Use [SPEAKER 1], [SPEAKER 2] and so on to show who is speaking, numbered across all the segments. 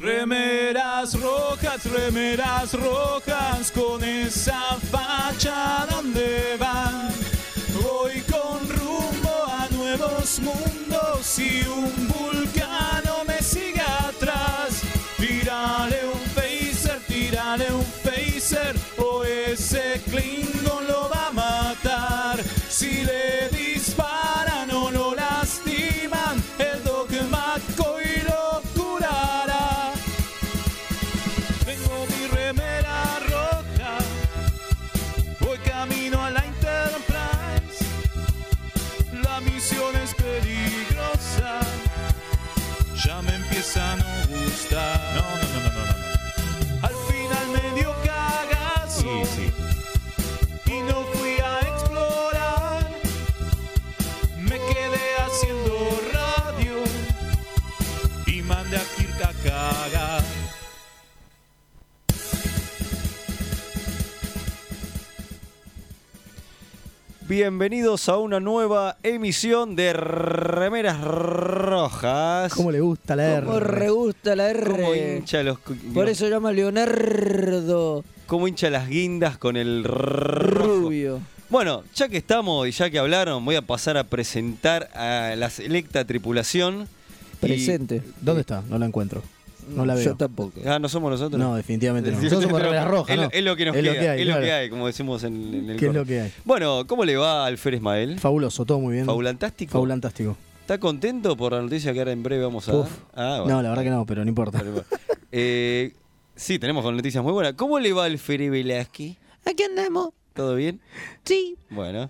[SPEAKER 1] Remeras rojas, remeras rojas, con esa facha donde van. Voy con rumbo a nuevos mundos y un vulcano me sigue atrás. Tírale un phaser, tírale un phaser, o ese Klingon lo va a matar. Si le disparan o lo lastiman, el dogma y lo curará. Tengo mi remera roja, voy camino a la Enterprise. La misión es peligrosa, ya me empieza a no gustar. No, no, no, no, no. Al final me dio cagazo y no fui a explorar. Me quedé haciendo radio y mandé a Kirk a cagar.
[SPEAKER 2] Bienvenidos a una nueva emisión de Remeras Rojas.
[SPEAKER 3] ¿Cómo le gusta la R?
[SPEAKER 4] Como re gusta la R.
[SPEAKER 2] Como hincha los cu-
[SPEAKER 4] Por
[SPEAKER 2] digo,
[SPEAKER 4] eso llama Leonardo
[SPEAKER 2] como hincha las guindas con el rojo.
[SPEAKER 4] Rubio.
[SPEAKER 2] Bueno, ya que estamos y ya que hablaron, voy a pasar a presentar a la selecta tripulación. Y-
[SPEAKER 4] Presente.
[SPEAKER 3] ¿Dónde está? No la encuentro. No la
[SPEAKER 4] Yo
[SPEAKER 3] veo.
[SPEAKER 4] tampoco.
[SPEAKER 2] Ah, no somos nosotros.
[SPEAKER 3] No, definitivamente no.
[SPEAKER 2] Sí,
[SPEAKER 3] Nosotros somos
[SPEAKER 2] pero-
[SPEAKER 3] remeras rojas,
[SPEAKER 2] Es, lo-
[SPEAKER 3] ¿no?
[SPEAKER 2] es lo que nos
[SPEAKER 3] Es
[SPEAKER 2] queda,
[SPEAKER 3] lo que hay,
[SPEAKER 2] es lo que
[SPEAKER 3] claro.
[SPEAKER 2] hay, como decimos en, en el
[SPEAKER 3] ¿Qué es
[SPEAKER 2] coro.
[SPEAKER 3] lo que hay?
[SPEAKER 2] Bueno, ¿cómo le va al Fer Ismael?
[SPEAKER 3] Fabuloso, todo muy bien.
[SPEAKER 2] Fabulantástico.
[SPEAKER 3] Fabulantástico.
[SPEAKER 2] ¿Está contento por la noticia que ahora en breve vamos a
[SPEAKER 3] Uf.
[SPEAKER 2] dar? Ah, bueno.
[SPEAKER 3] No, la verdad que no, pero no importa.
[SPEAKER 2] Pero bueno. Eh, sí, tenemos con noticias muy buenas. ¿Cómo le va al Fere Velasqui?
[SPEAKER 4] Aquí andamos.
[SPEAKER 2] ¿Todo bien?
[SPEAKER 4] Sí.
[SPEAKER 2] Bueno.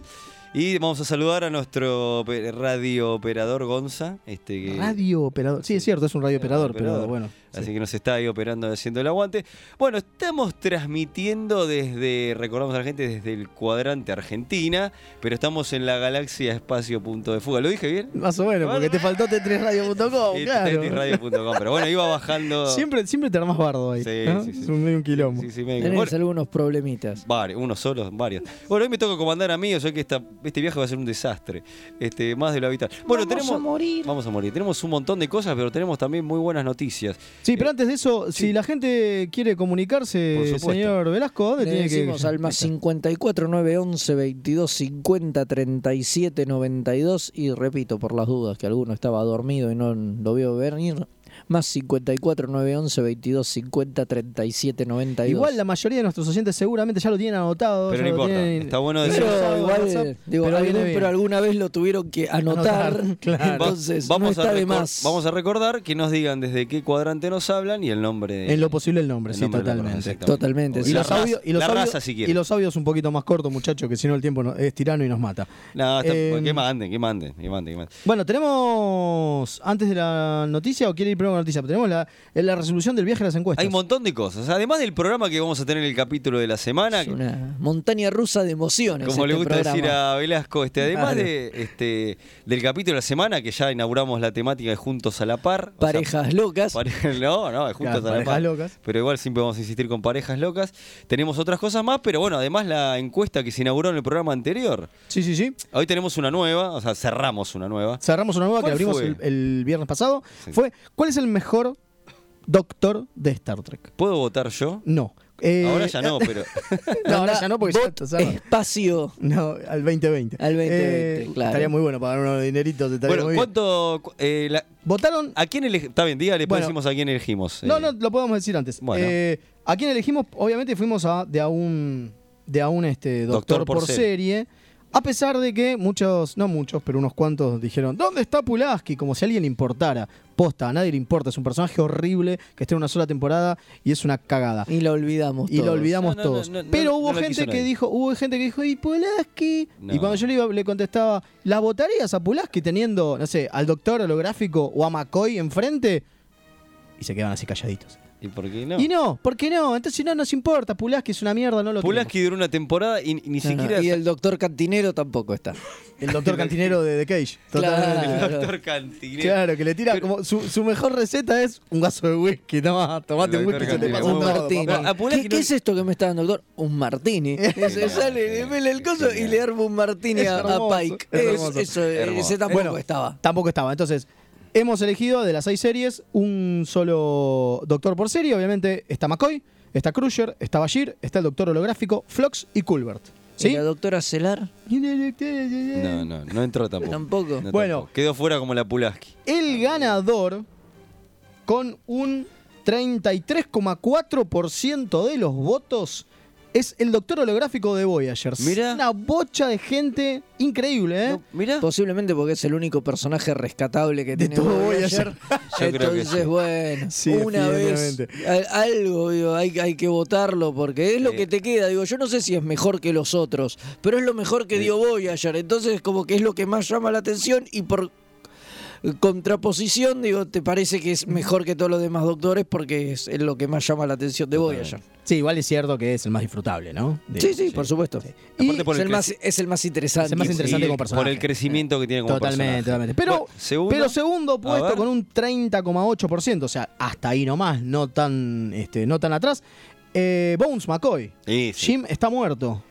[SPEAKER 2] Y vamos a saludar a nuestro pe- radio operador Gonza. Este que,
[SPEAKER 3] Radio operador. Sí, es cierto, es un radio operador, pero
[SPEAKER 2] operador.
[SPEAKER 3] bueno.
[SPEAKER 2] Así
[SPEAKER 3] sí.
[SPEAKER 2] que nos está ahí operando, haciendo el aguante. Bueno, estamos transmitiendo desde, recordamos a la gente, desde el cuadrante Argentina, pero estamos en la galaxia espacio punto de fuga. ¿Lo dije bien?
[SPEAKER 3] Más o menos, porque te faltó t3radio.com,
[SPEAKER 2] Eh,
[SPEAKER 3] claro.
[SPEAKER 2] tetrisradio.com, pero bueno, iba bajando.
[SPEAKER 3] Siempre, siempre te armás bardo ahí.
[SPEAKER 2] Sí,
[SPEAKER 3] ¿no?
[SPEAKER 2] sí, sí.
[SPEAKER 3] Es un, medio un quilombo.
[SPEAKER 2] Sí, sí, me-
[SPEAKER 4] Tenés
[SPEAKER 2] Bueno,
[SPEAKER 4] algunos problemitas.
[SPEAKER 2] Varios, unos solos, varios. Bueno, hoy me toca comandar a mí, o sea que esta- este viaje va a ser un desastre. Este, más de lo habitual. Bueno,
[SPEAKER 4] Vamos
[SPEAKER 2] tenemos.
[SPEAKER 4] a morir.
[SPEAKER 2] Vamos a morir. Tenemos un montón de cosas, pero tenemos también muy buenas noticias.
[SPEAKER 3] Sí, pero antes de eso,
[SPEAKER 2] sí.
[SPEAKER 3] si la gente quiere
[SPEAKER 2] Por
[SPEAKER 3] comunicarse,
[SPEAKER 2] supuesto.
[SPEAKER 3] señor Velasco, ¿dónde
[SPEAKER 4] Le
[SPEAKER 3] tiene que
[SPEAKER 4] decimos al más 54 9 11 22 50 37 92 y repito por las dudas que alguno estaba dormido y no lo vio venir más 54 9 11 22 50 37 92
[SPEAKER 3] Igual la mayoría de nuestros oyentes seguramente ya lo tienen anotado.
[SPEAKER 2] Pero
[SPEAKER 3] ya
[SPEAKER 2] no
[SPEAKER 3] lo
[SPEAKER 2] importa,
[SPEAKER 3] tienen-
[SPEAKER 2] está bueno
[SPEAKER 3] Sí,
[SPEAKER 2] decir-
[SPEAKER 3] ya
[SPEAKER 4] Pero
[SPEAKER 3] lo
[SPEAKER 4] igual,
[SPEAKER 3] WhatsApp,
[SPEAKER 4] digo,
[SPEAKER 3] pero
[SPEAKER 4] algún-
[SPEAKER 3] viene
[SPEAKER 4] pero,
[SPEAKER 3] bien.
[SPEAKER 4] alguna vez lo tuvieron que anotar.
[SPEAKER 3] Anotar, claro.
[SPEAKER 2] Va-
[SPEAKER 4] Entonces, no está
[SPEAKER 2] a
[SPEAKER 4] de
[SPEAKER 2] recor-
[SPEAKER 4] más.
[SPEAKER 2] vamos a recordar que nos digan desde qué cuadrante nos hablan y el nombre. de-
[SPEAKER 3] En lo posible el nombre,
[SPEAKER 2] el
[SPEAKER 3] sí,
[SPEAKER 2] nombre de la
[SPEAKER 3] totalmente.
[SPEAKER 2] cuadrante,
[SPEAKER 4] Totalmente,
[SPEAKER 2] O
[SPEAKER 4] sí.
[SPEAKER 3] Y
[SPEAKER 2] la
[SPEAKER 3] los,
[SPEAKER 2] raza-
[SPEAKER 3] audios, y, los
[SPEAKER 2] la
[SPEAKER 3] audios-
[SPEAKER 2] raza, si quieren.
[SPEAKER 3] y los audios un poquito más cortos, muchachos, que si no el tiempo no- es tirano y nos mata.
[SPEAKER 2] No, está- pues,
[SPEAKER 3] Eh,
[SPEAKER 2] que manden, que manden, que manden, que manden.
[SPEAKER 3] Bueno, tenemos antes de la noticia, o quiere ir primero con la noticia, pero tenemos la, eh, la resolución del viaje a las encuestas.
[SPEAKER 2] Hay un montón de cosas. Además del programa que vamos a tener el capítulo de la semana,
[SPEAKER 4] Es una montaña rusa de emociones.
[SPEAKER 2] Como le
[SPEAKER 4] este
[SPEAKER 2] gusta
[SPEAKER 4] programa.
[SPEAKER 2] decir a Velasco, este, además
[SPEAKER 4] Claro.
[SPEAKER 2] de, este, del capítulo de la semana, que ya inauguramos la temática de Juntos a la Par. o sea,
[SPEAKER 4] Parejas locas.
[SPEAKER 2] pare- no, no, de Juntos
[SPEAKER 3] Claro,
[SPEAKER 2] a la
[SPEAKER 3] parejas
[SPEAKER 2] Par.
[SPEAKER 3] locas.
[SPEAKER 2] Pero igual siempre vamos a insistir con parejas locas. Tenemos otras cosas más, pero bueno, además la encuesta que se inauguró en el programa anterior.
[SPEAKER 3] Sí, sí, sí.
[SPEAKER 2] Hoy tenemos una nueva, o sea, cerramos una nueva.
[SPEAKER 3] Cerramos una nueva
[SPEAKER 2] ¿Cuál
[SPEAKER 3] que la abrimos
[SPEAKER 2] fue?
[SPEAKER 3] el, el viernes pasado.
[SPEAKER 2] Sí.
[SPEAKER 3] Fue, ¿cuál es el mejor doctor de Star Trek?
[SPEAKER 2] ¿Puedo votar yo?
[SPEAKER 3] No. Eh,
[SPEAKER 2] Ahora ya no, pero.
[SPEAKER 3] No, ahora
[SPEAKER 4] Anda,
[SPEAKER 3] ya no, porque ya
[SPEAKER 4] bot
[SPEAKER 3] está cerrado.
[SPEAKER 4] espacio.
[SPEAKER 3] No, al 2020.
[SPEAKER 4] Al 2020, claro.
[SPEAKER 3] Estaría muy bueno pagar unos dineritos. Estaría
[SPEAKER 2] bueno,
[SPEAKER 3] muy bien.
[SPEAKER 2] ¿cuánto. cu- eh, la-
[SPEAKER 3] Votaron.
[SPEAKER 2] ¿A quién elegimos? Está bien, dígale, después
[SPEAKER 3] Bueno.
[SPEAKER 2] decimos a quién elegimos.
[SPEAKER 3] No,
[SPEAKER 2] eh.
[SPEAKER 3] no, lo podemos decir antes.
[SPEAKER 2] Bueno.
[SPEAKER 3] Eh, ¿A quién elegimos? Obviamente fuimos a, de a un, de a un este, doctor, por, serie. A pesar de que muchos, no muchos, pero unos cuantos dijeron, ¿dónde está Pulaski? Como si a alguien le importara. Posta, a nadie le importa. Es un personaje horrible que esté en una sola temporada y es una cagada.
[SPEAKER 4] Y lo olvidamos.
[SPEAKER 3] Y lo
[SPEAKER 4] todos.
[SPEAKER 3] olvidamos
[SPEAKER 2] No, no,
[SPEAKER 3] todos.
[SPEAKER 2] no, no,
[SPEAKER 3] pero
[SPEAKER 2] no,
[SPEAKER 3] hubo
[SPEAKER 2] no la
[SPEAKER 3] gente
[SPEAKER 2] quiso
[SPEAKER 3] que
[SPEAKER 2] nadie.
[SPEAKER 3] dijo, hubo gente que dijo, ¿y Pulaski?
[SPEAKER 2] No.
[SPEAKER 3] Y cuando yo le, iba- le contestaba, ¿la votarías a Pulaski teniendo, no sé, al doctor holográfico o a McCoy enfrente? Y se quedaban así calladitos.
[SPEAKER 2] ¿Y por qué no?
[SPEAKER 3] Y no, ¿por qué no? Entonces no nos importa, Pulaski es una mierda, no lo
[SPEAKER 2] Pulaski duró una temporada y, y ni
[SPEAKER 4] No, no,
[SPEAKER 2] siquiera.
[SPEAKER 4] Y el doctor Cantinero tampoco está.
[SPEAKER 3] queremos. El doctor cantinero de The Cage. Totalmente.
[SPEAKER 4] Claro.
[SPEAKER 2] El doctor Cantinero.
[SPEAKER 3] Claro, que le tira como su, su mejor receta es un vaso de whisky, no, tomate
[SPEAKER 2] El
[SPEAKER 3] un
[SPEAKER 2] doctor
[SPEAKER 3] whisky y se te
[SPEAKER 2] Cantinero.
[SPEAKER 3] pasa
[SPEAKER 2] Un
[SPEAKER 3] todo,
[SPEAKER 4] Martini.
[SPEAKER 3] papá.
[SPEAKER 2] papá. A Pulaski
[SPEAKER 4] ¿Qué,
[SPEAKER 2] no-
[SPEAKER 4] qué es esto que me está dando, doctor? Un Martini. Se sale, le pela el coso y le arma un Martini a, a
[SPEAKER 3] hermoso,
[SPEAKER 4] Pike.
[SPEAKER 3] es
[SPEAKER 4] Es-
[SPEAKER 3] hermoso.
[SPEAKER 4] eso, eh,
[SPEAKER 2] Hermoso.
[SPEAKER 4] ese tampoco
[SPEAKER 3] Bueno,
[SPEAKER 4] estaba.
[SPEAKER 3] Tampoco estaba. Entonces, Hemos elegido de las seis series un solo doctor por serie. Obviamente está McCoy, está Crusher, está Bashir, está el doctor holográfico, Flox y Culbert.
[SPEAKER 4] ¿Y
[SPEAKER 3] ¿Sí?
[SPEAKER 4] la doctora Celar?
[SPEAKER 2] No, no, no entró tampoco.
[SPEAKER 4] Tampoco.
[SPEAKER 2] No,
[SPEAKER 3] Bueno.
[SPEAKER 2] tampoco. Quedó fuera como la Pulaski.
[SPEAKER 3] El ganador, con un 33,4% de los votos, es el doctor holográfico de Voyager.
[SPEAKER 2] Mirá.
[SPEAKER 3] Una bocha de gente increíble, ¿eh?
[SPEAKER 2] No, mirá.
[SPEAKER 4] Posiblemente porque es el único personaje rescatable que
[SPEAKER 3] De
[SPEAKER 4] tiene
[SPEAKER 3] todo
[SPEAKER 4] Voyager.
[SPEAKER 2] Yo creo que
[SPEAKER 4] Entonces,
[SPEAKER 2] sí.
[SPEAKER 4] bueno,
[SPEAKER 3] Sí,
[SPEAKER 4] una vez
[SPEAKER 3] definitivamente.
[SPEAKER 4] al- algo digo, hay, hay que votarlo porque es lo
[SPEAKER 2] Sí.
[SPEAKER 4] que te queda. Digo, yo no sé si es mejor que los otros, pero es lo mejor que dio Voyager. Entonces, como que es lo que más llama la atención y por contraposición, digo, te parece que es mejor que todos los demás doctores porque es, es lo que más llama la atención de Voyager.
[SPEAKER 3] Sí, igual es cierto que es el más disfrutable, ¿no? De-
[SPEAKER 4] Sí, sí, por supuesto.
[SPEAKER 3] Y
[SPEAKER 2] Aparte por
[SPEAKER 4] es,
[SPEAKER 2] el
[SPEAKER 4] el más, es el más interesante.
[SPEAKER 3] Es el más interesante
[SPEAKER 2] Y
[SPEAKER 3] como personaje.
[SPEAKER 2] Por el crecimiento que tiene como
[SPEAKER 3] Totalmente,
[SPEAKER 2] personaje.
[SPEAKER 3] totalmente. Pero,
[SPEAKER 2] Bueno, segundo,
[SPEAKER 3] pero segundo
[SPEAKER 2] ver.
[SPEAKER 3] puesto con un 30,8%, o sea, hasta ahí nomás, no tan, este, no tan atrás. Eh, Bones McCoy.
[SPEAKER 2] Sí, sí.
[SPEAKER 3] Jim está muerto.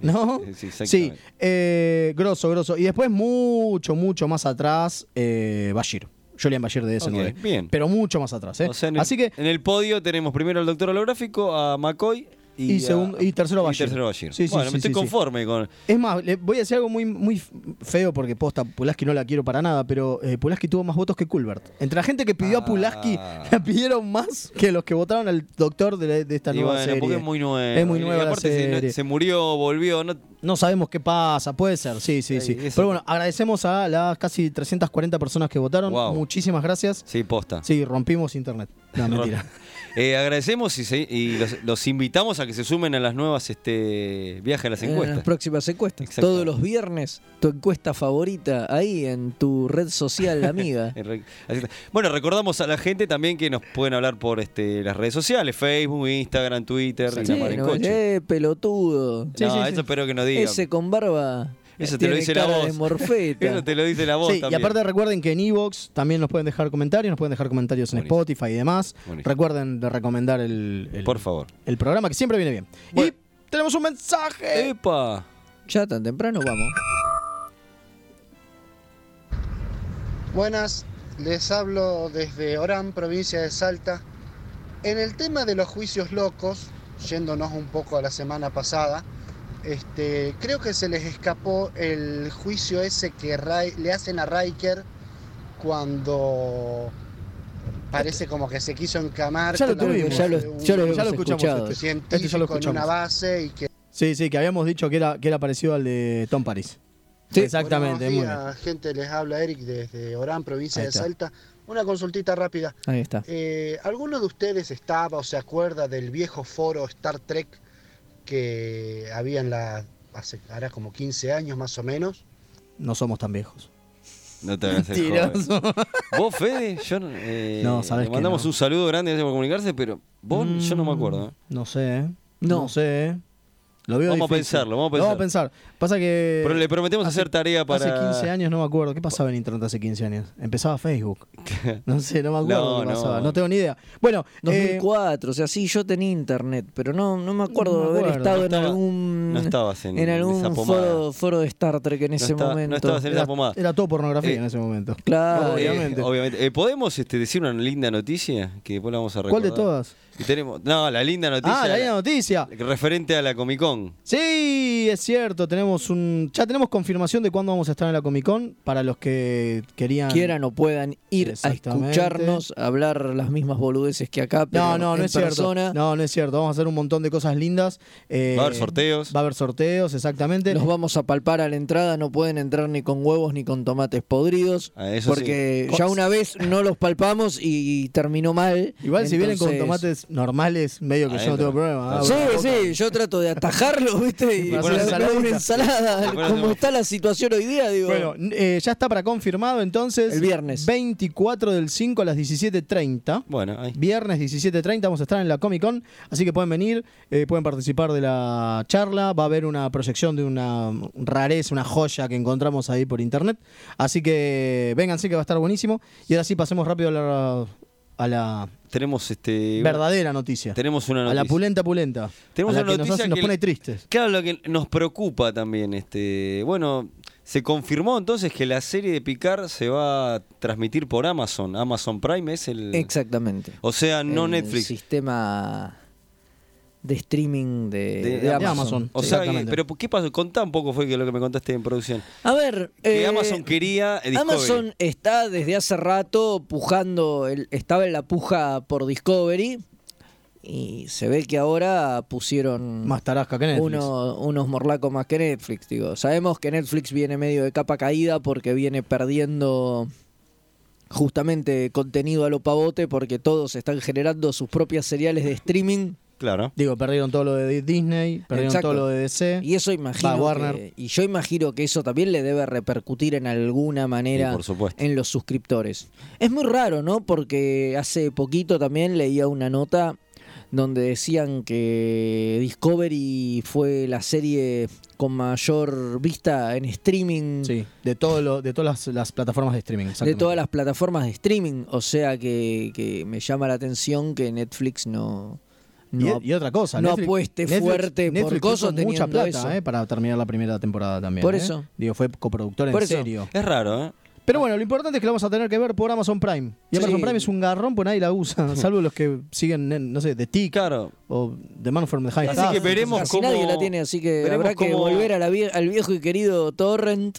[SPEAKER 3] ¿No?
[SPEAKER 2] Sí, exactamente.
[SPEAKER 3] Sí, eh, grosso, grosso. Y después mucho, mucho más atrás, eh, Bashir. Julian Bashir de S9.
[SPEAKER 2] Ok, bien.
[SPEAKER 3] Pero mucho más atrás, ¿eh?
[SPEAKER 2] O sea, en el,
[SPEAKER 3] Así que...
[SPEAKER 2] en el podio tenemos primero al doctor holográfico, a McCoy y,
[SPEAKER 3] Y segun-
[SPEAKER 2] a-
[SPEAKER 3] y tercero Bashir.
[SPEAKER 2] tercero Bashir.
[SPEAKER 3] Sí, sí,
[SPEAKER 2] bueno,
[SPEAKER 3] sí,
[SPEAKER 2] me estoy
[SPEAKER 3] sí, sí.
[SPEAKER 2] conforme con.
[SPEAKER 3] Es más, le voy a decir algo muy, muy feo porque posta, Pulaski no la quiero para nada, pero eh, Pulaski tuvo más votos que Culbert. Entre la gente que pidió a
[SPEAKER 2] Ah.
[SPEAKER 3] Pulaski, la pidieron más que los que votaron al doctor de, la- de esta
[SPEAKER 2] y
[SPEAKER 3] nueva
[SPEAKER 2] bueno,
[SPEAKER 3] serie.
[SPEAKER 2] porque es muy nueva.
[SPEAKER 3] Es muy
[SPEAKER 2] Y
[SPEAKER 3] nueva la
[SPEAKER 2] aparte se-
[SPEAKER 3] serie.
[SPEAKER 2] Se, murió, volvió. No,
[SPEAKER 3] No sabemos qué pasa, puede ser, sí, sí,
[SPEAKER 2] Ay,
[SPEAKER 3] sí.
[SPEAKER 2] eso.
[SPEAKER 3] Pero bueno, agradecemos a las casi 340 personas que votaron.
[SPEAKER 2] Wow.
[SPEAKER 3] Muchísimas gracias.
[SPEAKER 2] sí, posta.
[SPEAKER 3] Sí, rompimos internet. No, mentira.
[SPEAKER 2] Eh, agradecemos y, se- y los, los invitamos a que se sumen a las nuevas este, viajes a
[SPEAKER 3] Eh,
[SPEAKER 2] las
[SPEAKER 4] En
[SPEAKER 2] encuestas.
[SPEAKER 4] las próximas encuestas.
[SPEAKER 2] Exacto.
[SPEAKER 4] Todos los viernes, tu encuesta favorita ahí en tu red social amiga.
[SPEAKER 2] En re- así está. Bueno, recordamos a la gente también que nos pueden hablar por este, las redes sociales, Facebook, Instagram, Twitter, y la
[SPEAKER 4] Sí,
[SPEAKER 2] mar en
[SPEAKER 4] no,
[SPEAKER 2] coche.
[SPEAKER 4] eh, pelotudo.
[SPEAKER 3] Sí,
[SPEAKER 2] no,
[SPEAKER 3] sí, sí.
[SPEAKER 2] eso espero que nos digan.
[SPEAKER 4] Ese con barba.
[SPEAKER 2] Eso te lo
[SPEAKER 4] tiene
[SPEAKER 2] dice la
[SPEAKER 4] cara
[SPEAKER 2] voz.
[SPEAKER 4] de morfeta.
[SPEAKER 2] Eso te lo dice la voz
[SPEAKER 3] Sí, y
[SPEAKER 2] también.
[SPEAKER 3] aparte recuerden que en Evox también nos pueden dejar comentarios, nos pueden dejar comentarios en
[SPEAKER 2] Buenísimo.
[SPEAKER 3] Spotify y demás.
[SPEAKER 2] Buenísimo.
[SPEAKER 3] Recuerden de recomendar el, el-
[SPEAKER 2] Por favor.
[SPEAKER 3] el programa que siempre viene bien.
[SPEAKER 2] Bueno. Eh,
[SPEAKER 3] Y tenemos un mensaje.
[SPEAKER 2] ¡Epa!
[SPEAKER 4] Ya tan temprano vamos.
[SPEAKER 5] Buenas, les hablo desde Orán, provincia de Salta. En el tema de los juicios locos, yéndonos un poco a la semana pasada, este, creo que se les escapó el juicio ese que Rai- le hacen a Riker cuando parece como que se quiso encamar.
[SPEAKER 3] Ya lo
[SPEAKER 5] con la
[SPEAKER 3] tuvimos,
[SPEAKER 5] voz
[SPEAKER 4] ya lo-
[SPEAKER 5] de un
[SPEAKER 4] ya lo-
[SPEAKER 3] ya lo
[SPEAKER 4] hemos
[SPEAKER 3] escuchamos.
[SPEAKER 4] escuchado.
[SPEAKER 3] este.
[SPEAKER 5] científico
[SPEAKER 3] Este ya lo
[SPEAKER 5] en una
[SPEAKER 3] escuchamos.
[SPEAKER 5] base y que...
[SPEAKER 3] Sí, sí, que habíamos dicho que era, que era parecido al de Tom Paris.
[SPEAKER 4] Sí.
[SPEAKER 3] Exactamente, muy
[SPEAKER 5] Buenos
[SPEAKER 3] bien.
[SPEAKER 5] días, gente, les habla Eric desde Orán, provincia
[SPEAKER 3] Ahí
[SPEAKER 5] de
[SPEAKER 3] está.
[SPEAKER 5] Salta. Una consultita rápida.
[SPEAKER 4] Ahí está.
[SPEAKER 5] Eh, ¿Alguno de ustedes estaba o se acuerda del viejo foro Star Trek que había en la, hace, ahora como 15 años más o menos?
[SPEAKER 3] No somos tan viejos.
[SPEAKER 2] No te hagas el joven.
[SPEAKER 3] Mentiroso.
[SPEAKER 2] Vos, Fede, yo no- eh,
[SPEAKER 3] No, sabés
[SPEAKER 2] le
[SPEAKER 3] que
[SPEAKER 2] mandamos
[SPEAKER 3] no.
[SPEAKER 2] un saludo grande gracias por comunicarse, pero vos
[SPEAKER 3] Mm.
[SPEAKER 2] yo no me acuerdo. ¿eh?
[SPEAKER 3] No sé, ¿eh?
[SPEAKER 4] No.
[SPEAKER 3] No, sé, ¿eh? Lo veo
[SPEAKER 2] Vamos a
[SPEAKER 3] difícil.
[SPEAKER 2] pensarlo, vamos a
[SPEAKER 3] Lo pensar. Pasa que.
[SPEAKER 2] Pero le prometemos
[SPEAKER 3] hace-
[SPEAKER 2] hacer tarea para.
[SPEAKER 3] Hace 15 años no me acuerdo. ¿Qué pasaba en internet hace 15 años? Empezaba Facebook. No sé, no me acuerdo
[SPEAKER 2] No,
[SPEAKER 3] qué
[SPEAKER 2] no.
[SPEAKER 3] pasaba. No tengo ni idea. Bueno, eh,
[SPEAKER 4] 2004, o sea, sí, yo tenía internet, pero no, no me acuerdo
[SPEAKER 3] No me
[SPEAKER 4] de haber
[SPEAKER 3] acuerdo.
[SPEAKER 4] estado
[SPEAKER 2] No
[SPEAKER 4] en
[SPEAKER 2] estaba-
[SPEAKER 4] algún,
[SPEAKER 2] no estabas en-
[SPEAKER 4] en
[SPEAKER 2] en
[SPEAKER 4] algún
[SPEAKER 2] esa pomada.
[SPEAKER 4] foro, foro de Star Trek en ese
[SPEAKER 2] estaba- no
[SPEAKER 4] momento.
[SPEAKER 2] estabas en esa
[SPEAKER 4] Era-
[SPEAKER 2] pomada.
[SPEAKER 3] era todo pornografía
[SPEAKER 2] Eh,
[SPEAKER 3] en ese momento.
[SPEAKER 2] Eh,
[SPEAKER 4] Claro,
[SPEAKER 2] obviamente.
[SPEAKER 3] obviamente.
[SPEAKER 2] Eh, ¿Podemos este, decir una linda noticia? Que después la vamos a recordar.
[SPEAKER 3] ¿Cuál de todas?
[SPEAKER 2] Y tenemos, no, la linda noticia.
[SPEAKER 3] ah, la linda noticia.
[SPEAKER 2] Referente a la Comic Con.
[SPEAKER 3] Sí, es cierto. Tenemos un. Ya tenemos confirmación de cuándo vamos a estar en la Comic Con. Para los que querían.
[SPEAKER 4] quieran o puedan ir a
[SPEAKER 3] Exactamente.
[SPEAKER 4] escucharnos, hablar las mismas boludeces que acá, pero
[SPEAKER 3] No, no,
[SPEAKER 4] en
[SPEAKER 3] no es
[SPEAKER 4] persona.
[SPEAKER 3] cierto. No, no es cierto. Vamos a hacer un montón de cosas lindas. Eh,
[SPEAKER 2] Va a haber sorteos.
[SPEAKER 3] Va a haber sorteos, exactamente.
[SPEAKER 4] Los vamos a palpar a la entrada, no pueden entrar ni con huevos ni con tomates podridos,
[SPEAKER 2] Ah, eso
[SPEAKER 4] porque
[SPEAKER 3] sí.
[SPEAKER 4] ya una vez no los palpamos y terminó mal.
[SPEAKER 3] Igual si vienen con
[SPEAKER 4] entonces-
[SPEAKER 3] tomates normales, medio que yo
[SPEAKER 2] Adentro.
[SPEAKER 3] no tengo problema.
[SPEAKER 2] Ah,
[SPEAKER 4] Sí,
[SPEAKER 3] bueno.
[SPEAKER 4] sí, yo trato de atajarlo, ¿viste? Y,
[SPEAKER 3] Y
[SPEAKER 2] poner
[SPEAKER 4] hacer
[SPEAKER 3] ensaladita.
[SPEAKER 4] una
[SPEAKER 2] Y
[SPEAKER 4] ensalada.
[SPEAKER 2] poner
[SPEAKER 4] Como
[SPEAKER 2] una-
[SPEAKER 4] está la situación hoy día, digo.
[SPEAKER 3] Bueno, n- eh, ya está para confirmado entonces.
[SPEAKER 4] El viernes.
[SPEAKER 3] 24 del 5 a las 17.30.
[SPEAKER 2] Bueno, ahí.
[SPEAKER 3] Viernes 17.30 vamos a estar en la Comic Con, así que pueden venir, eh, pueden participar de la charla, va a haber una proyección de una rareza, una joya que encontramos ahí por internet, así que vénganse que va a estar buenísimo. Y ahora sí pasemos rápido a la, a la
[SPEAKER 2] Tenemos este.
[SPEAKER 3] verdadera noticia,
[SPEAKER 2] Tenemos una
[SPEAKER 3] a
[SPEAKER 2] noticia.
[SPEAKER 3] la pulenta pulenta,
[SPEAKER 2] Tenemos
[SPEAKER 3] a la
[SPEAKER 2] una
[SPEAKER 3] que nos,
[SPEAKER 2] noticia
[SPEAKER 3] hace- nos
[SPEAKER 2] que-
[SPEAKER 3] pone tristes.
[SPEAKER 2] Claro, lo que nos preocupa también, este, bueno, Se confirmó entonces que la serie de Picard se va a transmitir por Amazon. Amazon Prime es el.
[SPEAKER 4] Exactamente.
[SPEAKER 2] O sea, no
[SPEAKER 4] El
[SPEAKER 2] Netflix.
[SPEAKER 4] sistema de streaming de, de
[SPEAKER 2] de
[SPEAKER 4] Amazon.
[SPEAKER 3] Amazon.
[SPEAKER 2] O
[SPEAKER 3] Sí,
[SPEAKER 2] sea, que-
[SPEAKER 3] exactamente.
[SPEAKER 2] pero ¿qué pasó? Contá un poco fue que lo que me contaste en producción.
[SPEAKER 4] A ver.
[SPEAKER 2] Que
[SPEAKER 4] eh,
[SPEAKER 2] Amazon quería eh, Discovery.
[SPEAKER 4] Amazon está desde hace rato pujando, el- estaba en la puja por Discovery y se ve que ahora pusieron
[SPEAKER 3] Más tarasca que Netflix.
[SPEAKER 4] uno- unos morlacos más que Netflix. Digo, sabemos que Netflix viene medio de capa caída porque viene perdiendo justamente contenido a lo pavote porque todos están generando sus propias seriales de streaming
[SPEAKER 2] Claro.
[SPEAKER 3] Digo, perdieron todo lo de Disney, perdieron
[SPEAKER 4] Exacto.
[SPEAKER 3] todo lo de DC.
[SPEAKER 4] y eso imagino
[SPEAKER 3] Eh. Va,
[SPEAKER 4] que-
[SPEAKER 3] Warner.
[SPEAKER 4] y yo imagino que eso también le debe repercutir en alguna manera
[SPEAKER 2] Y por supuesto.
[SPEAKER 4] en los suscriptores. Es muy raro, ¿no? Porque hace poquito también leía una nota donde decían que Discovery fue la serie con mayor vista en streaming
[SPEAKER 3] Sí, de, todo lo- de todas las, las plataformas de streaming.
[SPEAKER 4] de
[SPEAKER 3] exactamente.
[SPEAKER 4] todas las plataformas de streaming. O sea que, que me llama la atención que Netflix no...
[SPEAKER 3] Y-
[SPEAKER 4] no
[SPEAKER 3] y, otra cosa,
[SPEAKER 4] no apueste fuerte por coso
[SPEAKER 3] puso mucha
[SPEAKER 4] teniendo
[SPEAKER 3] plata
[SPEAKER 4] eso.
[SPEAKER 3] eh, para terminar la primera temporada también.
[SPEAKER 4] Por
[SPEAKER 3] eh.
[SPEAKER 4] eso.
[SPEAKER 3] Digo, fue coproductor en
[SPEAKER 4] Por eso.
[SPEAKER 3] serio.
[SPEAKER 2] Es raro, ¿eh?
[SPEAKER 3] Pero bueno, lo importante es que lo vamos a tener que ver por Amazon Prime. Y
[SPEAKER 4] Sí.
[SPEAKER 3] Amazon Prime es un garrón, pues nadie la usa, salvo los que siguen, en, no sé, The Tick
[SPEAKER 2] Claro.
[SPEAKER 3] o The Man from the High
[SPEAKER 2] Así
[SPEAKER 3] Stuff.
[SPEAKER 2] que veremos
[SPEAKER 4] Casi
[SPEAKER 2] cómo.
[SPEAKER 4] nadie la tiene, así que
[SPEAKER 2] veremos
[SPEAKER 4] habrá que
[SPEAKER 2] cómo-
[SPEAKER 4] volver a la vie- al viejo y querido Torrent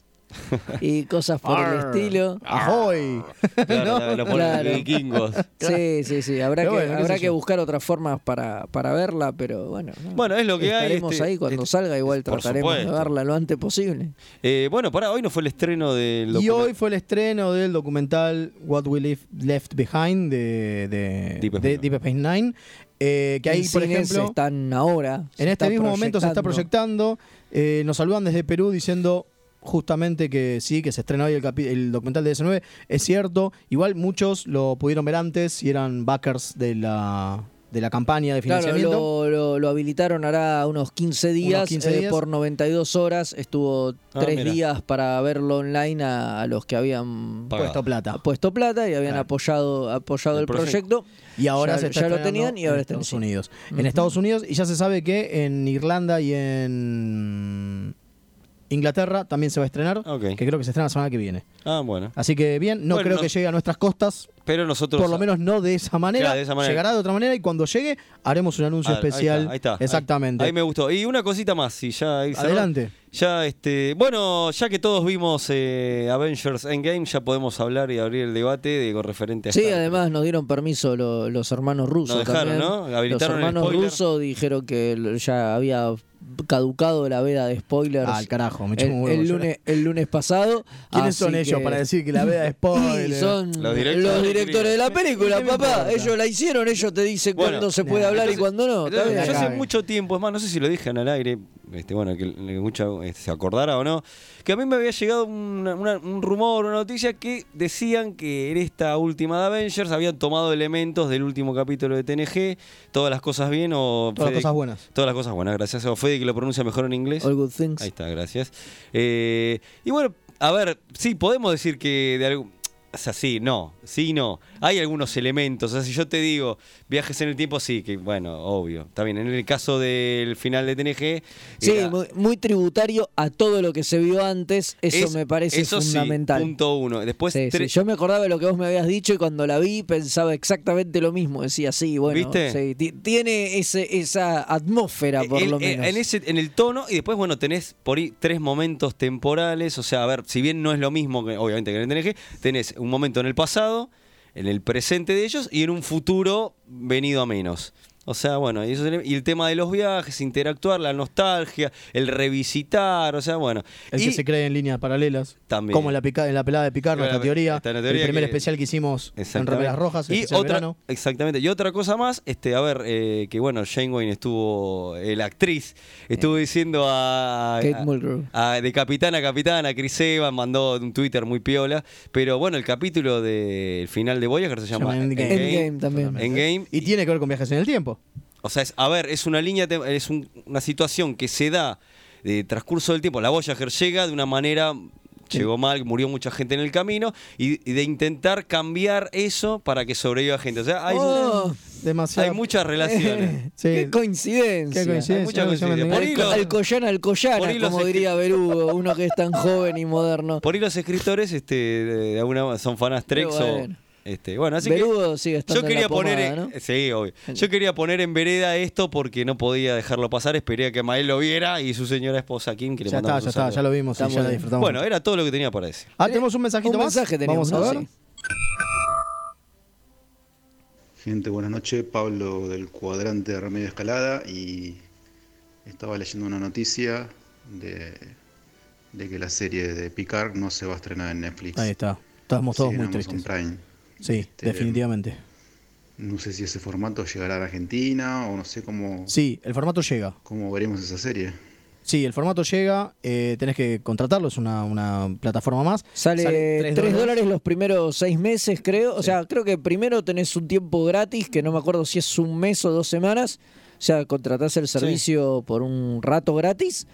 [SPEAKER 4] y cosas por el
[SPEAKER 3] Arr.
[SPEAKER 4] estilo.
[SPEAKER 3] ¡Ahoy!
[SPEAKER 2] Claro, la- la ponen
[SPEAKER 4] Claro.
[SPEAKER 2] de vikingos.
[SPEAKER 4] Sí, sí, sí. Habrá
[SPEAKER 3] Pero
[SPEAKER 4] que,
[SPEAKER 3] bueno, qué
[SPEAKER 4] habrá
[SPEAKER 3] sé
[SPEAKER 4] que
[SPEAKER 3] yo.
[SPEAKER 4] buscar otras formas para, para verla, pero bueno. no.
[SPEAKER 2] Bueno, es lo que hay,
[SPEAKER 4] Estaremos
[SPEAKER 2] este-
[SPEAKER 4] ahí cuando
[SPEAKER 2] este-
[SPEAKER 4] salga, igual
[SPEAKER 2] por
[SPEAKER 4] trataremos
[SPEAKER 2] supuesto.
[SPEAKER 4] de verla lo antes posible.
[SPEAKER 2] Eh, bueno, pará, hoy no fue el estreno del
[SPEAKER 3] Y
[SPEAKER 2] documental.
[SPEAKER 3] hoy fue el estreno del documental What We Leave- Left Behind de, de-
[SPEAKER 2] Deep Space
[SPEAKER 3] de
[SPEAKER 2] Nine.
[SPEAKER 3] Deep Space Nine. eh, que
[SPEAKER 4] En
[SPEAKER 3] ahí, por
[SPEAKER 4] cines
[SPEAKER 3] ejemplo,
[SPEAKER 4] están ahora. se
[SPEAKER 3] en este
[SPEAKER 4] está
[SPEAKER 3] mismo momento se está
[SPEAKER 4] proyectando.
[SPEAKER 3] proyectando. eh, nos saludan desde Perú diciendo justamente que sí, que se estrenó hoy el, capi- el documental de S9. Es cierto, igual muchos lo pudieron ver antes y eran backers de la, de la campaña de
[SPEAKER 4] Claro,
[SPEAKER 3] financiamiento.
[SPEAKER 4] lo, lo- lo habilitaron hará unos 15 días,
[SPEAKER 3] Unos 15
[SPEAKER 4] eh,
[SPEAKER 3] días.
[SPEAKER 4] por 92 horas. Estuvo tres
[SPEAKER 2] Ah, mira.
[SPEAKER 4] días para verlo online a, a los que habían
[SPEAKER 2] Pa-
[SPEAKER 3] Puesto plata.
[SPEAKER 4] puesto plata y habían
[SPEAKER 3] Claro.
[SPEAKER 4] apoyado, apoyado
[SPEAKER 2] El
[SPEAKER 4] el,
[SPEAKER 2] proyecto.
[SPEAKER 4] proyecto.
[SPEAKER 3] Y ahora
[SPEAKER 4] Ya-
[SPEAKER 3] se está
[SPEAKER 4] ya lo
[SPEAKER 3] estrenando
[SPEAKER 4] tenían y ahora
[SPEAKER 3] en
[SPEAKER 4] está en
[SPEAKER 3] Estados
[SPEAKER 4] cine.
[SPEAKER 3] Unidos. En
[SPEAKER 4] Ujú.
[SPEAKER 3] Estados Unidos, y ya se sabe que en Irlanda y en Inglaterra también se va a estrenar,
[SPEAKER 2] Ok.
[SPEAKER 3] que creo que se estrena la semana que viene.
[SPEAKER 2] Ah, bueno.
[SPEAKER 3] Así que bien, no
[SPEAKER 2] Bueno,
[SPEAKER 3] creo
[SPEAKER 2] no-
[SPEAKER 3] que llegue a nuestras costas,
[SPEAKER 2] Pero nosotros.
[SPEAKER 3] por lo menos no de esa, manera.
[SPEAKER 2] Claro, de esa manera.
[SPEAKER 3] Llegará de otra manera y cuando llegue haremos un anuncio
[SPEAKER 2] Ah, ahí
[SPEAKER 3] especial.
[SPEAKER 2] está, ahí está.
[SPEAKER 3] Exactamente.
[SPEAKER 2] Ahí, ahí me gustó. Y una cosita más, si ya. ahí cerró.
[SPEAKER 3] Adelante.
[SPEAKER 2] Ya, este. Bueno, ya que todos vimos eh, Avengers Endgame, ya podemos hablar y abrir el debate de, con referente a
[SPEAKER 4] Sí,
[SPEAKER 2] Star Trek.
[SPEAKER 4] además nos dieron permiso lo- los hermanos rusos.
[SPEAKER 2] Nos dejaron,
[SPEAKER 4] también.
[SPEAKER 2] ¿no? Habilitaron el
[SPEAKER 4] los hermanos
[SPEAKER 2] spoiler.
[SPEAKER 4] rusos dijeron que el- ya había caducado la veda de spoilers.
[SPEAKER 3] Al Ah, carajo, me
[SPEAKER 4] el,
[SPEAKER 3] chupo un huevo,
[SPEAKER 4] el
[SPEAKER 3] yo-
[SPEAKER 4] lunes, el lunes pasado.
[SPEAKER 3] ¿Quiénes
[SPEAKER 4] Así
[SPEAKER 3] son ellos
[SPEAKER 4] que-
[SPEAKER 3] para decir que la vea de
[SPEAKER 4] Y
[SPEAKER 3] spoiler?
[SPEAKER 4] son
[SPEAKER 2] Los
[SPEAKER 4] los
[SPEAKER 2] directores.
[SPEAKER 4] directores, de la película,
[SPEAKER 3] ¿Qué me
[SPEAKER 4] papá.
[SPEAKER 3] importa?
[SPEAKER 4] Ellos la hicieron, ellos te dicen
[SPEAKER 2] Bueno,
[SPEAKER 4] cuándo se puede
[SPEAKER 3] nah.
[SPEAKER 4] hablar y
[SPEAKER 2] Entonces-
[SPEAKER 4] cuándo no. está
[SPEAKER 2] Entonces,
[SPEAKER 4] bien.
[SPEAKER 2] yo hace
[SPEAKER 3] Cabe.
[SPEAKER 2] mucho tiempo, es más, no sé si lo dije en el aire, este, bueno, que le- mucha, eh, se acordara o no, que a mí me había llegado una- una- un rumor, una noticia que decían que en esta última de Avengers habían tomado elementos del último capítulo de TNG, todas las cosas bien o...
[SPEAKER 3] Todas las
[SPEAKER 2] Fede-
[SPEAKER 3] cosas buenas.
[SPEAKER 2] Todas las cosas buenas, gracias. O Fede que lo pronuncia mejor en inglés.
[SPEAKER 4] All good things.
[SPEAKER 2] Ahí está, gracias. Eh, y bueno, a ver, sí, podemos decir que de algún. O sea, sí, no, sí, no. Hay algunos elementos. O sea, si yo te digo viajes en el tiempo, sí, que bueno, obvio. Está bien, en el caso del final de TNG.
[SPEAKER 4] Sí,
[SPEAKER 2] era-
[SPEAKER 4] muy, muy tributario a todo lo que se vio antes. Eso
[SPEAKER 2] es-
[SPEAKER 4] me parece
[SPEAKER 2] eso sí,
[SPEAKER 4] fundamental.
[SPEAKER 2] punto uno. Después,
[SPEAKER 4] Sí, sí,
[SPEAKER 2] tres-
[SPEAKER 4] Yo me acordaba de lo que vos me habías dicho y cuando la vi pensaba exactamente lo mismo. Decía, sí, bueno,
[SPEAKER 2] ¿Viste?
[SPEAKER 4] sí, ti- tiene ese, esa atmósfera, por
[SPEAKER 2] El-
[SPEAKER 4] lo
[SPEAKER 2] el-
[SPEAKER 4] menos.
[SPEAKER 2] Eh, En, ese, en el tono, y después, bueno, tenés por ahí tres momentos temporales. O sea, a ver, si bien no es lo mismo que, obviamente, que en el TNG, tenés un momento en el pasado, en el presente de ellos y en un futuro venido a menos. O sea, bueno, y, eso tiene- y el tema de los viajes, interactuar, la nostalgia, el revisitar, o sea, bueno.
[SPEAKER 3] El
[SPEAKER 2] y
[SPEAKER 3] que se cree en líneas paralelas.
[SPEAKER 2] También.
[SPEAKER 3] Como en la, pica- en la pelada de Picar,
[SPEAKER 2] Claro,
[SPEAKER 3] nuestra
[SPEAKER 2] la-
[SPEAKER 3] teoría.
[SPEAKER 2] está la teoría
[SPEAKER 3] el primer
[SPEAKER 2] que-
[SPEAKER 3] especial que hicimos en
[SPEAKER 2] Exactamente.
[SPEAKER 3] Remeras Rojas. el
[SPEAKER 2] y
[SPEAKER 3] especial de
[SPEAKER 2] otra,
[SPEAKER 3] verano.
[SPEAKER 2] exactamente. Y otra cosa más, este, a ver, eh, que bueno, Jane Wayne estuvo, eh, la actriz,
[SPEAKER 3] Eh.
[SPEAKER 2] estuvo diciendo a,
[SPEAKER 4] Kate
[SPEAKER 2] a-
[SPEAKER 4] Mulgrew.
[SPEAKER 2] a- de capitán a capitán, a Chris Evans, mandó un Twitter muy piola. Pero bueno, el capítulo del final de Voyager se llama
[SPEAKER 3] Llama Endgame.
[SPEAKER 4] Endgame también.
[SPEAKER 2] Endgame.
[SPEAKER 3] Y tiene que ver con viajes en el tiempo.
[SPEAKER 2] O sea, es- a ver, es una línea, te- es eh, un- una situación que se da de transcurso del tiempo. La Voyager llega de una manera llegó mal, murió mucha gente en el camino, y, y de intentar cambiar eso para que sobreviva gente. O sea, hay,
[SPEAKER 4] Oh,
[SPEAKER 3] Demasiado.
[SPEAKER 2] hay muchas relaciones.
[SPEAKER 3] Sí.
[SPEAKER 4] ¡Qué coincidencia!
[SPEAKER 3] Qué coincidencia.
[SPEAKER 2] Hay muchas
[SPEAKER 3] no, yo me
[SPEAKER 2] coincidencias. Por
[SPEAKER 3] enteré.
[SPEAKER 2] ahí
[SPEAKER 4] Alco-
[SPEAKER 2] los-
[SPEAKER 4] Alcoyana,
[SPEAKER 2] por
[SPEAKER 4] Alcoyana,
[SPEAKER 2] ahí los
[SPEAKER 4] como
[SPEAKER 2] escri-
[SPEAKER 4] diría Berugo, uno que es tan joven y moderno.
[SPEAKER 2] Por ahí los escritores este, de de alguna son fanas Trex
[SPEAKER 4] Qué bueno.
[SPEAKER 2] o. Este, bueno, así
[SPEAKER 4] Berugo
[SPEAKER 2] que.
[SPEAKER 4] sigue
[SPEAKER 2] Yo
[SPEAKER 4] estando en la
[SPEAKER 2] quería poner. e
[SPEAKER 4] pomada,
[SPEAKER 2] en-
[SPEAKER 4] ¿no?
[SPEAKER 2] Sí, obvio. Yo quería poner en vereda esto porque no podía dejarlo pasar. Esperé a que Mael lo viera y su señora esposa Kim, que le
[SPEAKER 3] Ya está,
[SPEAKER 2] mandamos
[SPEAKER 3] ya
[SPEAKER 2] un
[SPEAKER 3] está,
[SPEAKER 2] saludo.
[SPEAKER 3] ya lo vimos, sí, ya
[SPEAKER 4] Está muy
[SPEAKER 3] lo
[SPEAKER 4] bien.
[SPEAKER 3] disfrutamos.
[SPEAKER 2] Bueno, era todo lo que tenía para decir.
[SPEAKER 3] ah, tenemos un mensajito
[SPEAKER 4] Un
[SPEAKER 3] más.
[SPEAKER 4] mensaje tenemos,
[SPEAKER 3] Vamos a
[SPEAKER 4] ¿no?
[SPEAKER 3] ver.
[SPEAKER 4] Sí.
[SPEAKER 6] Gente, buenas noches. Pablo del cuadrante de Remedio Escalada y estaba leyendo una noticia de, de que la serie de Picard no se va a estrenar en Netflix.
[SPEAKER 3] Ahí está. Estamos todos
[SPEAKER 6] Sigue en
[SPEAKER 3] muy
[SPEAKER 6] Amazon
[SPEAKER 3] tristes.
[SPEAKER 6] Prime.
[SPEAKER 3] Sí,
[SPEAKER 6] Este,
[SPEAKER 3] definitivamente.
[SPEAKER 6] No sé si ese formato llegará a la Argentina o no sé cómo,
[SPEAKER 3] Sí, el formato llega.
[SPEAKER 6] cómo veremos esa serie.
[SPEAKER 3] Sí, el formato llega, eh, tenés que contratarlo, es una, una plataforma más.
[SPEAKER 4] Sale,
[SPEAKER 3] tres
[SPEAKER 4] 3 dólares. los primeros 6 meses, creo. O sea, creo que primero tenés un tiempo gratis, que no me acuerdo si es un mes o dos semanas. O sea, contratás el servicio por un rato gratis.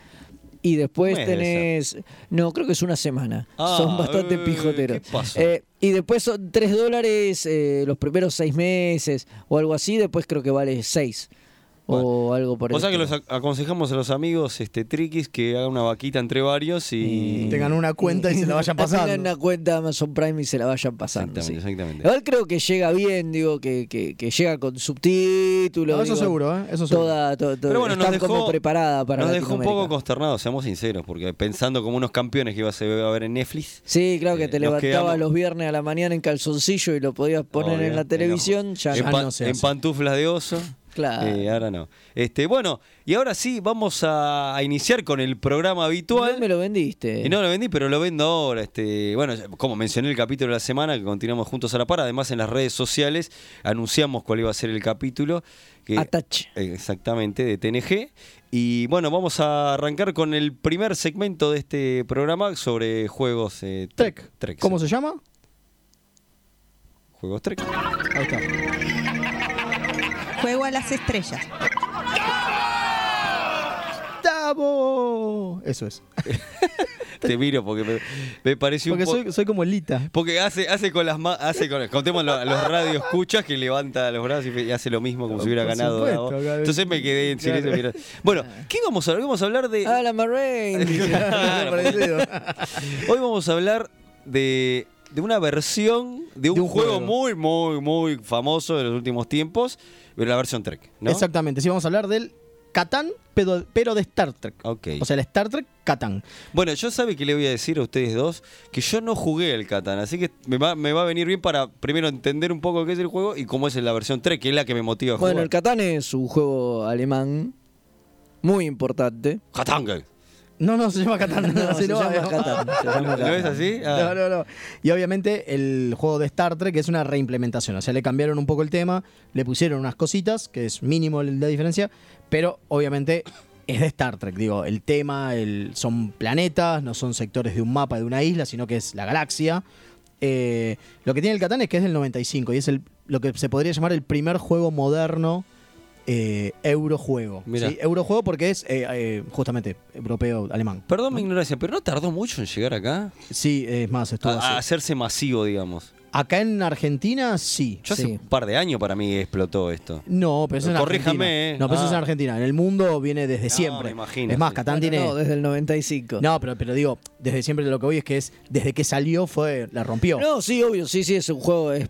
[SPEAKER 4] Y después
[SPEAKER 2] Un mes debe
[SPEAKER 4] tenés. No, creo que es una semana.
[SPEAKER 2] Ah,
[SPEAKER 4] son bastante
[SPEAKER 2] eh,
[SPEAKER 4] pijoteros.
[SPEAKER 2] ¿qué pasó?
[SPEAKER 4] Eh, y después son 3 dólares eh, los primeros 6 meses o algo así. Después creo que vale 6 o algo por el
[SPEAKER 2] O sea que
[SPEAKER 4] estilo.
[SPEAKER 2] los ac- aconsejamos a los amigos este, triquis que hagan una vaquita entre varios y.
[SPEAKER 3] Tengan una cuenta y se la vayan
[SPEAKER 4] Tengan
[SPEAKER 3] pasando.
[SPEAKER 4] una cuenta de Amazon Prime y se la vayan pasando.
[SPEAKER 2] Exactamente,
[SPEAKER 4] sí.
[SPEAKER 2] exactamente.
[SPEAKER 4] Igual creo que llega bien, digo, que, que, que llega con subtítulos.
[SPEAKER 3] No, eso
[SPEAKER 4] digo,
[SPEAKER 3] seguro, ¿eh? Eso seguro.
[SPEAKER 4] Toda, to- to-
[SPEAKER 2] Pero bueno, nos
[SPEAKER 4] está
[SPEAKER 2] dejó,
[SPEAKER 4] como preparada para
[SPEAKER 2] nos dejó un poco
[SPEAKER 4] Latinoamérica.
[SPEAKER 2] consternados, seamos sinceros, porque pensando como unos campeones que iba a se- iba a ver en Netflix.
[SPEAKER 4] Sí, claro que
[SPEAKER 2] Eh,
[SPEAKER 4] te
[SPEAKER 2] nos
[SPEAKER 4] levantabas
[SPEAKER 2] quedamos-
[SPEAKER 4] los viernes a la mañana en calzoncillo y lo podías poner
[SPEAKER 2] obvio,
[SPEAKER 4] en la televisión. Ya
[SPEAKER 2] en,
[SPEAKER 4] no.
[SPEAKER 2] pan-
[SPEAKER 3] no se
[SPEAKER 2] en
[SPEAKER 3] hace.
[SPEAKER 2] pantuflas de oso.
[SPEAKER 4] Claro.
[SPEAKER 2] Eh, ahora no. Este, bueno, y ahora sí, vamos a, a iniciar con el programa habitual.
[SPEAKER 4] No me lo vendiste.
[SPEAKER 2] Y no lo vendí, pero lo vendo ahora. Este, bueno, ya- como mencioné el capítulo de la semana, que continuamos juntos a la par, además en las redes sociales anunciamos cuál iba a ser el capítulo. Que,
[SPEAKER 4] Atache.
[SPEAKER 2] Eh, Exactamente, de TNG. Y bueno, vamos a arrancar con el primer segmento de este programa sobre juegos eh,
[SPEAKER 3] Trek.
[SPEAKER 2] Trek,
[SPEAKER 3] ¿Cómo
[SPEAKER 2] sí.
[SPEAKER 3] se llama?
[SPEAKER 2] Juegos Trek.
[SPEAKER 3] Ahí está.
[SPEAKER 7] Juego a las estrellas.
[SPEAKER 3] ¡Tavo! Eso es.
[SPEAKER 2] Te miro porque me, me pareció
[SPEAKER 3] Porque
[SPEAKER 2] un poco.
[SPEAKER 3] soy, soy como Lita.
[SPEAKER 2] Porque hace, hace con las ma- hace con, contemos lo- los radio escuchas que levanta los brazos y, fe- y hace lo mismo como si hubiera
[SPEAKER 3] Por
[SPEAKER 2] ganado.
[SPEAKER 3] supuesto,
[SPEAKER 2] ¿no?
[SPEAKER 3] claro.
[SPEAKER 2] Entonces me quedé en silencio.
[SPEAKER 3] Claro. Ah.
[SPEAKER 2] mirando. Bueno, ¿qué vamos a hablar? Vamos a hablar de.
[SPEAKER 4] Ah, la Marraine.
[SPEAKER 2] Claro,
[SPEAKER 3] Parecido.
[SPEAKER 2] Hoy vamos a hablar de, de una versión de un,
[SPEAKER 3] De un
[SPEAKER 2] juego,
[SPEAKER 3] juego.
[SPEAKER 2] muy, muy, muy famoso de los últimos tiempos, pero la versión Trek, ¿no?
[SPEAKER 3] Exactamente, sí, vamos a hablar del Catán, pero, pero de Star Trek.
[SPEAKER 2] Ok.
[SPEAKER 3] O sea, el Star Trek Catán.
[SPEAKER 2] Bueno, yo sabe que le voy a decir a ustedes dos que yo no jugué el Catán, así que me va, me va a venir bien para primero entender un poco qué es el juego y cómo es la versión Trek, que es la que me motiva a jugar.
[SPEAKER 4] Bueno, el Catán es un juego alemán muy importante.
[SPEAKER 2] Catán. ¿qué?
[SPEAKER 3] No, no, se llama Catán.
[SPEAKER 4] No,
[SPEAKER 3] Así
[SPEAKER 4] se
[SPEAKER 3] no va,
[SPEAKER 4] llama
[SPEAKER 3] ¿no?
[SPEAKER 4] Catán. se llama
[SPEAKER 2] ¿No
[SPEAKER 4] Catán.
[SPEAKER 2] es así?
[SPEAKER 3] No,
[SPEAKER 2] Ah.
[SPEAKER 3] no, no. Y obviamente el juego de Star Trek es una reimplementación. O sea, le cambiaron un poco el tema, le pusieron unas cositas, que es mínimo la diferencia, pero obviamente es de Star Trek. Digo, el tema el, son planetas, no son sectores de un mapa de una isla, sino que es la galaxia. Eh, lo que tiene el Catán es que es del 95 y es el, lo que se podría llamar el primer juego moderno eh, eurojuego.
[SPEAKER 2] Mirá.
[SPEAKER 3] ¿sí? Eurojuego porque es eh, eh, justamente europeo-alemán.
[SPEAKER 2] Perdón mi ignorancia, pero no tardó mucho en llegar acá
[SPEAKER 3] Sí, es más,
[SPEAKER 2] a,
[SPEAKER 3] estuvo
[SPEAKER 2] Ah, a
[SPEAKER 3] así.
[SPEAKER 2] hacerse masivo, digamos.
[SPEAKER 3] Acá en Argentina sí.
[SPEAKER 2] Yo hace
[SPEAKER 4] Sí.
[SPEAKER 2] un par de años para mí explotó esto.
[SPEAKER 3] No, pero eso es en
[SPEAKER 2] Corríjame,
[SPEAKER 3] Argentina.
[SPEAKER 2] eh.
[SPEAKER 3] No, pero eso es en
[SPEAKER 2] Ah.
[SPEAKER 3] Argentina. En el mundo viene desde siempre.
[SPEAKER 2] me imagino,
[SPEAKER 3] es más,
[SPEAKER 2] sí.
[SPEAKER 3] Catán
[SPEAKER 4] Bueno,
[SPEAKER 3] tiene.
[SPEAKER 4] No, desde el 95.
[SPEAKER 3] No, pero, pero digo, desde siempre lo que voy es que es desde que salió fue la rompió.
[SPEAKER 4] No, sí, obvio, sí, sí, es un juego, es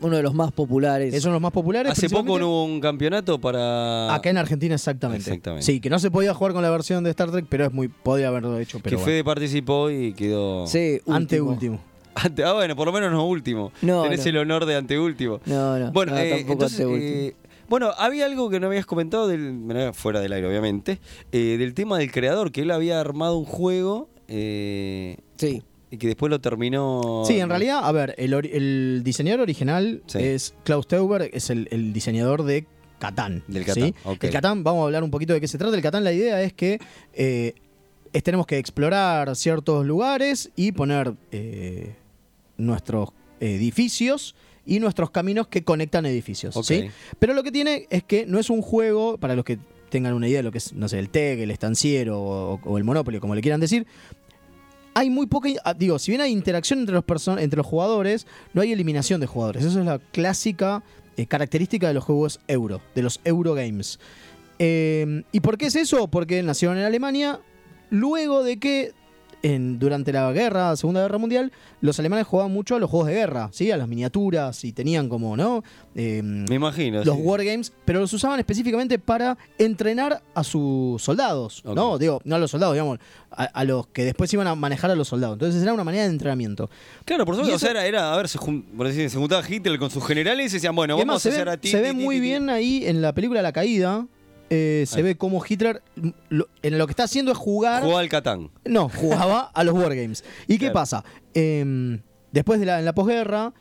[SPEAKER 4] uno de los más populares.
[SPEAKER 3] Es uno de los más populares.
[SPEAKER 2] Hace poco
[SPEAKER 3] principalmente
[SPEAKER 2] no hubo un campeonato para...
[SPEAKER 3] Acá en Argentina, exactamente.
[SPEAKER 2] Exactamente.
[SPEAKER 3] Sí, que no se podía jugar con la versión de Star Trek, pero es muy. Podría haberlo hecho,
[SPEAKER 2] que
[SPEAKER 3] pero. bueno.
[SPEAKER 2] Fede participó y quedó...
[SPEAKER 4] Sí, último.
[SPEAKER 3] Anteúltimo.
[SPEAKER 2] Ante- ah, bueno, por lo menos no último.
[SPEAKER 4] No,
[SPEAKER 2] Tenés
[SPEAKER 4] no.
[SPEAKER 2] el honor de anteúltimo.
[SPEAKER 4] No, no,
[SPEAKER 2] Bueno,
[SPEAKER 4] no,
[SPEAKER 2] eh,
[SPEAKER 4] tampoco
[SPEAKER 2] entonces,
[SPEAKER 4] anteúltimo.
[SPEAKER 2] eh, bueno, había algo que no habías comentado, del, bueno, fuera del aire, obviamente, eh, del tema del creador, que él había armado un juego eh,
[SPEAKER 4] Sí.
[SPEAKER 2] y que después lo terminó.
[SPEAKER 3] Sí, en realidad, a ver, el, ori- el diseñador original
[SPEAKER 2] Sí.
[SPEAKER 3] es Klaus Teuber, es el, el diseñador de Catán.
[SPEAKER 2] Del Catán,
[SPEAKER 3] ¿sí?
[SPEAKER 2] ok.
[SPEAKER 3] El Catán, vamos a hablar un poquito de qué se trata. El Catán, la idea es que eh, es- tenemos que explorar ciertos lugares y poner eh, nuestros edificios y nuestros caminos que conectan edificios.
[SPEAKER 2] Ok.
[SPEAKER 3] ¿sí? Pero lo que tiene es que no es un juego, para los que tengan una idea de lo que es, no sé, el TEG, el estanciero o, o el Monopoly, como le quieran decir, hay muy poca. ah, Digo, si bien hay interacción entre los, person- entre los jugadores, no hay eliminación de jugadores. Esa es la clásica eh, característica de los juegos euro, de los Eurogames. Eh, ¿Y por qué es eso? Porque nacieron en Alemania luego de que en- durante la guerra, Segunda Guerra Mundial, los alemanes jugaban mucho a los juegos de guerra, ¿sí? a las miniaturas y tenían como, ¿no? Em,
[SPEAKER 2] Me imagino.
[SPEAKER 3] los
[SPEAKER 2] Ah, sí.
[SPEAKER 3] wargames, pero los usaban específicamente para entrenar a sus soldados, ¿no?
[SPEAKER 2] Ok.
[SPEAKER 3] Digo, no a los soldados, digamos, a, a los que después iban a manejar a los soldados. Entonces era una manera de entrenamiento.
[SPEAKER 2] Claro, por
[SPEAKER 3] Y
[SPEAKER 2] supuesto.
[SPEAKER 3] eso-
[SPEAKER 2] O sea, era, era, a ver, se, jun- por decir, se juntaba Hitler con sus generales y decían, bueno,
[SPEAKER 3] Y además
[SPEAKER 2] vamos a
[SPEAKER 3] se
[SPEAKER 2] hacer
[SPEAKER 3] ve,
[SPEAKER 2] a ti.
[SPEAKER 3] se
[SPEAKER 2] ti,
[SPEAKER 3] ve
[SPEAKER 2] ti,
[SPEAKER 3] muy
[SPEAKER 2] ti, ti.
[SPEAKER 3] bien ahí en la película La Caída, eh, se
[SPEAKER 2] Ahí.
[SPEAKER 3] ve cómo Hitler mm, lo- en lo que está haciendo es jugar...
[SPEAKER 2] Jugaba al Catán.
[SPEAKER 3] No, jugaba a los Wargames. ¿Y qué
[SPEAKER 2] Claro.
[SPEAKER 3] pasa? Em, después de la, en la posguerra,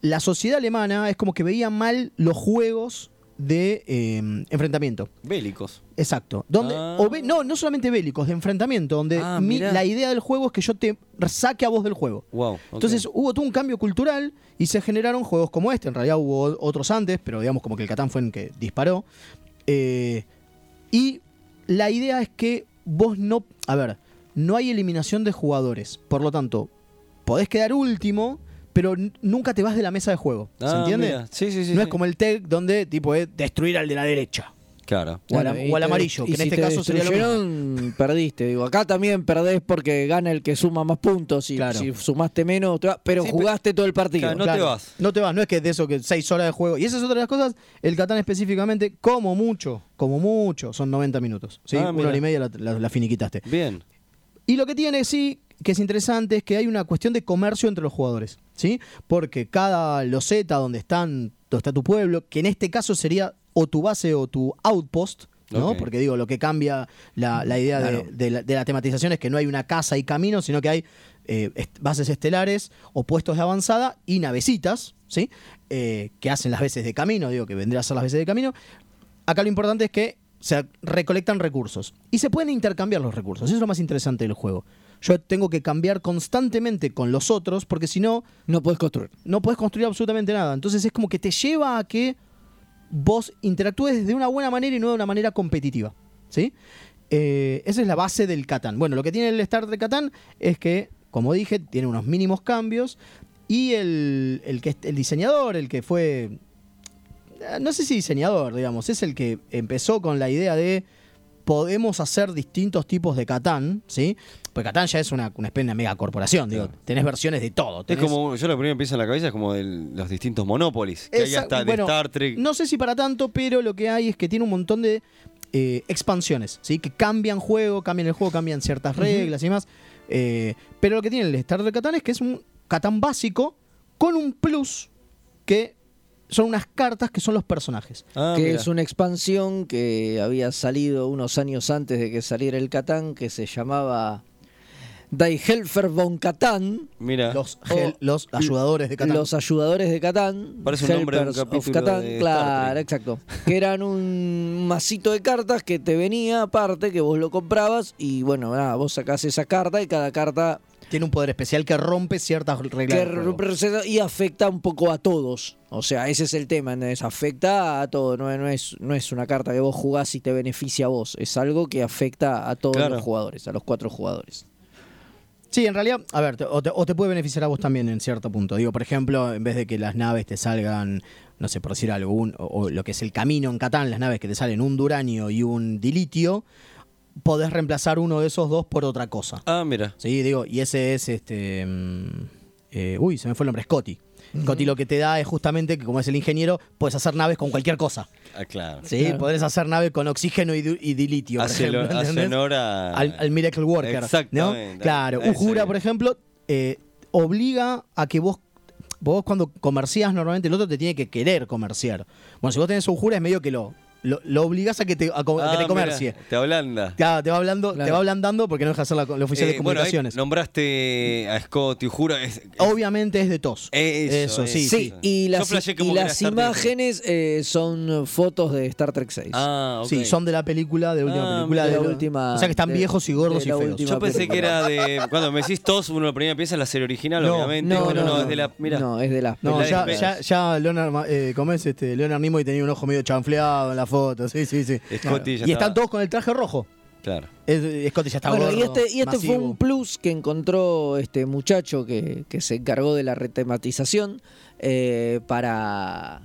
[SPEAKER 3] la sociedad alemana es como que veía mal los juegos de em, enfrentamiento.
[SPEAKER 2] Bélicos.
[SPEAKER 3] Exacto. Donde,
[SPEAKER 2] Ah.
[SPEAKER 3] o ve- no, no solamente bélicos, de enfrentamiento, donde
[SPEAKER 2] Ah,
[SPEAKER 3] mi-
[SPEAKER 2] mirá.
[SPEAKER 3] la idea del juego es que yo te saque a vos del juego.
[SPEAKER 2] Wow. ok.
[SPEAKER 3] Entonces hubo todo un cambio cultural y se generaron juegos como este. En realidad hubo o- otros antes, pero digamos como que el Catán fue el que disparó. Eh, y la idea es que vos no... A ver, no hay eliminación de jugadores. Por lo tanto, podés quedar último, pero n- nunca te vas de la mesa de juego. ¿Se
[SPEAKER 2] Ah,
[SPEAKER 3] entiende?
[SPEAKER 2] mira. Sí, sí, sí.
[SPEAKER 3] no
[SPEAKER 2] sí.
[SPEAKER 3] es como el TEC donde tipo es destruir al de la derecha.
[SPEAKER 2] Claro.
[SPEAKER 3] O al-
[SPEAKER 4] Claro, y
[SPEAKER 3] o al
[SPEAKER 4] te-
[SPEAKER 3] amarillo,
[SPEAKER 4] y
[SPEAKER 3] que en
[SPEAKER 4] si
[SPEAKER 3] este
[SPEAKER 4] te
[SPEAKER 3] caso sería lo mismo.
[SPEAKER 4] destruyeron, perdiste. Digo, acá también perdés porque gana el que suma más puntos. Y
[SPEAKER 3] Claro.
[SPEAKER 4] si sumaste menos, te va- pero
[SPEAKER 2] Sí, pe-
[SPEAKER 4] jugaste todo el partido.
[SPEAKER 2] Claro, no te vas.
[SPEAKER 3] No te vas, no es que de eso que seis horas de juego. Y esa es otra de las cosas. El Catán específicamente, como mucho, como mucho, son 90 minutos. ¿sí?
[SPEAKER 2] Ah,
[SPEAKER 3] Una
[SPEAKER 2] mira.
[SPEAKER 3] hora y media la, la- la finiquitaste.
[SPEAKER 2] Bien.
[SPEAKER 3] Y lo que tiene, sí, que es interesante, es que hay una cuestión de comercio entre los jugadores. ¿sí? Porque cada loseta donde están, donde está tu pueblo, que en este caso sería o tu base o tu outpost. ¿no?
[SPEAKER 2] Ok.
[SPEAKER 3] Porque digo, lo que cambia la, la idea de-
[SPEAKER 4] Claro.
[SPEAKER 3] de, la, de la tematización es que no hay una casa y camino, sino que hay eh, est- bases estelares o puestos de avanzada y navecitas, ¿sí? Eh, que hacen las veces de camino, digo, que vendría a ser las veces de camino. Acá lo importante es que se recolectan recursos y se pueden intercambiar los recursos. Eso es lo más interesante del juego. Yo tengo que cambiar constantemente con los otros porque si no,
[SPEAKER 4] No puedes construir.
[SPEAKER 3] no podés construir absolutamente nada. Entonces es como que te lleva a que vos interactúes de una buena manera y no de una manera competitiva. ¿Sí? Eh, esa es la base del Catán. Bueno, lo que tiene el Star de Catán es que, como dije, tiene unos mínimos cambios. Y el, el que es- el diseñador, el que fue. eh, No sé si diseñador, digamos, es el que empezó con la idea de. Podemos hacer distintos tipos de Catán, ¿sí? Porque Catán ya es una, una, especie de mega corporación, digo,
[SPEAKER 2] Claro.
[SPEAKER 3] tenés versiones de todo.
[SPEAKER 2] Es
[SPEAKER 3] tenés-
[SPEAKER 2] como, yo lo primero que pienso en la cabeza es como de los distintos Monopolies. Que hay
[SPEAKER 3] Esa-
[SPEAKER 2] hasta
[SPEAKER 3] bueno,
[SPEAKER 2] de Star Trek.
[SPEAKER 3] No sé si para tanto, pero lo que hay es que tiene un montón de eh, expansiones, ¿sí? Que cambian juego, cambian el juego, cambian ciertas reglas y demás. Eh, pero lo que tiene el Star Trek Catán es que es un Catán básico con un plus que son unas cartas que son los personajes.
[SPEAKER 2] Ah,
[SPEAKER 4] que
[SPEAKER 2] mira.
[SPEAKER 4] es una expansión que había salido unos años antes de que saliera el Catán, que se llamaba Die Helfer von Catán.
[SPEAKER 2] Mira.
[SPEAKER 3] Los, gel- los ayudadores de Catán.
[SPEAKER 4] Ah. Oh. Los ayudadores de Catán.
[SPEAKER 2] Parece un nombre de un
[SPEAKER 4] Helpers of
[SPEAKER 2] capítulo
[SPEAKER 4] Catán,
[SPEAKER 2] de
[SPEAKER 4] claro,
[SPEAKER 2] Star
[SPEAKER 4] exacto. Que eran un masito de cartas que te venía aparte, que vos lo comprabas y bueno, nada, vos sacás esa carta y cada carta
[SPEAKER 3] Tiene un poder especial que rompe ciertas reglas.
[SPEAKER 4] que
[SPEAKER 3] del juego.
[SPEAKER 4] representa y afecta un poco a todos. O sea, ese es el tema, ¿entendés? Afecta a todo, no, no es, no es una carta que vos jugás y te beneficia a vos, es algo que afecta a todos
[SPEAKER 2] Claro.
[SPEAKER 4] los jugadores, a los cuatro jugadores.
[SPEAKER 3] Sí, en realidad, a ver, te- o, te, o te puede beneficiar a vos también en cierto punto. Digo, por ejemplo, en vez de que las naves te salgan, no sé, por decir algo, un- o, o lo que es el camino en Catán, las naves que te salen un duranio y un dilitio, podés reemplazar uno de esos dos por otra cosa.
[SPEAKER 2] Ah, mira.
[SPEAKER 3] Sí, digo, y ese es este. mm, eh, uy, se me fue el nombre, Scotty. Scotty lo que te da es justamente que, como es el ingeniero, puedes hacer naves con cualquier cosa.
[SPEAKER 2] Ah, claro.
[SPEAKER 3] Sí, podés hacer naves con oxígeno y, du- y dilitio. por
[SPEAKER 2] Hace,
[SPEAKER 3] ejemplo,
[SPEAKER 2] lo- hace
[SPEAKER 3] ¿entendés?
[SPEAKER 2] honor a-
[SPEAKER 3] al, al Miracle Worker.
[SPEAKER 2] Ah, Exactamente.
[SPEAKER 3] ¿no? Claro,
[SPEAKER 2] Ahí
[SPEAKER 3] un jura,
[SPEAKER 2] sí.
[SPEAKER 3] por ejemplo, eh, obliga a que vos, vos cuando comerciás normalmente el otro te tiene que querer comerciar. Bueno, si vos tenés un jura es medio que lo, lo, lo obligás a que te, a co- a
[SPEAKER 2] Ah,
[SPEAKER 3] que te
[SPEAKER 2] mira,
[SPEAKER 3] comercie.
[SPEAKER 2] Te ablanda.
[SPEAKER 3] Claro, te va hablando, te
[SPEAKER 4] Claro.
[SPEAKER 3] va ablandando porque no deja hacer la, la oficial
[SPEAKER 2] Eh,
[SPEAKER 3] de
[SPEAKER 2] bueno, ahí
[SPEAKER 3] comunicaciones.
[SPEAKER 2] nombraste a Scott y Jura. es-
[SPEAKER 3] Oh, Obviamente es de tos.
[SPEAKER 2] Eso,
[SPEAKER 3] Eso, sí,
[SPEAKER 2] eso.
[SPEAKER 3] sí.
[SPEAKER 4] Y
[SPEAKER 2] Yo
[SPEAKER 4] las,
[SPEAKER 2] flasheé
[SPEAKER 4] y
[SPEAKER 2] como que era
[SPEAKER 4] las
[SPEAKER 2] Star Trek.
[SPEAKER 4] imágenes eh, son fotos de Star Trek 6.
[SPEAKER 2] Ah, ok.
[SPEAKER 3] Sí, son de la película, de la última
[SPEAKER 2] Ah,
[SPEAKER 3] película.
[SPEAKER 4] de la
[SPEAKER 3] lo-
[SPEAKER 4] última-
[SPEAKER 3] o sea que están
[SPEAKER 4] de-
[SPEAKER 3] viejos y gordos
[SPEAKER 4] de
[SPEAKER 3] y
[SPEAKER 4] la
[SPEAKER 3] feos.
[SPEAKER 4] última
[SPEAKER 2] Yo pensé que
[SPEAKER 4] película.
[SPEAKER 2] era de. Cuando me decís tos, uno la primera pieza es la serie original,
[SPEAKER 3] No,
[SPEAKER 2] obviamente.
[SPEAKER 4] no,
[SPEAKER 2] pero
[SPEAKER 4] no,
[SPEAKER 2] no,
[SPEAKER 4] no,
[SPEAKER 2] es de la. Mira.
[SPEAKER 4] no, es de las
[SPEAKER 3] No,
[SPEAKER 2] La
[SPEAKER 3] ya,
[SPEAKER 2] de-
[SPEAKER 3] ya, ya Leonard, Ma- eh, ¿cómo es este? Leonard Nimoy tenía un ojo medio chanfleado en la foto, sí, sí, sí.
[SPEAKER 2] Scotty ya
[SPEAKER 3] y están
[SPEAKER 2] estaba-
[SPEAKER 3] todos con el traje rojo.
[SPEAKER 2] Claro.
[SPEAKER 3] Es- eh, Scotty ya está
[SPEAKER 4] Bueno,
[SPEAKER 3] gordo,
[SPEAKER 4] y este, y este fue
[SPEAKER 3] masivo.
[SPEAKER 4] un plus que encontró este muchacho que, que se encargó de la retematización eh, para,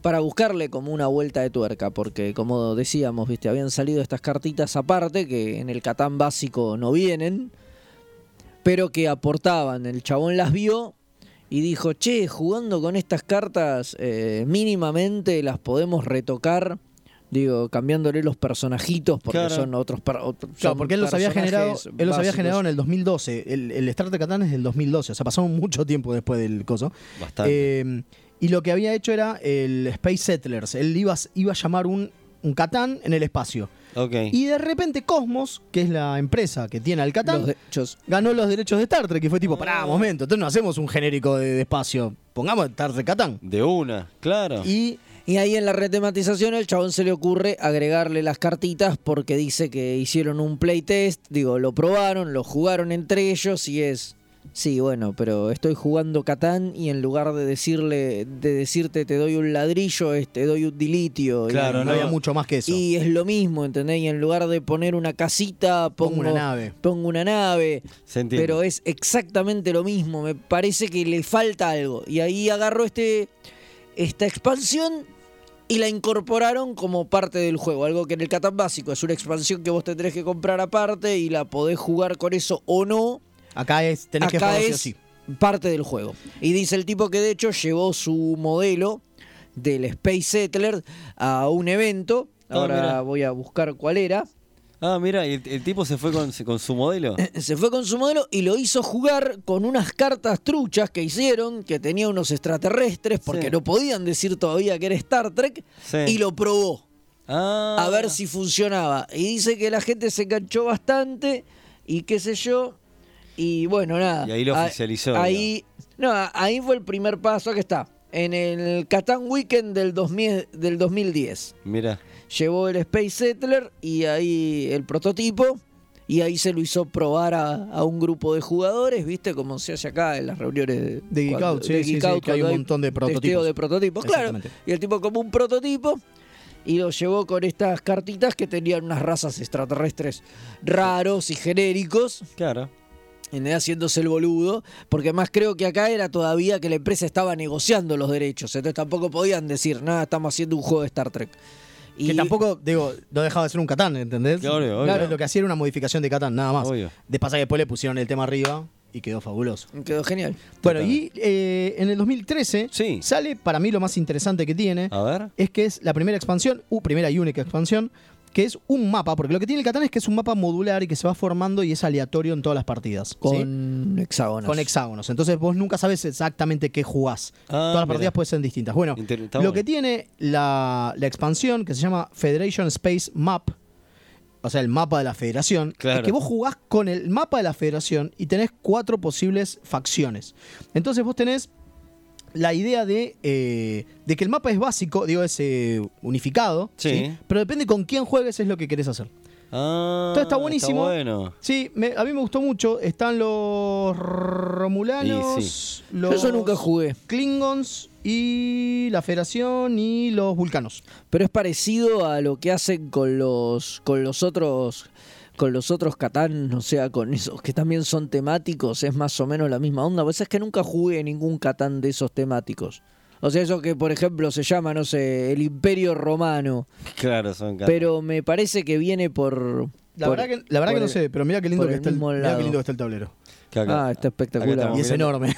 [SPEAKER 4] para buscarle como una vuelta de tuerca, porque como decíamos, viste, habían salido estas cartitas aparte que en el Catán básico no vienen, pero que aportaban. El chabón las vio y dijo, che, jugando con estas cartas eh, mínimamente las podemos retocar. Digo, cambiándole los personajitos porque
[SPEAKER 2] Claro.
[SPEAKER 4] son otros, per- otros-
[SPEAKER 3] Claro,
[SPEAKER 4] son
[SPEAKER 3] porque él los había generado,
[SPEAKER 4] personajes
[SPEAKER 3] él los había
[SPEAKER 4] básicos.
[SPEAKER 3] generado en el 2012. El, el Star de Catán es del 2012, o sea, pasó mucho tiempo después del coso.
[SPEAKER 2] Bastante.
[SPEAKER 3] Eh, y lo que había hecho era el Space Settlers. Él iba, a- iba a llamar un, un Catán en el espacio.
[SPEAKER 2] ok.
[SPEAKER 3] Y de repente Cosmos, que es la empresa que tiene al Catán,
[SPEAKER 4] Los derechos.
[SPEAKER 3] ganó los derechos de Star Trek. Y fue tipo, pará, momento, entonces no hacemos un genérico de, de espacio. Pongamos Star Trek Catán.
[SPEAKER 2] De una, claro.
[SPEAKER 3] Y
[SPEAKER 4] Y ahí en la retematización el chabón se le ocurre agregarle las cartitas porque dice que hicieron un playtest, digo, lo probaron, lo jugaron entre ellos y es... Sí, bueno, pero estoy jugando Catán y en lugar de decirle, de decirte te doy un ladrillo, es te doy un dilitio. Y-
[SPEAKER 2] Claro,
[SPEAKER 3] no,
[SPEAKER 2] no.
[SPEAKER 3] había mucho más que eso.
[SPEAKER 4] Y es lo mismo, ¿entendés? Y en lugar de poner una casita, pongo,
[SPEAKER 3] Pongo una nave.
[SPEAKER 4] Pongo una nave.
[SPEAKER 2] Se entiende.
[SPEAKER 4] Pero es exactamente lo mismo. Me parece que le falta algo. Y ahí agarró este, esta expansión y la incorporaron como parte del juego. Algo que en el Catán básico es una expansión que vos tendrás que comprar aparte y la podés jugar con eso o no.
[SPEAKER 3] Acá es, tenés que
[SPEAKER 4] Acá
[SPEAKER 3] jugar sí o
[SPEAKER 4] es
[SPEAKER 3] sí.
[SPEAKER 4] parte del juego. Y dice el tipo que de hecho llevó su modelo del Space Settler a un evento.
[SPEAKER 2] Ah,
[SPEAKER 4] Ahora
[SPEAKER 2] mira.
[SPEAKER 4] voy a buscar cuál era.
[SPEAKER 2] Ah, mira, el, el tipo se fue con, con su modelo.
[SPEAKER 4] Se fue con su modelo y lo hizo jugar con unas cartas truchas que hicieron, que tenía unos extraterrestres, porque
[SPEAKER 2] Sí.
[SPEAKER 4] no podían decir todavía que era Star Trek,
[SPEAKER 2] Sí.
[SPEAKER 4] y lo probó
[SPEAKER 2] Ah,
[SPEAKER 4] a ver si funcionaba. Y dice que la gente se enganchó bastante y qué sé yo. Y bueno, nada.
[SPEAKER 2] Y ahí lo
[SPEAKER 4] A-
[SPEAKER 2] oficializó,
[SPEAKER 4] Ahí, no, a- ahí fue el primer paso. Aquí está. En el Catán Weekend del, 2000 del 2010.
[SPEAKER 2] Mira,
[SPEAKER 4] Llevó el Space Settler y ahí el prototipo. Y ahí se lo hizo probar a, a un grupo de jugadores, ¿viste? Como se hace acá en las reuniones de,
[SPEAKER 3] De Geek Out, sí,
[SPEAKER 4] de
[SPEAKER 3] sí,
[SPEAKER 4] Geek
[SPEAKER 3] sí,
[SPEAKER 4] Out,
[SPEAKER 3] que hay un
[SPEAKER 4] cuando
[SPEAKER 3] montón de
[SPEAKER 4] testeo
[SPEAKER 3] prototipos.
[SPEAKER 4] de prototipos, claro.
[SPEAKER 3] Exactamente.
[SPEAKER 4] Y el tipo como un prototipo y lo llevó con estas cartitas que tenían unas razas extraterrestres raros y genéricos,
[SPEAKER 2] claro.
[SPEAKER 4] en realidad haciéndose el boludo, porque más creo que acá era todavía que la empresa estaba negociando los derechos, entonces tampoco podían decir, nada, estamos haciendo un juego de Star Trek. Y
[SPEAKER 3] Que tampoco, digo, no dejaba de ser un Catán, ¿entendés?
[SPEAKER 2] Claro, obvio.
[SPEAKER 3] Lo que hacía era una modificación de Catán, nada más.
[SPEAKER 2] Obvio.
[SPEAKER 3] De pasa que después le pusieron el tema arriba y quedó fabuloso.
[SPEAKER 4] quedó genial.
[SPEAKER 3] Bueno, y eh, en el 2013
[SPEAKER 2] Sí. Ah.
[SPEAKER 3] sale, para mí lo más interesante que tiene,
[SPEAKER 2] A ver.
[SPEAKER 3] es que es la primera expansión, u primera y única expansión, que es un mapa, porque lo que tiene el Catán es que es un mapa modular y que se va formando y es aleatorio en todas las partidas. ¿sí?
[SPEAKER 4] Con hexágonos.
[SPEAKER 3] Con hexágonos. Entonces vos nunca sabes exactamente qué jugás.
[SPEAKER 2] Ah,
[SPEAKER 3] Todas las
[SPEAKER 2] mira.
[SPEAKER 3] partidas pueden ser distintas. Bueno,
[SPEAKER 2] Inter- está
[SPEAKER 3] lo
[SPEAKER 2] bueno.
[SPEAKER 3] que tiene la, la expansión, que se llama Federation Space Map, o sea, el mapa de la federación,
[SPEAKER 2] Claro.
[SPEAKER 3] es que vos jugás con el mapa de la federación y tenés cuatro posibles facciones. Entonces vos tenés la idea de, eh, de que el mapa es básico, digo, es eh, unificado,
[SPEAKER 2] Sí.
[SPEAKER 3] pero depende con quién juegues es lo que querés hacer.
[SPEAKER 2] Ah,
[SPEAKER 3] Todo está buenísimo.
[SPEAKER 2] bueno.
[SPEAKER 3] Sí, me- a mí me gustó mucho. Están los romulanos,
[SPEAKER 2] Y
[SPEAKER 4] Yo
[SPEAKER 3] los
[SPEAKER 4] eso nunca jugué,
[SPEAKER 3] Klingons y la Federación y los vulcanos.
[SPEAKER 4] pero es parecido a lo que hacen con los con los otros con los otros Catán, o sea, con esos que también son temáticos, es más o menos la misma onda. Pues es que nunca jugué ningún Catán de esos temáticos. O sea, eso que por ejemplo se llama, no sé, el Imperio Romano,
[SPEAKER 2] Claro, son cat-
[SPEAKER 4] pero me parece que viene por
[SPEAKER 3] La
[SPEAKER 4] por-
[SPEAKER 3] verdad que, la verdad
[SPEAKER 4] por
[SPEAKER 3] que no
[SPEAKER 4] el-
[SPEAKER 3] sé, pero mira qué lindo
[SPEAKER 4] por
[SPEAKER 3] que
[SPEAKER 4] el
[SPEAKER 3] está el,
[SPEAKER 4] mismo
[SPEAKER 3] mirá qué
[SPEAKER 4] lado.
[SPEAKER 3] lindo que está el tablero.
[SPEAKER 2] que acá-
[SPEAKER 4] Ah, está espectacular.
[SPEAKER 2] acá estamos
[SPEAKER 3] y es
[SPEAKER 2] mirando.
[SPEAKER 3] enorme.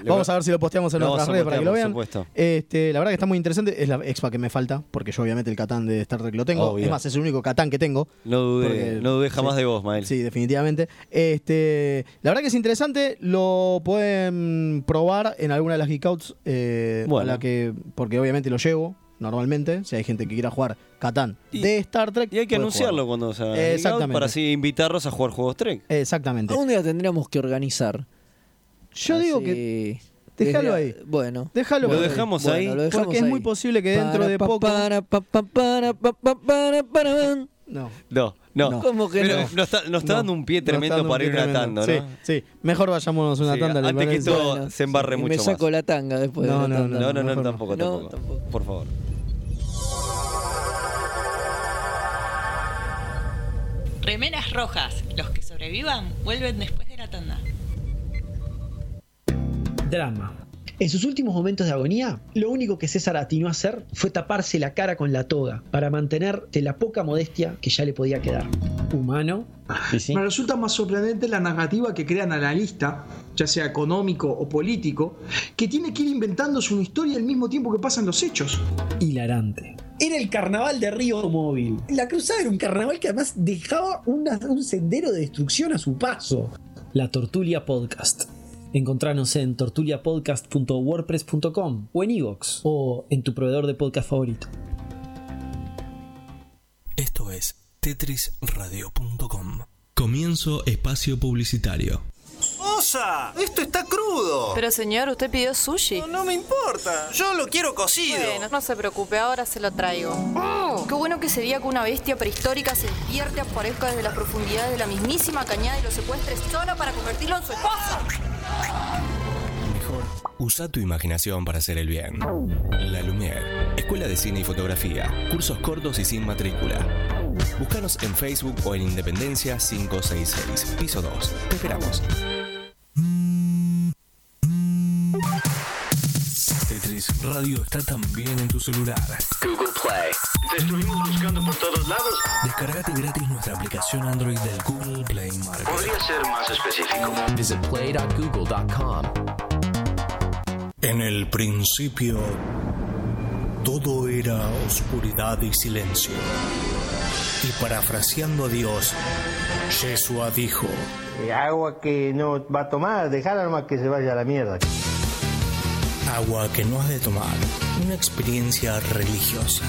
[SPEAKER 2] Le-
[SPEAKER 3] Vamos a ver si lo posteamos en
[SPEAKER 2] Lo
[SPEAKER 3] nuestras
[SPEAKER 2] vamos a
[SPEAKER 3] redes para que lo
[SPEAKER 2] postear,
[SPEAKER 3] vean.
[SPEAKER 2] por supuesto.
[SPEAKER 3] Este, la verdad que está muy interesante. Es la expa que me falta, porque yo obviamente el Catán de Star Trek lo tengo.
[SPEAKER 2] Obvio.
[SPEAKER 3] Es más, es el único Catán que tengo.
[SPEAKER 2] No dudé,
[SPEAKER 3] Porque-
[SPEAKER 2] no dudé jamás
[SPEAKER 3] sí.
[SPEAKER 2] de vos, Mael.
[SPEAKER 3] Sí, definitivamente. Este, la verdad que es interesante, lo pueden probar en alguna de las geekouts, eh,
[SPEAKER 2] Bueno.
[SPEAKER 3] a la que, porque obviamente lo llevo normalmente, si hay gente que quiera jugar Catán
[SPEAKER 2] Y-
[SPEAKER 3] de Star Trek.
[SPEAKER 2] Y hay que
[SPEAKER 3] puede
[SPEAKER 2] anunciarlo
[SPEAKER 3] jugarlo.
[SPEAKER 2] cuando o sea,
[SPEAKER 3] Eh,
[SPEAKER 2] el Hangout
[SPEAKER 3] exactamente.
[SPEAKER 2] para así invitarlos a jugar juegos Trek.
[SPEAKER 3] Exactamente.
[SPEAKER 4] Un día tendríamos que organizar.
[SPEAKER 3] Yo digo
[SPEAKER 4] Así,
[SPEAKER 3] que dejalo
[SPEAKER 4] desde-
[SPEAKER 3] ahí.
[SPEAKER 4] Bueno.
[SPEAKER 3] déjalo
[SPEAKER 2] Ah, Lo
[SPEAKER 3] ahí,
[SPEAKER 2] dejamos
[SPEAKER 4] Bueno,
[SPEAKER 2] ahí.
[SPEAKER 4] lo dejamos
[SPEAKER 3] porque es
[SPEAKER 4] ahí.
[SPEAKER 3] muy posible que dentro
[SPEAKER 4] Para,
[SPEAKER 3] de
[SPEAKER 4] pa,
[SPEAKER 3] poco
[SPEAKER 4] para, pa, pa, para, pa, pa, para, para, van.
[SPEAKER 3] no.
[SPEAKER 2] No, no.
[SPEAKER 3] No.
[SPEAKER 4] ¿Cómo que
[SPEAKER 2] Pero
[SPEAKER 4] no?
[SPEAKER 2] Nos está, nos está
[SPEAKER 3] No,
[SPEAKER 2] dando un pie
[SPEAKER 3] nos está
[SPEAKER 2] tremendo
[SPEAKER 3] dando un
[SPEAKER 2] para
[SPEAKER 3] pie
[SPEAKER 2] ir
[SPEAKER 3] tremendo.
[SPEAKER 2] atando, ¿no?
[SPEAKER 3] Sí, sí. Mejor vayámonos una
[SPEAKER 2] Sí,
[SPEAKER 3] tanda. ¿le
[SPEAKER 2] antes que
[SPEAKER 3] parece?
[SPEAKER 2] todo- se embarre
[SPEAKER 4] y
[SPEAKER 2] mucho
[SPEAKER 4] Me
[SPEAKER 2] más.
[SPEAKER 4] saco la tanga después. de
[SPEAKER 3] No,
[SPEAKER 4] la
[SPEAKER 3] no,
[SPEAKER 4] tanda.
[SPEAKER 2] No, no, no,
[SPEAKER 3] mejor no.
[SPEAKER 2] tampoco,
[SPEAKER 4] No,
[SPEAKER 2] tampoco.
[SPEAKER 4] tampoco.
[SPEAKER 2] Por favor.
[SPEAKER 7] Retroactivamente.
[SPEAKER 8] Remeras rojas. Los que sobrevivan vuelven después de la tanda.
[SPEAKER 3] Drama. En sus últimos momentos de agonía, lo único que César atinó a hacer fue taparse la cara con la toga para mantener de la poca modestia que ya le podía quedar. Humano.
[SPEAKER 9] ¿Y sí? Me resulta más sorprendente la narrativa que crean analista, ya sea económico o político, que tiene que ir inventándose una historia al mismo tiempo que pasan los hechos.
[SPEAKER 3] Hilarante.
[SPEAKER 10] Era el carnaval de Río Móvil. La cruzada era un carnaval que además dejaba una, un sendero de destrucción a su paso.
[SPEAKER 3] La Tortulia Podcast. Encontranos en tortuliapodcast.wordpress.com o en iVoox o en tu proveedor de podcast favorito.
[SPEAKER 1] Esto es tetrisradio.com. Comienzo espacio publicitario.
[SPEAKER 11] ¡Osa! ¡Esto está crudo!
[SPEAKER 12] Pero señor, usted pidió sushi.
[SPEAKER 11] No, no me importa. Yo lo quiero cocido.
[SPEAKER 12] Bueno, no se preocupe, ahora se lo traigo. Oh, qué bueno que sería que una bestia prehistórica se despierte, aparezca desde las profundidades de la mismísima cañada y lo secuestre solo para convertirlo en su esposa.
[SPEAKER 1] Mejor, usa tu imaginación para hacer el bien. La Lumière, Escuela de Cine y Fotografía, cursos cortos y sin matrícula. Búscanos en Facebook o en Independencia 566, piso 2. Te esperamos.
[SPEAKER 13] Tetris Radio está también en tu celular.
[SPEAKER 14] Google Play. Te estuvimos buscando por todos lados.
[SPEAKER 13] Descargate gratis nuestra aplicación Android del Google Play Market.
[SPEAKER 14] Podría ser más específico.
[SPEAKER 15] Visit play.google.com.
[SPEAKER 13] En el principio, todo era oscuridad y silencio. Y parafraseando a Dios, Yeshua dijo:
[SPEAKER 16] Eh, Agua que no va a tomar, dejar más que se vaya a la mierda.
[SPEAKER 13] Agua que no has de tomar. Una experiencia religiosa.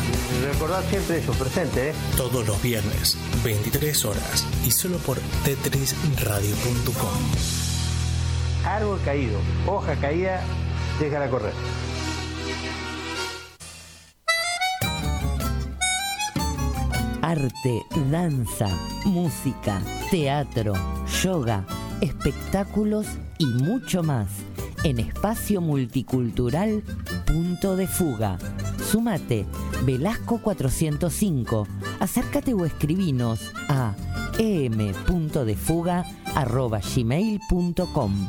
[SPEAKER 16] Recordad siempre eso, presente, ¿eh?
[SPEAKER 13] Todos los viernes, 23 horas, y solo por tetrisradio.com.
[SPEAKER 16] Árbol caído, hoja caída, déjala correr.
[SPEAKER 17] arte, danza, música, teatro, yoga, espectáculos y mucho más en espacio multicultural Punto de Fuga. Sumate Velasco 405. Acércate o escribinos a em.defuga@gmail.com.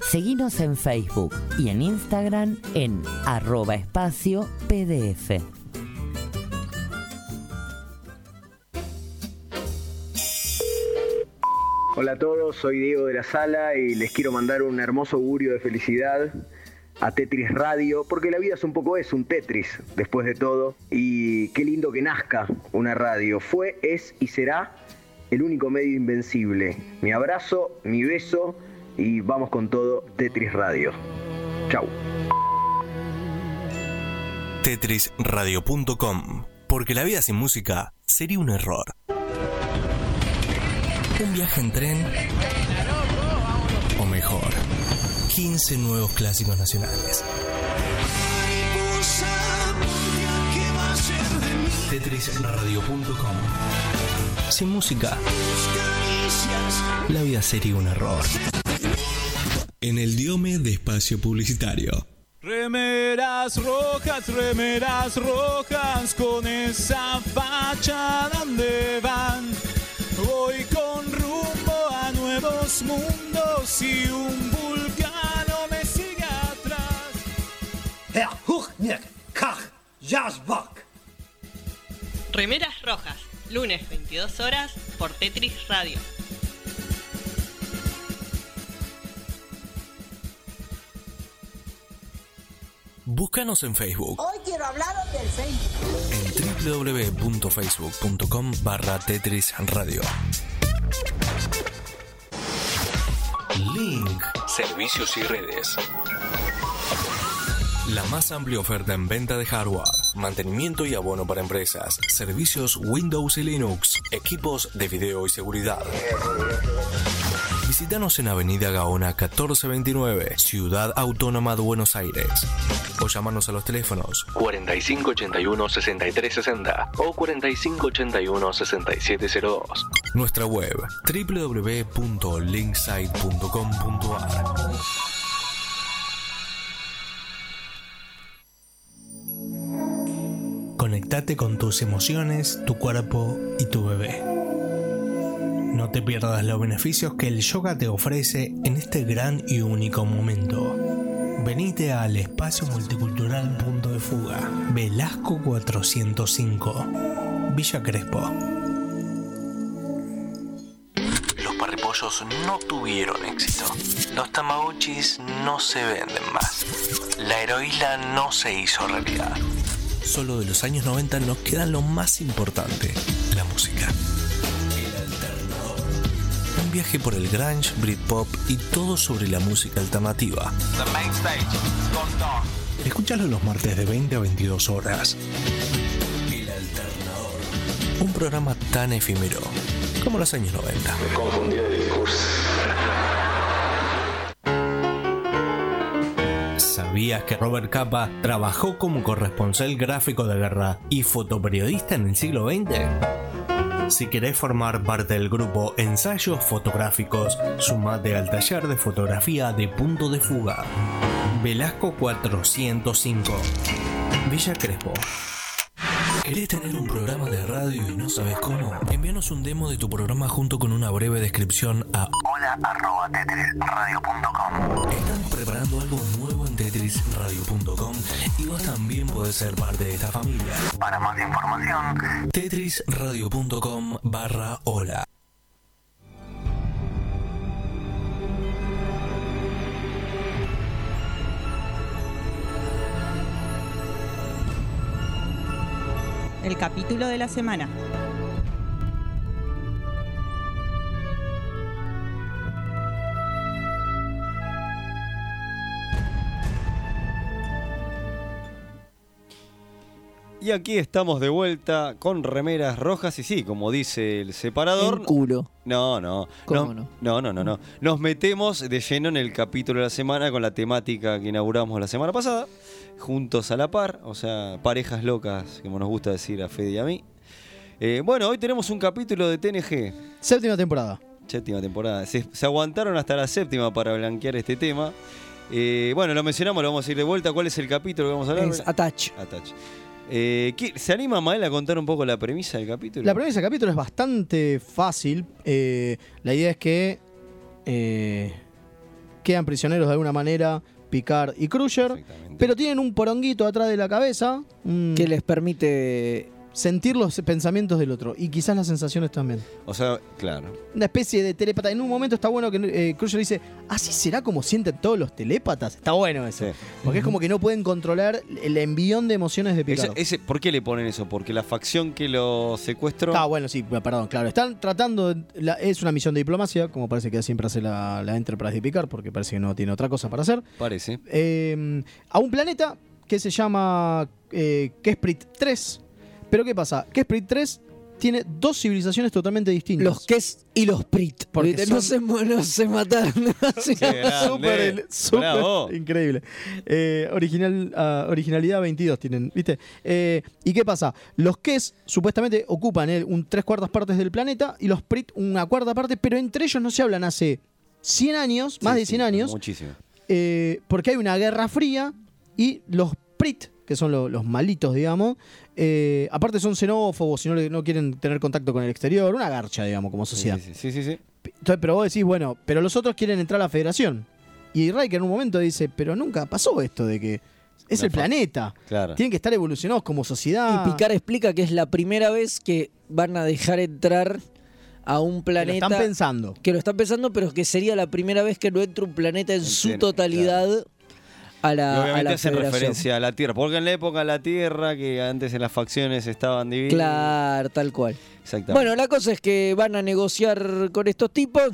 [SPEAKER 17] Seguinos en Facebook y en Instagram en arroba espacio pdf.
[SPEAKER 18] Hola a todos, soy Diego de la Sala y les quiero mandar un hermoso augurio de felicidad a Tetris Radio, porque la vida es un poco eso, un Tetris, después de todo. Y qué lindo que nazca una radio. Fue, es y será el único medio invencible. Mi abrazo, mi beso y vamos con todo Tetris Radio. Chau.
[SPEAKER 1] Tetrisradio.com, porque la vida sin música sería un error. Un viaje en tren. O mejor, 15 nuevos clásicos nacionales. Tetrisradio.com Sin música, la vida sería un error.
[SPEAKER 13] En el diome de espacio publicitario.
[SPEAKER 19] Remeras rojas, remeras rojas, con esa facha, ¿dónde van? Voy con rumbo a nuevos mundos y un vulcano me sigue
[SPEAKER 8] atrás. Remeras Rojas, lunes 22 horas por Tetris Radio.
[SPEAKER 1] Búscanos en Facebook.
[SPEAKER 20] Hoy quiero hablaros del
[SPEAKER 1] Facebook. En www.facebook.com barra Tetris Radio. Link. Servicios y redes. La más amplia oferta en venta de hardware, mantenimiento y abono para empresas, servicios Windows y Linux, equipos de video y seguridad. Visítanos en Avenida Gaona 1429, Ciudad Autónoma de Buenos Aires. O llámanos a los teléfonos 4581-6360 o 4581-6702. Nuestra web www.linkside.com.ar Conectate con tus emociones, tu cuerpo y tu bebé.
[SPEAKER 13] No te pierdas los beneficios que el yoga te ofrece en este gran y único momento. Venite al espacio multicultural Punto de Fuga, Velasco 405, Villa Crespo.
[SPEAKER 21] Los parripollos no tuvieron éxito. Los tamagotchis no se venden más. La heroína no se hizo realidad.
[SPEAKER 13] Solo de los años 90 nos queda lo más importante, la música. Un viaje por el grunge, Britpop y todo sobre la música alternativa.
[SPEAKER 22] The main stage is gone dark.
[SPEAKER 13] Escúchalo los martes de 20 a 22 horas.
[SPEAKER 21] El alternador.
[SPEAKER 13] Un programa tan efímero como los años 90.
[SPEAKER 22] Me confundí de discurso.
[SPEAKER 13] ¿Sabías que Robert Capa trabajó como corresponsal gráfico de guerra y fotoperiodista en el siglo XX? Si querés formar parte del grupo Ensayos Fotográficos, sumate al taller de fotografía de punto de fuga. Velasco 405. Villa Crespo.
[SPEAKER 21] ¿Querés tener un programa de radio y no sabes cómo? Envíanos un demo de tu programa junto con una breve descripción a hola.tetrisradio.com. Estamos preparando algo nuevo en tetrisradio.com y vos también podés ser parte de esta familia. Para más información, tetrisradio.com barra hola.
[SPEAKER 23] el capítulo de la semana.
[SPEAKER 2] Y aquí estamos de vuelta con remeras rojas y sí, como dice el separador.
[SPEAKER 4] En culo.
[SPEAKER 2] No, no.
[SPEAKER 4] ¿Cómo
[SPEAKER 2] no? No, no, no, no. Nos metemos de lleno en el capítulo de la semana con la temática que inauguramos la semana pasada, juntos a la par, o sea, parejas locas, como nos gusta decir a Fede y a mí. Eh, bueno, hoy tenemos un capítulo de TNG,
[SPEAKER 3] Séptima temporada.
[SPEAKER 2] séptima temporada. Se, se aguantaron hasta la séptima para blanquear este tema. Eh, bueno, lo mencionamos, lo vamos a ir de vuelta. ¿Cuál es el capítulo que vamos a hablar?
[SPEAKER 4] Es Attach.
[SPEAKER 2] Attach. Eh, ¿qué- ¿Se anima Mael a contar un poco la premisa del capítulo?
[SPEAKER 3] La premisa del capítulo es bastante fácil. Eh, la idea es que eh, quedan prisioneros de alguna manera Picard y Crusher, pero tienen un poronguito atrás de la cabeza
[SPEAKER 4] Que les permite
[SPEAKER 3] sentir los pensamientos del otro y quizás las sensaciones también.
[SPEAKER 2] O sea, claro.
[SPEAKER 3] Una especie de telepata. En un momento está bueno que eh, Crusher dice, así será como sienten todos los telépatas. Está bueno eso. Porque es como que no pueden controlar el envión de emociones de Picard.
[SPEAKER 2] Ese- ese- ¿Por qué le ponen eso? Porque la facción que lo secuestró.
[SPEAKER 3] Ah, bueno, sí, perdón, claro. Están tratando. de- la- es una misión de diplomacia, como parece que siempre hace la, la Enterprise de Picard, porque parece que no tiene otra cosa para hacer.
[SPEAKER 2] Parece.
[SPEAKER 3] Eh, a un planeta que se llama eh, Kesprit 3. Pero ¿qué pasa? Kesprit 3 tiene dos civilizaciones totalmente distintas. Los
[SPEAKER 4] Kes y los Prit.
[SPEAKER 3] Porque
[SPEAKER 4] no,
[SPEAKER 3] son-
[SPEAKER 4] se, mu- no se mataron.
[SPEAKER 3] Súper, súper
[SPEAKER 4] Bravo.
[SPEAKER 3] increíble. Eh, original, ah, originalidad 22 tienen, ¿viste? Eh, ¿Y qué pasa? Los Kes supuestamente ocupan el- un tres cuartas partes del planeta y los Prit una cuarta parte, pero entre ellos no se hablan hace 100 años, más de 100 años,
[SPEAKER 2] Muchísimo.
[SPEAKER 3] eh, porque hay una guerra fría y los Prit, que son lo- los malitos, digamos, eh, aparte son xenófobos y no, le- no quieren tener contacto con el exterior, una garcha, digamos, como sociedad.
[SPEAKER 2] Sí, sí, sí.
[SPEAKER 3] Entonces, pero vos decís, bueno, pero los otros quieren entrar a la federación. Y Riker en un momento dice, pero nunca pasó esto de que es
[SPEAKER 4] Una
[SPEAKER 3] el
[SPEAKER 4] fa-
[SPEAKER 3] planeta.
[SPEAKER 2] Claro.
[SPEAKER 3] Tienen que estar evolucionados como sociedad.
[SPEAKER 4] Y Picard explica que es la primera vez que van a dejar entrar a un planeta.
[SPEAKER 3] están pensando.
[SPEAKER 4] Que lo están pensando, pero que sería la primera vez que no entra un planeta en su
[SPEAKER 2] Entiendo,
[SPEAKER 4] totalidad a
[SPEAKER 2] Y
[SPEAKER 4] la. a
[SPEAKER 2] obviamente
[SPEAKER 4] la
[SPEAKER 2] hacen
[SPEAKER 4] Federación.
[SPEAKER 2] referencia a la Tierra. Porque en la época la Tierra, que antes en las facciones estaban divididas.
[SPEAKER 4] Claro, tal cual.
[SPEAKER 2] Exactamente.
[SPEAKER 4] Bueno, la cosa es que van a negociar con estos tipos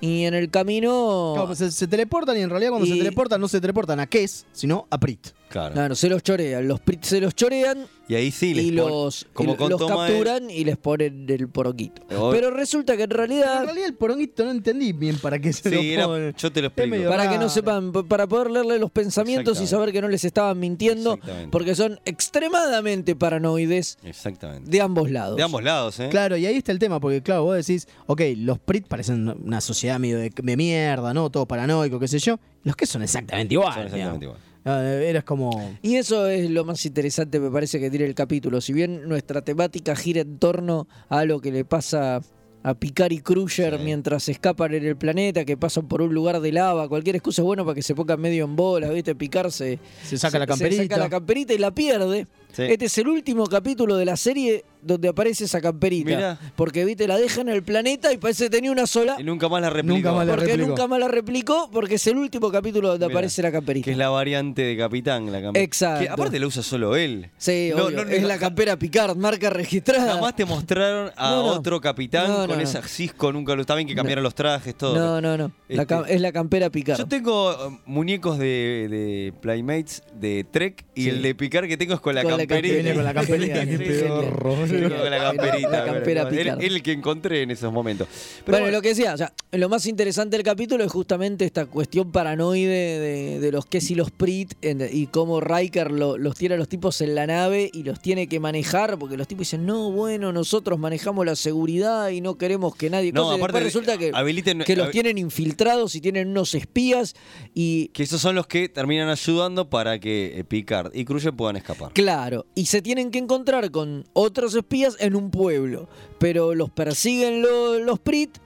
[SPEAKER 4] y en el camino.
[SPEAKER 3] Claro, pues se, se teleportan y en realidad cuando
[SPEAKER 4] Y-
[SPEAKER 3] se teleportan no se teleportan a Kes, sino a Prit.
[SPEAKER 2] Claro.
[SPEAKER 4] Claro, se los chorean. Los Prit se los chorean
[SPEAKER 2] Y ahí sí
[SPEAKER 4] y,
[SPEAKER 2] les pon-
[SPEAKER 4] los,
[SPEAKER 2] como
[SPEAKER 4] y
[SPEAKER 2] contó
[SPEAKER 4] los
[SPEAKER 2] Mael-
[SPEAKER 4] capturan y les ponen el poroquito.
[SPEAKER 2] Oh.
[SPEAKER 4] Pero resulta que en realidad.
[SPEAKER 3] En realidad el poronguito no entendí bien para qué se
[SPEAKER 2] Sí,
[SPEAKER 3] lo
[SPEAKER 2] era-
[SPEAKER 3] ponen.
[SPEAKER 2] yo te lo explico.
[SPEAKER 3] medio
[SPEAKER 4] Para que
[SPEAKER 3] raro.
[SPEAKER 4] no sepan, p- para poder leerle los pensamientos y
[SPEAKER 2] Exactamente.
[SPEAKER 4] saber que no les estaban mintiendo,
[SPEAKER 2] Exactamente.
[SPEAKER 4] porque son extremadamente paranoides
[SPEAKER 2] Exactamente.
[SPEAKER 4] de ambos lados.
[SPEAKER 2] De ambos lados, ¿eh?
[SPEAKER 3] Claro, y ahí está el tema, porque claro, vos decís, ok, los Prit parecen una sociedad medio de, de mierda, ¿no? Todo paranoico, qué sé yo. Los Kes son exactamente igual.
[SPEAKER 4] Son exactamente
[SPEAKER 3] digamos. Ah, Eras como...
[SPEAKER 4] Y eso es lo más interesante, me parece, que tiene el capítulo. Si bien nuestra temática gira en torno a lo que le pasa a Picard y Crusher mientras escapan en el planeta, que pasan por un lugar de lava. Cualquier excusa es buena para que se pongan medio en bola, ¿viste? Picarse.
[SPEAKER 3] Se saca la
[SPEAKER 4] Se
[SPEAKER 3] camperita.
[SPEAKER 4] saca la camperita y la pierde.
[SPEAKER 3] Sí.
[SPEAKER 4] Este es el último capítulo de la serie donde aparece esa camperita.
[SPEAKER 2] Mirá.
[SPEAKER 4] Porque, viste, la deja en el planeta y parece que tenía una sola.
[SPEAKER 2] Y nunca más la replicó.
[SPEAKER 4] porque nunca más la replicó, porque es el último capítulo donde
[SPEAKER 2] Mirá.
[SPEAKER 4] aparece la camperita.
[SPEAKER 2] Que es la variante de Capitán, la campera.
[SPEAKER 4] Exacto.
[SPEAKER 2] Que aparte la usa solo él.
[SPEAKER 4] Sí,
[SPEAKER 2] No,
[SPEAKER 4] obvio.
[SPEAKER 2] no, no,
[SPEAKER 4] es la campera Picard, marca registrada.
[SPEAKER 2] Jamás te mostraron a
[SPEAKER 4] No, no.
[SPEAKER 2] otro capitán
[SPEAKER 4] No, no,
[SPEAKER 2] con
[SPEAKER 4] no.
[SPEAKER 2] esa Cisco, nunca lo está bien que cambiaron los trajes, todo.
[SPEAKER 4] No, no, no. La
[SPEAKER 2] Este,
[SPEAKER 4] cam- es la campera Picard.
[SPEAKER 2] Yo tengo eh, muñecos de, de Playmates de Trek y
[SPEAKER 4] Sí.
[SPEAKER 2] el de Picard que tengo es con la
[SPEAKER 4] Con la
[SPEAKER 2] camperita.
[SPEAKER 4] camperita. Viene con la camperita,
[SPEAKER 2] Sí,
[SPEAKER 4] qué
[SPEAKER 2] sí,
[SPEAKER 4] pedorro,
[SPEAKER 2] sí,
[SPEAKER 4] boludo.
[SPEAKER 2] con la
[SPEAKER 4] La
[SPEAKER 2] camperita.
[SPEAKER 4] campera
[SPEAKER 2] bueno, él-
[SPEAKER 4] Picard.
[SPEAKER 2] él el que encontré en esos momentos. Pero
[SPEAKER 4] bueno, lo que decía, o sea, lo más interesante del capítulo es justamente esta cuestión paranoide de, de los Kess y los Prit en- y cómo Riker lo- los tiene a los tipos en la nave y los tiene que manejar porque los tipos dicen, no, bueno, nosotros manejamos la seguridad y no queremos que nadie...
[SPEAKER 2] No,
[SPEAKER 4] cosa", y
[SPEAKER 2] aparte
[SPEAKER 4] después resulta que,
[SPEAKER 2] habiliten-
[SPEAKER 4] que los
[SPEAKER 2] habi-
[SPEAKER 4] tienen infiltrados y tienen unos espías y...
[SPEAKER 2] Que esos son los que terminan ayudando para que eh, Picard y Crusher puedan escapar.
[SPEAKER 4] Claro, y se tienen que encontrar con otros espías en un pueblo, pero los persiguen lo- los Prit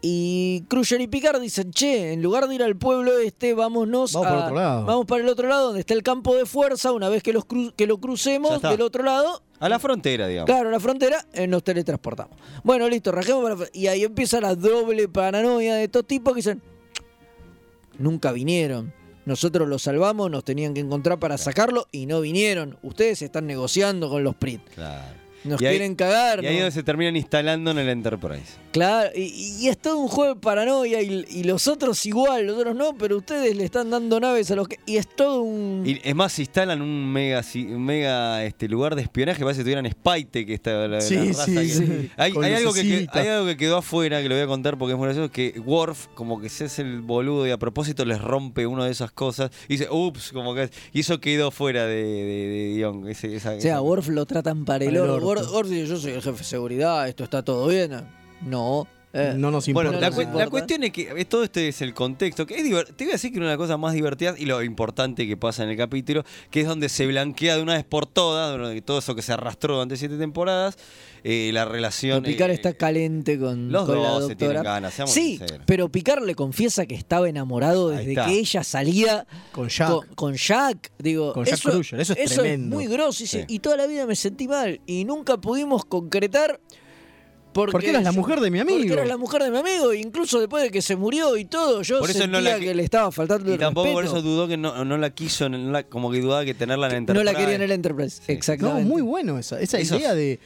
[SPEAKER 4] y Crusher y Picard dicen, che, en lugar de ir al pueblo este, vámonos
[SPEAKER 3] Vamos por
[SPEAKER 4] a-
[SPEAKER 3] otro lado."
[SPEAKER 4] Vamos para el otro lado, donde está el campo de fuerza, una vez que, los cru- que lo
[SPEAKER 2] Ya
[SPEAKER 4] crucemos
[SPEAKER 2] está.
[SPEAKER 4] del otro lado,
[SPEAKER 2] A la frontera, digamos.
[SPEAKER 4] claro, la frontera, eh, nos teletransportamos. Bueno, listo, rajemos para la fr- Y ahí empieza la doble paranoia de estos tipos que dicen, nunca vinieron. Nosotros los salvamos, nos tenían que encontrar para sacarlo y no vinieron. Ustedes están negociando con los Prit.
[SPEAKER 2] Claro.
[SPEAKER 4] Nos
[SPEAKER 2] Y ahí-
[SPEAKER 4] quieren cagar.
[SPEAKER 2] Y ahí es
[SPEAKER 4] ¿no?
[SPEAKER 2] donde se terminan instalando en el Enterprise.
[SPEAKER 4] Claro, y, y es todo un juego de paranoia y, y los otros igual, los otros no, pero ustedes le están dando naves a los que... Y es todo un...
[SPEAKER 2] Y es más, se instalan un mega, si- un mega este, lugar de espionaje. Parece que tuvieran Spyte, que está la- la,
[SPEAKER 3] Sí,
[SPEAKER 2] raza
[SPEAKER 3] sí,
[SPEAKER 2] que-
[SPEAKER 3] sí.
[SPEAKER 2] Hay,
[SPEAKER 3] Con
[SPEAKER 2] hay algo que, que-
[SPEAKER 3] lucecita.
[SPEAKER 2] hay algo que quedó afuera, que lo voy a contar porque es muy gracioso, que Worf como que se hace el boludo y a propósito les rompe una de esas cosas. Y dice, ups, como que... Y eso quedó fuera de, de, de guión, ese- esa-
[SPEAKER 4] O sea,
[SPEAKER 2] esa-
[SPEAKER 4] a Worf lo tratan para el
[SPEAKER 2] Para el
[SPEAKER 4] oro.
[SPEAKER 2] orto.
[SPEAKER 4] Worf, Worf dice, yo soy el jefe de seguridad, esto está todo bien. No. eh.
[SPEAKER 3] No nos
[SPEAKER 2] Bueno,
[SPEAKER 3] importa.
[SPEAKER 2] la, cu- la cuestión es que todo este es el contexto. Que es diver- te voy a decir que una de las cosas más divertidas y lo importante que pasa en el capítulo, que es donde se blanquea de una vez por todas, de todo eso que se arrastró durante siete temporadas, eh, la relación.
[SPEAKER 4] Picard
[SPEAKER 2] eh,
[SPEAKER 4] está caliente con,
[SPEAKER 2] los
[SPEAKER 4] con la
[SPEAKER 2] dos se tienen
[SPEAKER 4] doctora.
[SPEAKER 2] ganas, seamos
[SPEAKER 4] sí,
[SPEAKER 2] sinceros.
[SPEAKER 4] pero Picard le confiesa que estaba enamorado
[SPEAKER 2] Ahí
[SPEAKER 4] desde
[SPEAKER 2] está.
[SPEAKER 4] que ella salía
[SPEAKER 3] Con Jack.
[SPEAKER 4] Con, con Jack, digo,
[SPEAKER 3] Con Jack
[SPEAKER 4] eso,
[SPEAKER 3] Crusher, eso es tremendo.
[SPEAKER 4] muy grosso. Y, dice,
[SPEAKER 3] Sí.
[SPEAKER 4] "Y toda la vida me sentí mal y nunca pudimos concretar. Porque,
[SPEAKER 3] Porque eras la mujer de mi amigo.
[SPEAKER 4] Porque eras la mujer de mi amigo, incluso después de que se murió y todo, yo
[SPEAKER 2] Por eso
[SPEAKER 4] sentía
[SPEAKER 2] no la
[SPEAKER 4] que...
[SPEAKER 2] que-
[SPEAKER 4] le estaba faltando
[SPEAKER 2] Y
[SPEAKER 4] el
[SPEAKER 2] tampoco por
[SPEAKER 4] respeto.
[SPEAKER 2] eso dudó que no, no la quiso, no la- como que dudaba que tenerla en
[SPEAKER 4] no
[SPEAKER 2] Enterprise.
[SPEAKER 4] la quería en el Enterprise,
[SPEAKER 3] No,
[SPEAKER 4] exactamente.
[SPEAKER 3] muy bueno esa, esa
[SPEAKER 2] Eso-
[SPEAKER 3] idea de.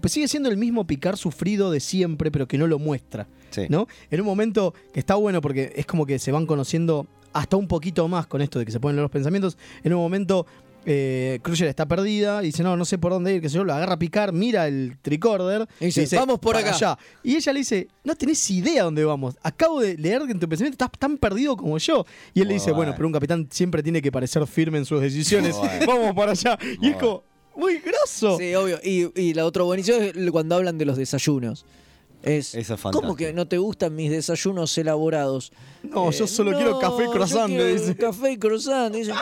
[SPEAKER 3] pues sigue siendo el mismo picar sufrido de siempre, pero que no lo muestra.
[SPEAKER 2] Sí.
[SPEAKER 3] ¿no? En un momento que está bueno porque es como que se van conociendo hasta un poquito más con esto de que se ponen los pensamientos. En un momento. eh, Crusher está perdida, y dice no, no sé por dónde ir, que se yo, lo agarra a picar, mira el tricorder
[SPEAKER 4] Y dice, "Vamos por
[SPEAKER 3] "Para
[SPEAKER 4] acá".
[SPEAKER 3] allá". Ah, Y ella le dice, no tenés idea dónde vamos, acabo de leer en tu pensamiento, estás tan perdido como yo. Y él
[SPEAKER 2] Muy
[SPEAKER 3] le dice, bueno,
[SPEAKER 2] bueno.
[SPEAKER 3] pero un capitán siempre tiene que parecer firme en sus decisiones,
[SPEAKER 2] Muy bueno.
[SPEAKER 3] vamos para allá. Y es como, muy grosso.
[SPEAKER 4] Sí, obvio. Y, y la otra buenísima es cuando hablan de los desayunos. Es,
[SPEAKER 2] Eso es
[SPEAKER 4] ¿Cómo
[SPEAKER 2] fantástico.
[SPEAKER 4] que no te gustan mis desayunos elaborados?
[SPEAKER 3] No, yo solo quiero café y
[SPEAKER 4] Eh, yo
[SPEAKER 3] croissant,
[SPEAKER 4] quiero
[SPEAKER 3] le dice.
[SPEAKER 4] Café y croissant, dice.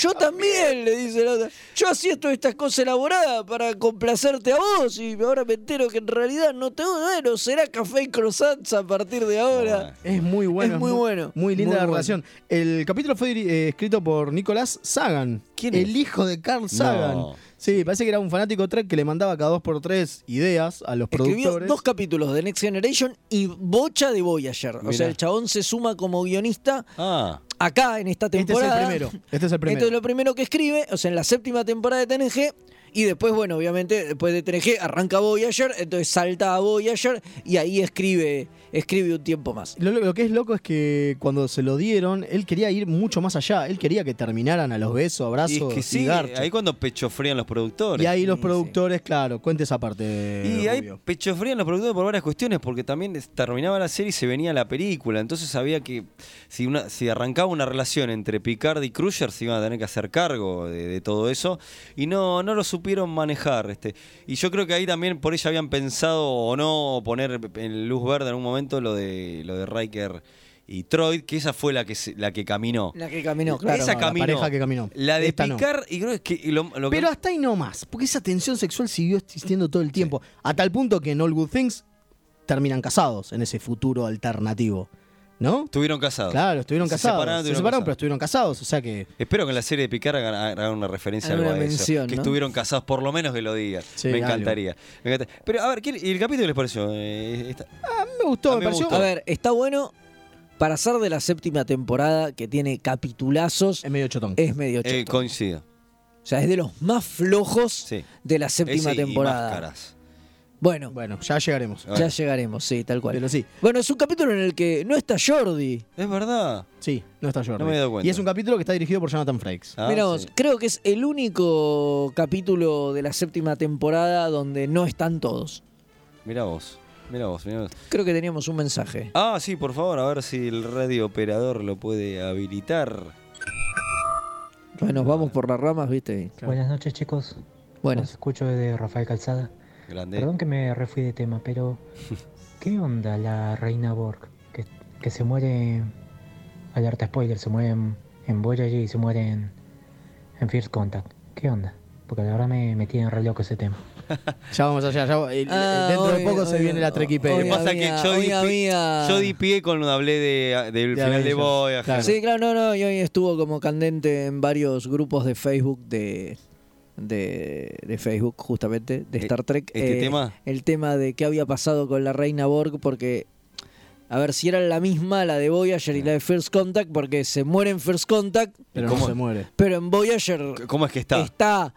[SPEAKER 4] Yo, también, le dice la otra. Yo hacía todas estas cosas elaboradas para complacerte a vos y ahora me entero que en realidad no te gusta. Bueno, será café y croissants a partir de ahora.
[SPEAKER 3] Es muy bueno.
[SPEAKER 4] Es muy bueno.
[SPEAKER 3] Muy linda
[SPEAKER 4] Muy
[SPEAKER 3] la
[SPEAKER 4] bueno.
[SPEAKER 3] relación. El capítulo fue diri- eh, escrito por Nicolás Sagan.
[SPEAKER 2] ¿Quién
[SPEAKER 3] el
[SPEAKER 2] es?
[SPEAKER 3] hijo de Carl Sagan. Sí, parece que era un fanático Trek que le mandaba cada dos por tres ideas a los
[SPEAKER 4] Escribió
[SPEAKER 3] productores.
[SPEAKER 4] dos capítulos de Next Generation y bocha de Voyager. O
[SPEAKER 3] Mirá.
[SPEAKER 4] sea, el chabón se suma como guionista
[SPEAKER 2] Ah,
[SPEAKER 4] acá en esta
[SPEAKER 3] este es el
[SPEAKER 4] temporada.
[SPEAKER 3] primero. Este es el primero.
[SPEAKER 4] Esto es lo primero que escribe, o sea, en la séptima temporada de TNG. Y después, bueno, obviamente, después de TNG arranca Voyager, entonces salta a Voyager y ahí escribe, escribe un tiempo más.
[SPEAKER 3] Lo, lo que es loco es que cuando se lo dieron, él quería ir mucho más allá. Él quería que terminaran a los besos,
[SPEAKER 2] y
[SPEAKER 3] abrazos
[SPEAKER 2] es que
[SPEAKER 3] y
[SPEAKER 2] sí,
[SPEAKER 3] garchos.
[SPEAKER 2] ahí cuando pechofrían los productores.
[SPEAKER 3] Y ahí los productores, claro, cuente esa parte.
[SPEAKER 2] Y hay
[SPEAKER 3] Rubio.
[SPEAKER 2] pecho frío en los productores por varias cuestiones, porque también es- terminaba la serie y se venía la película. Entonces sabía que si, una, si arrancaba una relación entre Picard y Crusher, se iban a tener que hacer cargo de, de todo eso. Y no, no lo supieron manejar. Este. Y yo creo que ahí también por ella habían pensado o no poner en luz verde en algún momento lo de, lo de Riker y Troy, que esa fue la que, se- la que caminó.
[SPEAKER 4] La que caminó, claro.
[SPEAKER 2] esa
[SPEAKER 3] no, la
[SPEAKER 2] caminó.
[SPEAKER 3] pareja que caminó.
[SPEAKER 2] La de
[SPEAKER 3] Esta no.
[SPEAKER 2] Picard, y creo que. y lo- lo que-
[SPEAKER 3] Pero hasta ahí no más, porque esa tensión sexual siguió existiendo todo el tiempo, a tal punto que en All Good Things terminan casados en ese futuro alternativo. ¿No?
[SPEAKER 2] Estuvieron casados.
[SPEAKER 3] Claro, estuvieron
[SPEAKER 2] Se
[SPEAKER 3] casados.
[SPEAKER 2] separaron,
[SPEAKER 3] Se
[SPEAKER 2] estuvieron
[SPEAKER 3] separaron,
[SPEAKER 2] casados.
[SPEAKER 3] pero estuvieron casados. O sea que.
[SPEAKER 2] Espero que en la serie de Picard hagan, hagan una referencia algo a
[SPEAKER 3] Alguna
[SPEAKER 2] eso.
[SPEAKER 3] mención,
[SPEAKER 2] que
[SPEAKER 3] ¿no?
[SPEAKER 2] estuvieron casados, por lo menos que lo digan.
[SPEAKER 3] Sí,
[SPEAKER 2] me,
[SPEAKER 3] algo.
[SPEAKER 2] encantaría. Me encantaría. Pero a ver, ¿qué, ¿y el capítulo les pareció? Eh, esta-
[SPEAKER 3] me
[SPEAKER 2] A
[SPEAKER 3] gustó,
[SPEAKER 2] mí me pareció- gustó.
[SPEAKER 4] A ver, está bueno para ser de la séptima temporada que tiene capitulazos. Es
[SPEAKER 3] medio chotón.
[SPEAKER 4] Es medio chotón.
[SPEAKER 2] eh, coincido.
[SPEAKER 4] o sea, es de los más flojos
[SPEAKER 2] Sí.
[SPEAKER 4] de la
[SPEAKER 2] Ese
[SPEAKER 4] séptima
[SPEAKER 2] y
[SPEAKER 4] temporada.
[SPEAKER 2] máscaras.
[SPEAKER 4] Bueno,
[SPEAKER 3] Bueno, ya llegaremos.
[SPEAKER 4] ya llegaremos, sí, tal cual.
[SPEAKER 3] Pero sí.
[SPEAKER 4] Bueno, es un capítulo en el que no está Jordi.
[SPEAKER 2] Es verdad.
[SPEAKER 3] Sí, no está Jordi.
[SPEAKER 2] No me he dado cuenta.
[SPEAKER 3] Y es un capítulo que está dirigido por Jonathan Frakes.
[SPEAKER 2] Ah,
[SPEAKER 4] Mirá vos,
[SPEAKER 2] sí.
[SPEAKER 4] creo que es el único capítulo de la séptima temporada donde no están todos.
[SPEAKER 2] Mirá vos. Mirá vos, mirá vos.
[SPEAKER 4] Creo que teníamos un mensaje.
[SPEAKER 2] Ah, sí, por favor, a ver si el radio operador lo puede habilitar.
[SPEAKER 4] Bueno, nos vamos por las ramas, ¿viste?
[SPEAKER 24] Buenas noches, chicos.
[SPEAKER 4] Buenas.
[SPEAKER 24] Los escucho desde Rafael Calzada.
[SPEAKER 2] Grande.
[SPEAKER 24] Perdón que me refui de tema, pero ¿qué onda la reina Borg? Que, que se muere, alerta spoiler, se muere en, en Voyager y se muere en, en First Contact. ¿Qué onda? Porque la verdad me, me tiene re loco ese tema.
[SPEAKER 3] Ya vamos allá. ya va- el-
[SPEAKER 4] Ah,
[SPEAKER 3] dentro de
[SPEAKER 4] hoy-
[SPEAKER 3] poco se
[SPEAKER 4] hoy-
[SPEAKER 3] viene la trequipedia.
[SPEAKER 4] hoy
[SPEAKER 2] Lo que pasa
[SPEAKER 4] había-
[SPEAKER 2] que yo
[SPEAKER 4] hoy
[SPEAKER 2] di, pie,
[SPEAKER 4] había-
[SPEAKER 2] yo di pie cuando hablé de, del
[SPEAKER 3] De
[SPEAKER 2] final de
[SPEAKER 3] Avengers,
[SPEAKER 2] Voyager.
[SPEAKER 3] claro.
[SPEAKER 4] Sí, claro, no, no, y hoy estuvo como candente en varios grupos de Facebook de, de, de Facebook, justamente, de
[SPEAKER 2] Eh,
[SPEAKER 4] Star Trek.
[SPEAKER 2] ¿este tema?
[SPEAKER 4] El tema de qué había pasado con la reina Borg, porque, a ver, si era la misma, la de Voyager y la de First Contact, porque se muere en First Contact,
[SPEAKER 3] Pero
[SPEAKER 2] ¿Cómo?
[SPEAKER 3] no se muere.
[SPEAKER 4] pero en Voyager
[SPEAKER 2] ¿Cómo es que está?
[SPEAKER 4] está...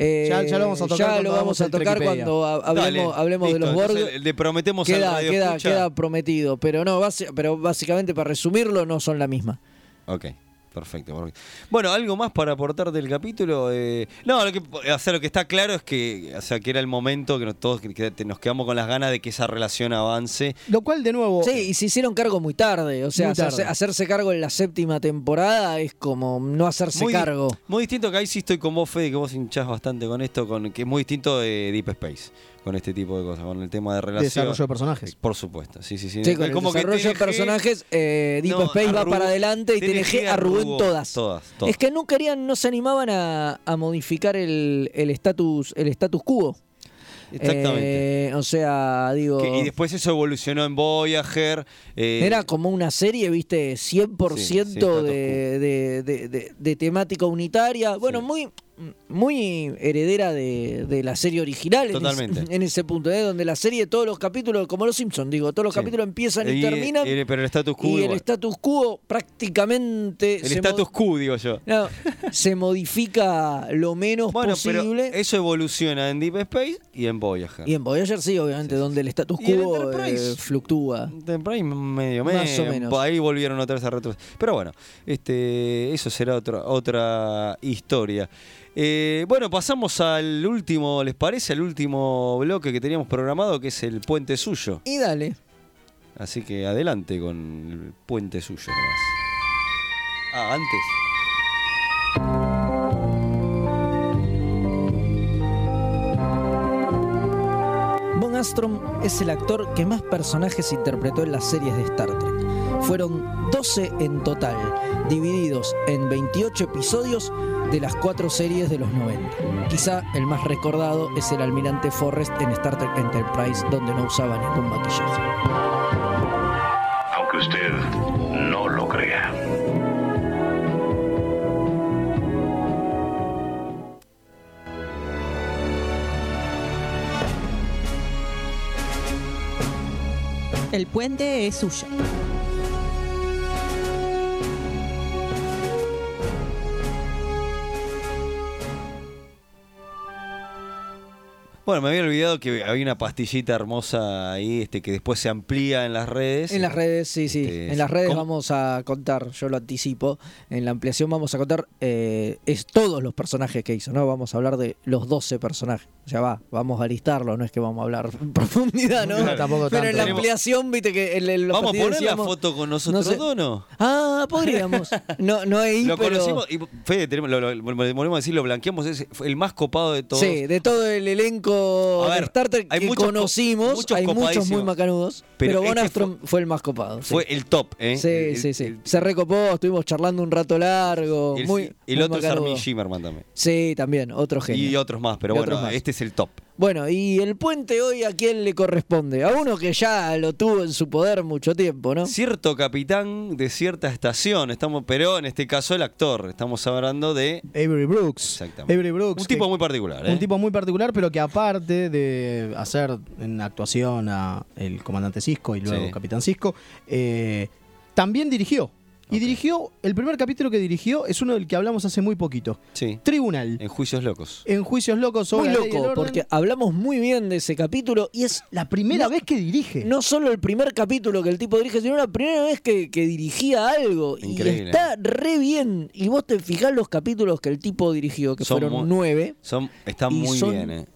[SPEAKER 4] eh,
[SPEAKER 3] Ya- ya lo vamos a tocar
[SPEAKER 4] ya
[SPEAKER 3] cuando
[SPEAKER 4] lo
[SPEAKER 3] hagamos
[SPEAKER 4] vamos a
[SPEAKER 3] el
[SPEAKER 4] tocar
[SPEAKER 3] Trekipedia.
[SPEAKER 4] cuando ha- hablemos,
[SPEAKER 2] Dale,
[SPEAKER 4] hablemos de
[SPEAKER 2] listo,
[SPEAKER 4] los Borg.
[SPEAKER 2] entonces Le prometemos al
[SPEAKER 4] Queda,
[SPEAKER 2] radio
[SPEAKER 4] queda,
[SPEAKER 2] escucha.
[SPEAKER 4] queda prometido, pero no, basi- pero básicamente para resumirlo no son la misma.
[SPEAKER 2] Ok, perfecto, perfecto. Bueno, algo más para aportar del capítulo. Eh, no, lo que, o sea, lo que está claro es que, o sea, que era el momento que nos, todos que- que nos quedamos con las ganas de que esa relación avance.
[SPEAKER 3] Lo cual, de nuevo.
[SPEAKER 4] Sí, y se hicieron cargo muy tarde. O sea,
[SPEAKER 3] Oh. Muy tarde.
[SPEAKER 4] hacerse, hacerse cargo en la séptima temporada es como no hacerse
[SPEAKER 2] Muy di-
[SPEAKER 4] cargo.
[SPEAKER 2] Muy distinto que ahí sí estoy con vos, Fede, que vos hinchás bastante con esto, con que es muy distinto de Deep Space, con este tipo de cosas, con el tema de relación.
[SPEAKER 3] Desarrollo de personajes.
[SPEAKER 2] Por supuesto, sí, sí, sí.
[SPEAKER 4] Sí, con el
[SPEAKER 2] Como que
[SPEAKER 4] desarrollo de
[SPEAKER 2] TNG
[SPEAKER 4] personajes, eh, Deep
[SPEAKER 2] No,
[SPEAKER 4] Space va
[SPEAKER 2] arrugó-
[SPEAKER 4] para adelante y TNG, arrugó en todas.
[SPEAKER 2] Todas, todas.
[SPEAKER 4] Es que no querían, no se animaban a, a modificar el el estatus el status quo.
[SPEAKER 2] Exactamente.
[SPEAKER 4] Eh, o sea, digo...
[SPEAKER 2] Que- y después eso evolucionó en Voyager. eh,
[SPEAKER 4] Era como una serie, viste, 100%
[SPEAKER 2] Sí, sí,
[SPEAKER 4] de,
[SPEAKER 2] status quo.
[SPEAKER 4] de- de- de- de temática unitaria. Bueno, muy, muy heredera de, de la serie original. en ese- En,
[SPEAKER 2] Totalmente.
[SPEAKER 4] ese punto, ¿eh? donde la serie, todos los capítulos, como Los Simpsons, digo, todos los
[SPEAKER 2] Sí.
[SPEAKER 4] capítulos empiezan y,
[SPEAKER 2] Y-
[SPEAKER 4] terminan.
[SPEAKER 2] y- pero el status quo.
[SPEAKER 4] y el
[SPEAKER 2] igual.
[SPEAKER 4] status quo prácticamente
[SPEAKER 2] El
[SPEAKER 4] se, mo-
[SPEAKER 2] status quo, digo yo.
[SPEAKER 4] no, se modifica lo menos
[SPEAKER 2] Bueno,
[SPEAKER 4] posible.
[SPEAKER 2] pero eso evoluciona en Deep Space y en Voyager.
[SPEAKER 4] Y en Voyager sí, obviamente, donde el status
[SPEAKER 2] Y el
[SPEAKER 4] quo eh,
[SPEAKER 2] Enterprise.
[SPEAKER 4] fluctúa.
[SPEAKER 2] Enterprise medio
[SPEAKER 4] Más o
[SPEAKER 2] medio,
[SPEAKER 4] menos.
[SPEAKER 2] po- Ahí volvieron otra vez a retro. Pero bueno, este, eso será otra, otra historia. Eh, bueno, pasamos al último, ¿les parece? Al último bloque que teníamos programado, que es el puente suyo.
[SPEAKER 4] Y dale.
[SPEAKER 2] Así que adelante con el puente suyo nomás. Ah, antes.
[SPEAKER 4] Von Astrom es el actor que más personajes interpretó en las series de Star Trek. Fueron 12 en total, divididos en 28 episodios de las cuatro series de los 90. Quizá el más recordado es el almirante Forrest en Star Trek Enterprise, donde no usaba ningún maquillaje.
[SPEAKER 22] Aunque usted no lo crea.
[SPEAKER 23] El puente es suyo.
[SPEAKER 2] Bueno, me había olvidado que había una pastillita hermosa ahí, este, que después se amplía en las redes.
[SPEAKER 4] En las redes, sí, sí.
[SPEAKER 2] Este,
[SPEAKER 4] en las redes
[SPEAKER 2] ¿cómo?
[SPEAKER 4] vamos a contar, yo lo anticipo, en la ampliación vamos a contar eh, es todos los personajes que hizo, ¿no? Vamos a hablar de los 12 personajes. Ya va, vamos a listarlo, no es que vamos a hablar en profundidad, ¿no?
[SPEAKER 3] No, tampoco
[SPEAKER 4] Pero en la
[SPEAKER 3] tanto.
[SPEAKER 4] ampliación, viste que en, en los
[SPEAKER 2] Vamos a
[SPEAKER 4] partidos
[SPEAKER 2] poner la
[SPEAKER 4] decíamos-
[SPEAKER 2] foto con nosotros
[SPEAKER 4] no sé.
[SPEAKER 2] dos, ¿no?
[SPEAKER 4] Ah, podríamos. No, no he ido,
[SPEAKER 2] Lo
[SPEAKER 4] pero...
[SPEAKER 2] conocimos y Fede, tenemos, lo, lo- lo- volvemos a decir, lo blanqueamos, es el más copado de todos.
[SPEAKER 4] Sí, de todo el elenco
[SPEAKER 2] A ver,
[SPEAKER 4] de Starter
[SPEAKER 2] hay
[SPEAKER 4] que
[SPEAKER 2] muchos co-
[SPEAKER 4] conocimos,
[SPEAKER 2] muchos
[SPEAKER 4] hay muchos muy
[SPEAKER 2] copadísimos.
[SPEAKER 4] macanudos,
[SPEAKER 2] Pero
[SPEAKER 4] pero, Von
[SPEAKER 2] este
[SPEAKER 4] Astrom fue, el más copado. sí.
[SPEAKER 2] Fue el top, ¿eh?
[SPEAKER 4] Sí,
[SPEAKER 2] El-
[SPEAKER 4] sí,
[SPEAKER 2] el-
[SPEAKER 4] sí.
[SPEAKER 2] el-
[SPEAKER 4] se recopó, estuvimos charlando un rato largo.
[SPEAKER 2] el-
[SPEAKER 4] muy,
[SPEAKER 2] el
[SPEAKER 4] muy
[SPEAKER 2] otro es
[SPEAKER 4] macanudo.
[SPEAKER 2] Armin Shimmerman también.
[SPEAKER 4] Sí, también, otro genio.
[SPEAKER 2] Y otros más, pero
[SPEAKER 4] Y
[SPEAKER 2] bueno,
[SPEAKER 4] otros más.
[SPEAKER 2] este es el top.
[SPEAKER 4] Bueno, y el puente hoy a quién le corresponde? A uno que ya lo tuvo en su poder mucho tiempo, ¿no?
[SPEAKER 2] Cierto capitán de cierta estación, estamos, pero en este caso el actor, estamos hablando de
[SPEAKER 3] Avery Brooks.
[SPEAKER 2] Exactamente.
[SPEAKER 3] Avery Brooks.
[SPEAKER 2] Un tipo
[SPEAKER 3] que-
[SPEAKER 2] muy particular, ¿eh?
[SPEAKER 3] Un tipo muy particular, pero que aparte de hacer en actuación a el comandante Cisco y luego
[SPEAKER 2] Sí.
[SPEAKER 3] Capitán Cisco, eh, también dirigió. Y dirigió, el primer capítulo que dirigió es uno del que hablamos hace muy poquito.
[SPEAKER 2] Sí.
[SPEAKER 3] Tribunal.
[SPEAKER 2] En Juicios Locos.
[SPEAKER 3] En Juicios Locos sobre
[SPEAKER 4] Muy
[SPEAKER 3] la ley y el
[SPEAKER 4] loco,
[SPEAKER 3] orden.
[SPEAKER 4] porque hablamos muy bien de ese capítulo y es
[SPEAKER 3] la primera vez que dirige.
[SPEAKER 4] No solo el primer capítulo que el tipo dirige, sino la primera vez que, que dirigía algo. Y
[SPEAKER 2] Increíble.
[SPEAKER 4] está re bien. Y vos te fijás los capítulos que el tipo dirigió, que
[SPEAKER 2] Son
[SPEAKER 4] fueron
[SPEAKER 2] muy-
[SPEAKER 4] nueve,
[SPEAKER 2] Son, están
[SPEAKER 4] Y
[SPEAKER 2] muy
[SPEAKER 4] son
[SPEAKER 2] bien, ¿eh?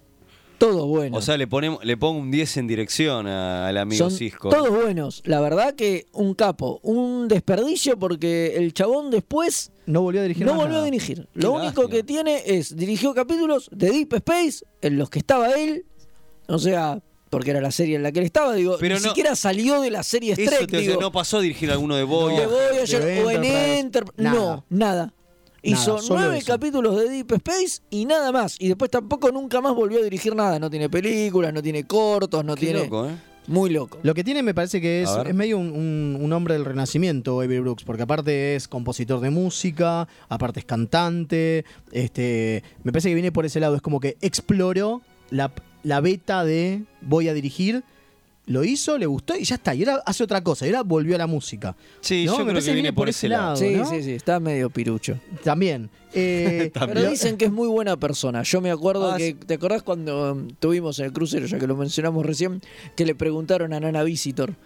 [SPEAKER 4] todos buenos.
[SPEAKER 2] O sea, le, ponemos, le pongo un 10 en dirección a- al amigo
[SPEAKER 4] Son
[SPEAKER 2] Cisco.
[SPEAKER 4] todos buenos. La verdad que un capo, un desperdicio porque el chabón después
[SPEAKER 3] No volvió a dirigir.
[SPEAKER 4] no
[SPEAKER 3] más
[SPEAKER 4] volvió
[SPEAKER 3] nada.
[SPEAKER 4] a dirigir. Lo
[SPEAKER 2] Qué
[SPEAKER 4] único que tiene es dirigió capítulos de Deep Space en los que estaba él, o sea, porque era la serie en la que él estaba, digo,
[SPEAKER 2] Pero
[SPEAKER 4] ni
[SPEAKER 2] no-
[SPEAKER 4] siquiera salió de la serie
[SPEAKER 2] Eso
[SPEAKER 4] Trek,
[SPEAKER 2] te- o sea,
[SPEAKER 4] digo,
[SPEAKER 2] no pasó a dirigir alguno de
[SPEAKER 4] de
[SPEAKER 2] Boya.
[SPEAKER 4] Voyager
[SPEAKER 3] de
[SPEAKER 4] o en
[SPEAKER 3] Enterprise,
[SPEAKER 4] Enter-
[SPEAKER 3] nada.
[SPEAKER 4] no, nada. Hizo
[SPEAKER 3] solo
[SPEAKER 4] nueve
[SPEAKER 3] eso.
[SPEAKER 4] capítulos de Deep Space y nada más. Y después tampoco nunca más volvió a dirigir nada. No tiene películas, no tiene cortos, no
[SPEAKER 2] Qué
[SPEAKER 4] tiene.
[SPEAKER 2] loco, ¿eh?
[SPEAKER 4] Muy loco.
[SPEAKER 3] Lo que tiene me parece que es,
[SPEAKER 2] A ver.
[SPEAKER 3] es medio un, un- un hombre del renacimiento, Avery Brooks, porque aparte es compositor de música, aparte es cantante, este, me parece que viene por ese lado, es como que exploró la, la beta de voy a dirigir, lo hizo, le gustó y ya está, y ahora hace otra cosa, y ahora volvió a la música.
[SPEAKER 2] Sí, yo
[SPEAKER 3] No, me
[SPEAKER 2] creo
[SPEAKER 3] parece
[SPEAKER 2] que viene por ese lado.
[SPEAKER 4] Sí,
[SPEAKER 3] ¿no?
[SPEAKER 4] sí, sí, está medio pirucho.
[SPEAKER 3] También. eh,
[SPEAKER 4] Pero dicen que es muy buena persona. Yo me acuerdo
[SPEAKER 2] Ah,
[SPEAKER 4] que,
[SPEAKER 2] sí.
[SPEAKER 4] ¿te acordás cuando mm, tuvimos en el crucero, ya que lo mencionamos recién, que le preguntaron a Nana Visitor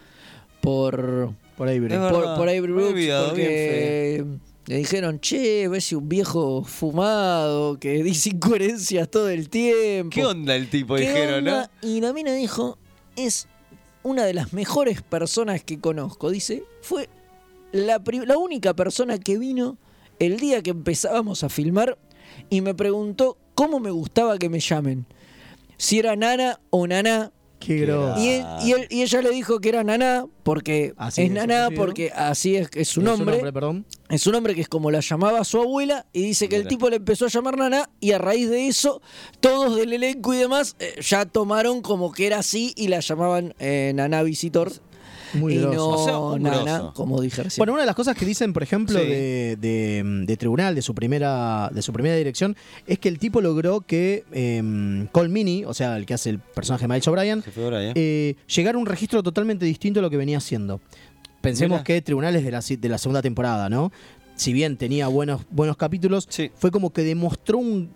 [SPEAKER 4] por, eh,
[SPEAKER 3] por Avery.
[SPEAKER 2] Es
[SPEAKER 4] por,
[SPEAKER 2] verdad.
[SPEAKER 4] por Avery
[SPEAKER 2] Me he
[SPEAKER 4] Brooks,
[SPEAKER 2] olvidado,
[SPEAKER 4] porque le dijeron, che, ves si un viejo fumado que dice incoherencias todo el tiempo.
[SPEAKER 2] ¿Qué onda el tipo?
[SPEAKER 4] ¿Qué
[SPEAKER 2] dijeron,
[SPEAKER 4] onda?". Y la mina dijo, es una de las mejores personas que conozco. Dice, fue la, pri- la única persona que vino el día que empezábamos a filmar y me preguntó cómo me gustaba que me llamen. Si era Nana o Naná.
[SPEAKER 3] Qué grosso.
[SPEAKER 4] Y, él- y él- y ella le dijo que era Naná porque
[SPEAKER 3] Ah. Así
[SPEAKER 4] es
[SPEAKER 3] es,
[SPEAKER 4] Naná,
[SPEAKER 3] sí, ¿no?
[SPEAKER 4] porque así es, es su
[SPEAKER 3] Es
[SPEAKER 4] nombre.
[SPEAKER 3] perdón.
[SPEAKER 4] Es un hombre que es como la llamaba su abuela y dice que el
[SPEAKER 2] Mira.
[SPEAKER 4] tipo le empezó a llamar Naná y a raíz de eso todos del elenco y demás eh, ya tomaron como que era así y la llamaban eh, Naná Visitor
[SPEAKER 3] Muy
[SPEAKER 4] y
[SPEAKER 3] grosso.
[SPEAKER 4] no
[SPEAKER 2] O sea, un
[SPEAKER 4] Naná,
[SPEAKER 2] grosso.
[SPEAKER 4] como dije recién.
[SPEAKER 3] Bueno, una de las cosas que dicen, por ejemplo,
[SPEAKER 2] Sí.
[SPEAKER 3] de, de- de Tribunal, de su primera, de su primera dirección, es que el tipo logró que eh, Colmini, o sea, el que hace el personaje de Miles O'Brien,
[SPEAKER 2] Jefe de Brian.
[SPEAKER 3] eh, llegara a un registro totalmente distinto a lo que venía haciendo. Pensemos
[SPEAKER 2] Mirá.
[SPEAKER 3] que Tribunal es de la, si- de la segunda temporada, ¿no? Si bien tenía buenos, buenos capítulos,
[SPEAKER 2] Sí.
[SPEAKER 3] fue como que demostró un,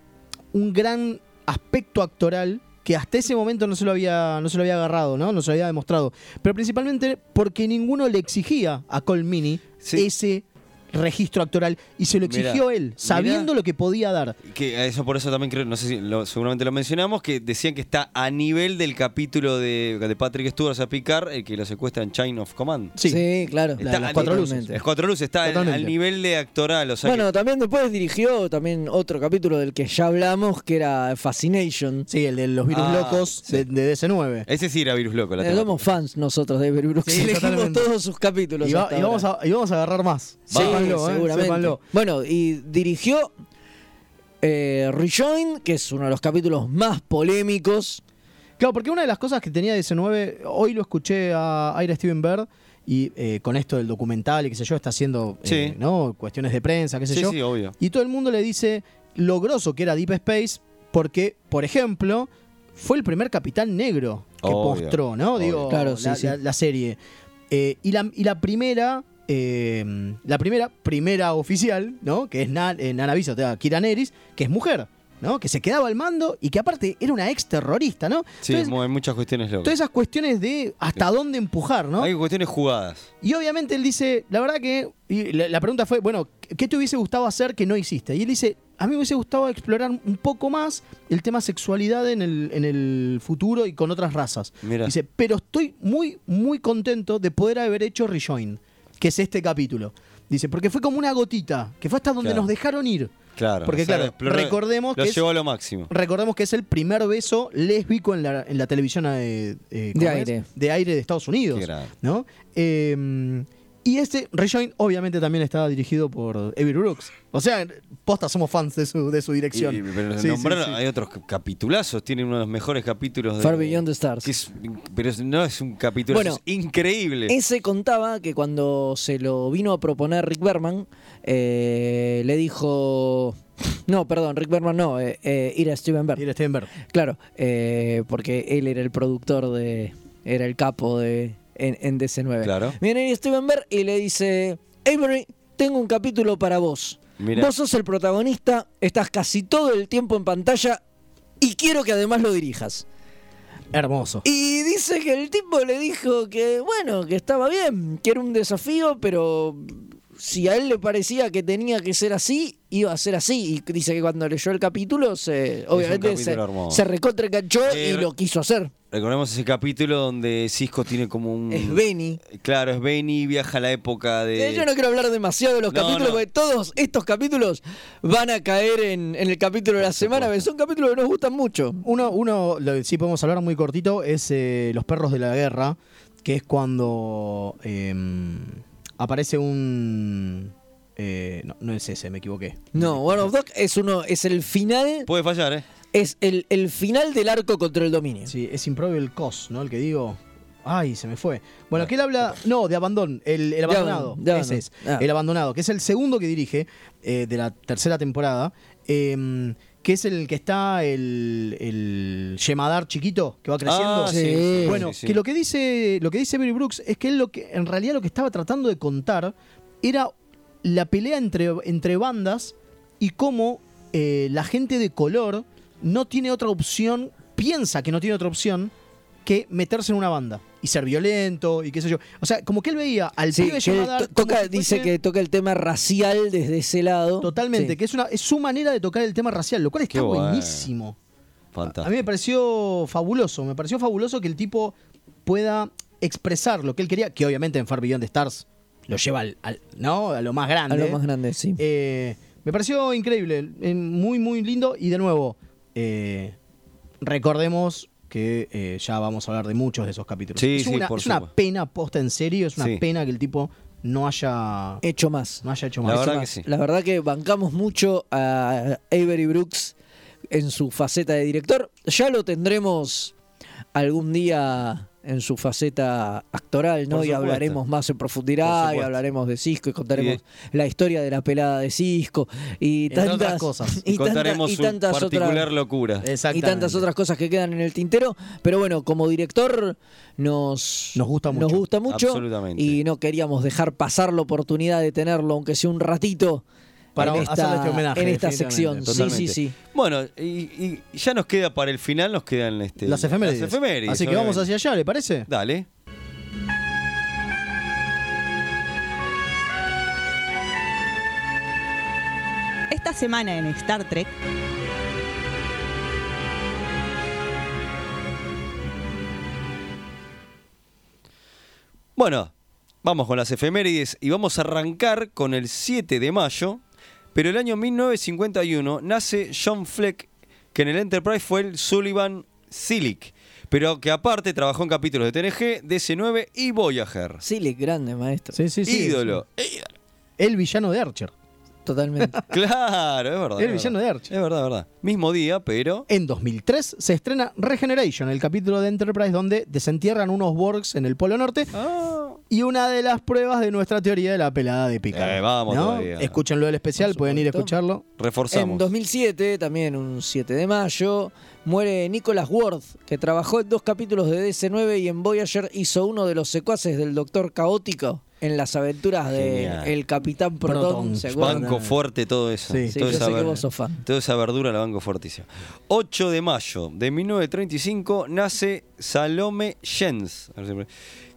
[SPEAKER 3] un gran aspecto actoral que hasta ese momento no se lo había, no se lo había agarrado, ¿no? No se lo había demostrado. Pero principalmente porque ninguno le exigía a Colmini
[SPEAKER 2] Sí.
[SPEAKER 3] ese registro actoral y se lo
[SPEAKER 2] Mirá,
[SPEAKER 3] exigió él, sabiendo
[SPEAKER 2] mirá.
[SPEAKER 3] lo que podía dar.
[SPEAKER 2] Que a eso por eso también creo, no sé si lo- seguramente lo mencionamos, que decían que está a nivel del capítulo de, de Patrick Stewart, o sea, Picard, el que lo secuestra en Chain of Command.
[SPEAKER 3] Sí.
[SPEAKER 4] claro.
[SPEAKER 2] Está
[SPEAKER 4] la-
[SPEAKER 2] a
[SPEAKER 4] las
[SPEAKER 2] ni-
[SPEAKER 4] cuatro
[SPEAKER 3] luces.
[SPEAKER 4] luces.
[SPEAKER 2] Es cuatro luces, está al-
[SPEAKER 3] Totalmente.
[SPEAKER 2] al nivel de actoral, o sea, que-
[SPEAKER 4] Bueno, también después dirigió también otro capítulo del que ya hablamos que era Fascination.
[SPEAKER 3] Sí, el de los virus
[SPEAKER 2] Ah,
[SPEAKER 3] locos
[SPEAKER 2] sí.
[SPEAKER 3] de, de DC9.
[SPEAKER 2] ese sí era virus loco. La
[SPEAKER 4] Eh,
[SPEAKER 2] temática.
[SPEAKER 4] Somos fans nosotros de Avery Brooks.
[SPEAKER 3] Sí,
[SPEAKER 4] Elegimos
[SPEAKER 3] totalmente.
[SPEAKER 4] todos sus capítulos.
[SPEAKER 3] Y, va-
[SPEAKER 4] hasta
[SPEAKER 3] y vamos
[SPEAKER 4] ahora.
[SPEAKER 3] a, y vamos a agarrar más.
[SPEAKER 4] Sí,
[SPEAKER 3] Sépanlo, ¿eh?
[SPEAKER 4] seguramente.
[SPEAKER 3] Sépanlo.
[SPEAKER 4] Bueno, y dirigió eh, Rejoin, que es uno de los capítulos más polémicos.
[SPEAKER 3] Claro, porque una de las cosas que tenía 19, hoy lo escuché a Ira Steven Bird y eh, con esto del documental y qué sé yo, está haciendo eh,
[SPEAKER 2] Sí.
[SPEAKER 3] ¿no? cuestiones de prensa, qué sé
[SPEAKER 2] Sí,
[SPEAKER 3] ¿eh, yo.
[SPEAKER 2] sí, obvio.
[SPEAKER 3] Y todo el mundo le dice lo grosso que era Deep Space porque, por ejemplo, fue el primer capitán negro que
[SPEAKER 2] Obvio,
[SPEAKER 3] postró, ¿no?
[SPEAKER 2] obvio.
[SPEAKER 3] Digo,
[SPEAKER 4] Claro, sí,
[SPEAKER 3] la,
[SPEAKER 4] sí.
[SPEAKER 3] la- la serie. Eh, y, la, y la primera, eh, la primera, primera oficial, ¿no? Que es Na- eh, Nana Visa, o sea, Kira Neris, que es mujer. ¿no? que se quedaba al mando y que aparte era una ex terrorista, ¿no?
[SPEAKER 2] Sí,
[SPEAKER 3] Entonces,
[SPEAKER 2] mu- hay muchas cuestiones locas.
[SPEAKER 3] todas esas cuestiones de hasta dónde empujar, ¿no?
[SPEAKER 2] Hay cuestiones jugadas.
[SPEAKER 3] Y obviamente él dice, la verdad que, y la, la pregunta fue, bueno, ¿qué te hubiese gustado hacer que no hiciste? Y él dice, a mí me hubiese gustado explorar un poco más el tema sexualidad en el, en el futuro y con otras razas.
[SPEAKER 2] Mira.
[SPEAKER 3] Dice, pero estoy muy, muy contento de poder haber hecho Rejoin, que es este capítulo. Dice, porque fue como una gotita, que fue hasta donde
[SPEAKER 2] Claro.
[SPEAKER 3] nos dejaron ir.
[SPEAKER 2] Claro.
[SPEAKER 3] Porque,
[SPEAKER 2] o sea,
[SPEAKER 3] claro,
[SPEAKER 2] exploró-
[SPEAKER 3] recordemos
[SPEAKER 2] lo
[SPEAKER 3] que es-
[SPEAKER 2] llevó a lo máximo.
[SPEAKER 3] Recordemos que es el primer beso lésbico en la, en la televisión eh, eh,
[SPEAKER 4] De
[SPEAKER 3] ¿cómo es?
[SPEAKER 4] aire.
[SPEAKER 3] de aire de Estados Unidos.
[SPEAKER 2] Qué grave.
[SPEAKER 3] ¿no? Eh, Y este Rejoin obviamente también está dirigido por Avery Brooks. O sea, posta somos fans de su, de su dirección.
[SPEAKER 2] Y- pero eh.
[SPEAKER 3] Sí, sí,
[SPEAKER 2] nombrar-
[SPEAKER 3] sí.
[SPEAKER 2] hay otros ca- capitulazos, tienen uno de los mejores capítulos de
[SPEAKER 4] Far Beyond the Stars.
[SPEAKER 2] que es- pero es- no es un capítulo,
[SPEAKER 4] Bueno,
[SPEAKER 2] es increíble.
[SPEAKER 4] Ese contaba que cuando se lo vino a proponer Rick Berman, eh, le dijo. No, perdón, Rick Berman no, eh, eh, ir a Steven Berg.
[SPEAKER 3] Ir a Steven Berg.
[SPEAKER 4] Claro, eh, porque él era el productor de. Era el capo de. En, en DC9.
[SPEAKER 2] Claro.
[SPEAKER 4] Viene ir a Steven Berg y le dice: Avery, tengo un capítulo para vos.
[SPEAKER 2] Mirá.
[SPEAKER 4] Vos sos el protagonista, estás casi todo el tiempo en pantalla y quiero que además lo dirijas.
[SPEAKER 3] Hermoso.
[SPEAKER 4] Y dice que el tipo le dijo que, bueno, que estaba bien, que era un desafío, pero si a él le parecía que tenía que ser así, iba a ser así. Y dice que cuando leyó el capítulo, se, obviamente se,
[SPEAKER 2] capítulo hermoso.
[SPEAKER 4] se recontracachó
[SPEAKER 2] Eh,
[SPEAKER 4] y lo quiso hacer.
[SPEAKER 2] Recordemos ese capítulo donde Cisco tiene como un.
[SPEAKER 4] Es Benny.
[SPEAKER 2] Claro, es Benny, viaja a la época de.
[SPEAKER 4] Eh, Yo no quiero hablar demasiado de los
[SPEAKER 2] No,
[SPEAKER 4] capítulos,
[SPEAKER 2] no.
[SPEAKER 4] porque todos estos capítulos van a caer en, en el capítulo de la semana, pero son capítulos que nos gustan mucho.
[SPEAKER 3] Uno, uno lo que sí podemos hablar muy cortito es eh, Los Perros de la Guerra, que es cuando eh, aparece un... eh, no, no es ese, me equivoqué.
[SPEAKER 4] No, One of Dog es uno, es el final,
[SPEAKER 2] Puede fallar, ¿eh?
[SPEAKER 4] es el, el final del arco contra el dominio.
[SPEAKER 3] Sí, es Improbable Cos, ¿no? El que digo... Ay, se me fue. Bueno, que él habla... No, de Abandón, el, el
[SPEAKER 4] Ah. De
[SPEAKER 3] abandonado.
[SPEAKER 4] Abandon, de
[SPEAKER 3] ese es.
[SPEAKER 4] Abandon. Ah.
[SPEAKER 3] El abandonado, que es el segundo que dirige eh, de la tercera temporada, eh, que es el que está el, el Yemadar chiquito que va creciendo.
[SPEAKER 2] Ah, sí, sí,
[SPEAKER 3] Bueno,
[SPEAKER 2] sí, sí.
[SPEAKER 3] que lo que dice, lo que dice Avery Brooks es que él lo que, en realidad lo que estaba tratando de contar era la pelea entre, entre bandas y cómo eh, la gente de color no tiene otra opción, piensa que no tiene otra opción que meterse en una banda y ser violento y qué sé yo. O sea, como que él veía al
[SPEAKER 4] Sí,
[SPEAKER 3] pibe
[SPEAKER 4] que
[SPEAKER 3] Yemadar
[SPEAKER 4] to-
[SPEAKER 3] como
[SPEAKER 4] toca-
[SPEAKER 3] si
[SPEAKER 4] dice
[SPEAKER 3] fuese-
[SPEAKER 4] que toca el tema racial desde ese lado.
[SPEAKER 3] Totalmente,
[SPEAKER 4] Sí.
[SPEAKER 3] que es, una, es su manera de tocar el tema racial, lo cual está
[SPEAKER 2] Qué bueno.
[SPEAKER 3] buenísimo. A
[SPEAKER 2] Fantástico.
[SPEAKER 3] mí me pareció fabuloso, me pareció fabuloso que el tipo pueda expresar lo que él quería, que obviamente en Far Beyond the Stars lo lleva al, al- ¿no? a lo más grande.
[SPEAKER 4] A lo más grande, sí.
[SPEAKER 3] Eh, me pareció increíble, eh, muy, muy lindo. Y de nuevo, eh, recordemos que eh, ya vamos a hablar de muchos de esos capítulos.
[SPEAKER 2] Sí,
[SPEAKER 3] es
[SPEAKER 2] sí,
[SPEAKER 3] una,
[SPEAKER 2] por
[SPEAKER 3] es una
[SPEAKER 2] supuesto.
[SPEAKER 3] pena posta en serio, es una
[SPEAKER 2] Sí.
[SPEAKER 3] pena que el tipo no haya,
[SPEAKER 4] Hecho más.
[SPEAKER 3] no haya hecho más.
[SPEAKER 2] La verdad que sí.
[SPEAKER 4] La verdad que bancamos mucho a Avery Brooks en su faceta de director. Ya lo tendremos algún día en su faceta actoral, ¿no?
[SPEAKER 2] Por
[SPEAKER 4] Y
[SPEAKER 2] supuesto.
[SPEAKER 4] hablaremos más en
[SPEAKER 2] Por
[SPEAKER 4] profundidad, y
[SPEAKER 2] supuesto.
[SPEAKER 4] hablaremos de Cisco, y contaremos la historia de la pelada de Cisco, y
[SPEAKER 3] Entre
[SPEAKER 4] tantas
[SPEAKER 3] otras cosas.
[SPEAKER 4] Y, tanta-
[SPEAKER 2] contaremos
[SPEAKER 4] y
[SPEAKER 2] su
[SPEAKER 4] tantas
[SPEAKER 2] particular
[SPEAKER 4] otras,
[SPEAKER 2] locura.
[SPEAKER 4] y
[SPEAKER 3] Exactamente.
[SPEAKER 4] tantas otras cosas que quedan en el tintero. Pero bueno, como director nos,
[SPEAKER 3] Nos gusta mucho.
[SPEAKER 4] Nos gusta mucho.
[SPEAKER 2] Absolutamente.
[SPEAKER 4] Y no queríamos dejar pasar la oportunidad de tenerlo, aunque sea un ratito.
[SPEAKER 3] Para
[SPEAKER 4] en esta,
[SPEAKER 3] hacerle este homenaje,
[SPEAKER 4] en esta
[SPEAKER 3] definitivamente,
[SPEAKER 4] sección. Sí, sí,
[SPEAKER 2] Totalmente.
[SPEAKER 4] sí.
[SPEAKER 2] Bueno, y, y ya nos queda para el final, nos quedan este,
[SPEAKER 3] Las efemérides.
[SPEAKER 2] las efemérides,
[SPEAKER 3] Así que vamos
[SPEAKER 2] obviamente.
[SPEAKER 3] hacia allá, ¿le parece?
[SPEAKER 2] Dale.
[SPEAKER 23] Esta semana en Star Trek,
[SPEAKER 2] Bueno, vamos con las efemérides y vamos a arrancar con el 7 de mayo, pero el año 1951 nace John Fleck, que en el Enterprise fue el Sullivan Silic, pero que aparte trabajó en capítulos de TNG, DC9 y Voyager.
[SPEAKER 4] Sí, le grande, maestro.
[SPEAKER 3] Sí, sí, sí.
[SPEAKER 2] Ídolo. Eh,
[SPEAKER 3] El villano de Archer.
[SPEAKER 4] Totalmente.
[SPEAKER 2] Claro, es verdad.
[SPEAKER 3] El
[SPEAKER 2] es
[SPEAKER 3] villano
[SPEAKER 2] verdad.
[SPEAKER 3] de Archer.
[SPEAKER 2] Es verdad, verdad. Mismo día, pero...
[SPEAKER 3] En 2003 se estrena Regeneration, el capítulo de Enterprise donde desentierran unos Borgs en el Polo Norte
[SPEAKER 4] Oh.
[SPEAKER 2] Ah,
[SPEAKER 3] y una de las pruebas de nuestra teoría de la pelada de Picard.
[SPEAKER 2] Eh, vamos todavía.
[SPEAKER 3] Escúchenlo del especial,
[SPEAKER 4] Por
[SPEAKER 3] pueden ir a
[SPEAKER 4] supuesto.
[SPEAKER 3] escucharlo.
[SPEAKER 2] reforzamos.
[SPEAKER 4] En 2007, también un 7 de mayo, muere Nicholas Ward, que trabajó en dos capítulos de DC9 y en Voyager hizo uno de los secuaces del Doctor Caótico en las aventuras de
[SPEAKER 2] Genial.
[SPEAKER 4] el Capitán Proton,
[SPEAKER 3] Proton,
[SPEAKER 4] ¿se acuerdan?
[SPEAKER 2] Banco fuerte todo eso.
[SPEAKER 3] Sí.
[SPEAKER 4] Sí,
[SPEAKER 2] Toda
[SPEAKER 4] yo
[SPEAKER 2] esa
[SPEAKER 4] sé que
[SPEAKER 2] ver-
[SPEAKER 4] vos sos fan.
[SPEAKER 2] Toda esa verdura la banco fortísima. 8 de mayo de 1935 nace Salome Jens,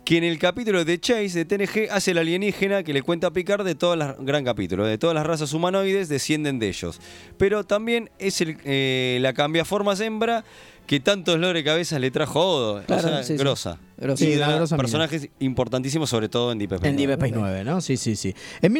[SPEAKER 2] quien en el capítulo de Chase de TNG hace el alienígena que le cuenta a Picard de todas las gran capítulo, de todas las razas humanoides descienden de ellos. Pero también es el, eh, la cambiaformas hembra que tantos lore cabezas le trajo a Odo. O
[SPEAKER 4] Claro,
[SPEAKER 2] sea,
[SPEAKER 4] sí, sí.
[SPEAKER 2] grosa.
[SPEAKER 4] Grosa.
[SPEAKER 2] Y
[SPEAKER 3] Sí, una
[SPEAKER 2] una-
[SPEAKER 3] grosa mina.
[SPEAKER 2] personajes importantísimos, sobre todo en Deep Space
[SPEAKER 3] En Deep
[SPEAKER 2] Nine.
[SPEAKER 3] Space 9, ¿no? Sí, sí, sí. En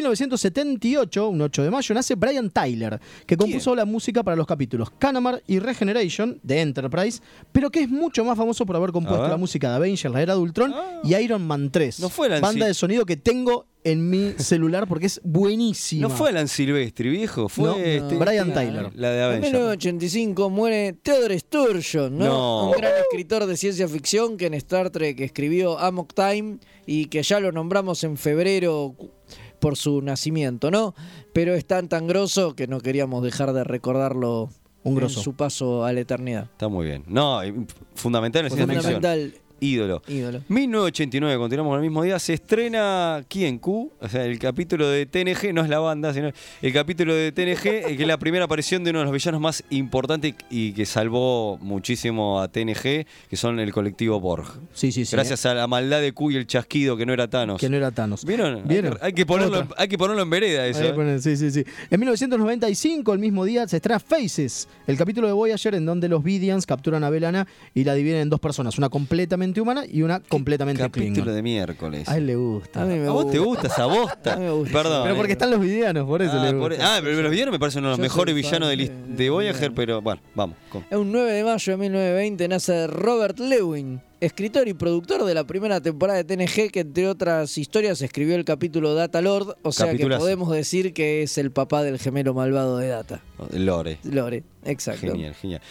[SPEAKER 3] 1978, un 8 de mayo, nace Brian Tyler, que compuso la música para los capítulos Canamar y Regeneration de Enterprise, pero que es mucho más famoso por haber
[SPEAKER 2] A
[SPEAKER 3] compuesto
[SPEAKER 2] ver. Ah.
[SPEAKER 3] la música de Avengers, la era de Ultron, y y Iron Man 3.
[SPEAKER 2] No fue la
[SPEAKER 3] Banda
[SPEAKER 2] ansi-
[SPEAKER 3] de sonido que tengo en mi celular porque es buenísima.
[SPEAKER 2] No fue Alan Silvestri, viejo. Fue
[SPEAKER 3] No,
[SPEAKER 2] este-
[SPEAKER 3] Brian
[SPEAKER 2] la-
[SPEAKER 3] Tyler.
[SPEAKER 2] La de
[SPEAKER 4] En
[SPEAKER 2] Avenger.
[SPEAKER 4] 1985 muere Theodore Sturgeon, ¿no?
[SPEAKER 2] No.
[SPEAKER 4] Un gran escritor de ciencia ficción que en Star Trek escribió Amok Time y que ya lo nombramos en febrero cu- por su nacimiento, ¿no? Pero es tan tan grosso que no queríamos dejar de recordarlo
[SPEAKER 3] Un grosso.
[SPEAKER 4] en su paso a la eternidad.
[SPEAKER 2] Está muy bien. No, y- fundamental en la ciencia ficción.
[SPEAKER 4] Fundamental
[SPEAKER 2] Ídolo.
[SPEAKER 4] ídolo.
[SPEAKER 2] 1989, continuamos con el mismo día, se estrena quién Q, o sea, el capítulo de TNG, no es la banda, sino el capítulo de TNG, eh, que es la primera aparición de uno de los villanos más importantes y que salvó muchísimo a TNG, que son el colectivo Borg.
[SPEAKER 3] Sí, sí, sí.
[SPEAKER 2] Gracias a la maldad de Q y el chasquido que no era Thanos.
[SPEAKER 3] Que no era Thanos.
[SPEAKER 2] ¿Vieron? Hay que-
[SPEAKER 3] ¿Vieron?
[SPEAKER 2] Hay, que, ponerlo, en-
[SPEAKER 3] Otra.
[SPEAKER 2] hay que ponerlo en vereda eso.
[SPEAKER 3] Ahí
[SPEAKER 2] eh.
[SPEAKER 3] ponen, sí, sí, sí. En 1995, el mismo día, se estrena Faces, el capítulo de Voyager en donde los Vidians capturan a Belana y la dividen en dos personas, una completamente humana y una completamente
[SPEAKER 2] Capítulo
[SPEAKER 3] Klingon.
[SPEAKER 2] de miércoles.
[SPEAKER 3] A él le gusta.
[SPEAKER 4] A mí me
[SPEAKER 2] ¿A vos te gusta esa bosta?
[SPEAKER 4] A mí me gusta.
[SPEAKER 2] Perdón.
[SPEAKER 3] Pero
[SPEAKER 2] eh.
[SPEAKER 3] porque están los vidianos, por eso
[SPEAKER 2] Ah,
[SPEAKER 3] le
[SPEAKER 2] por-
[SPEAKER 3] gusta.
[SPEAKER 2] ah, pero los villanos me parecen uno de los
[SPEAKER 4] Yo
[SPEAKER 2] mejores
[SPEAKER 4] soy fan
[SPEAKER 2] villanos de,
[SPEAKER 4] de-
[SPEAKER 2] list- de Voyager, pero bueno, vamos. con-
[SPEAKER 4] Un 9 de mayo de 1920 nace Robert Lewin, escritor y productor de la primera temporada de TNG, que entre otras historias escribió el capítulo Data Lord, o sea que
[SPEAKER 2] Capitulazo.
[SPEAKER 4] podemos decir que es el papá del gemelo malvado de Data.
[SPEAKER 2] Lore.
[SPEAKER 4] Lore, exacto.
[SPEAKER 2] Genial, genial.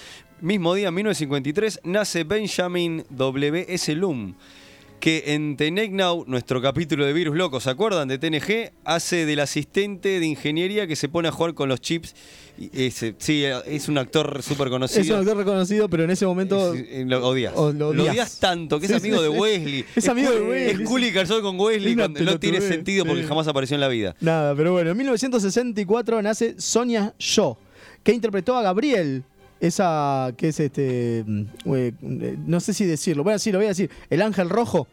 [SPEAKER 2] Mismo día, 1953, nace Benjamin W.S. Loom, que en The Neck Now, nuestro capítulo de Virus Loco, ¿se acuerdan? De TNG, hace del asistente de ingeniería que se pone a jugar con los chips. Y ese- sí, es un actor súper conocido.
[SPEAKER 3] es un actor reconocido, pero en ese momento.
[SPEAKER 2] Sí, eh, Lo odias.
[SPEAKER 3] O lo
[SPEAKER 2] Lo
[SPEAKER 3] odias.
[SPEAKER 2] odias tanto que es
[SPEAKER 3] Sí,
[SPEAKER 2] amigo
[SPEAKER 3] sí,
[SPEAKER 2] de
[SPEAKER 3] sí.
[SPEAKER 2] Wesley.
[SPEAKER 3] Es amigo de
[SPEAKER 2] Cu-
[SPEAKER 3] Wesley,
[SPEAKER 2] Es Cooley Carzón con Wesley.
[SPEAKER 3] Una
[SPEAKER 2] cuando no tiene
[SPEAKER 3] pelotudez,
[SPEAKER 2] sentido porque
[SPEAKER 3] sí.
[SPEAKER 2] jamás apareció en la vida.
[SPEAKER 3] Nada, pero bueno, en 1964 nace Sonia Shaw, que interpretó a Gabriel, esa que es este. mm, eh, No sé si decirlo, voy a decir, lo voy a decir, el ángel rojo,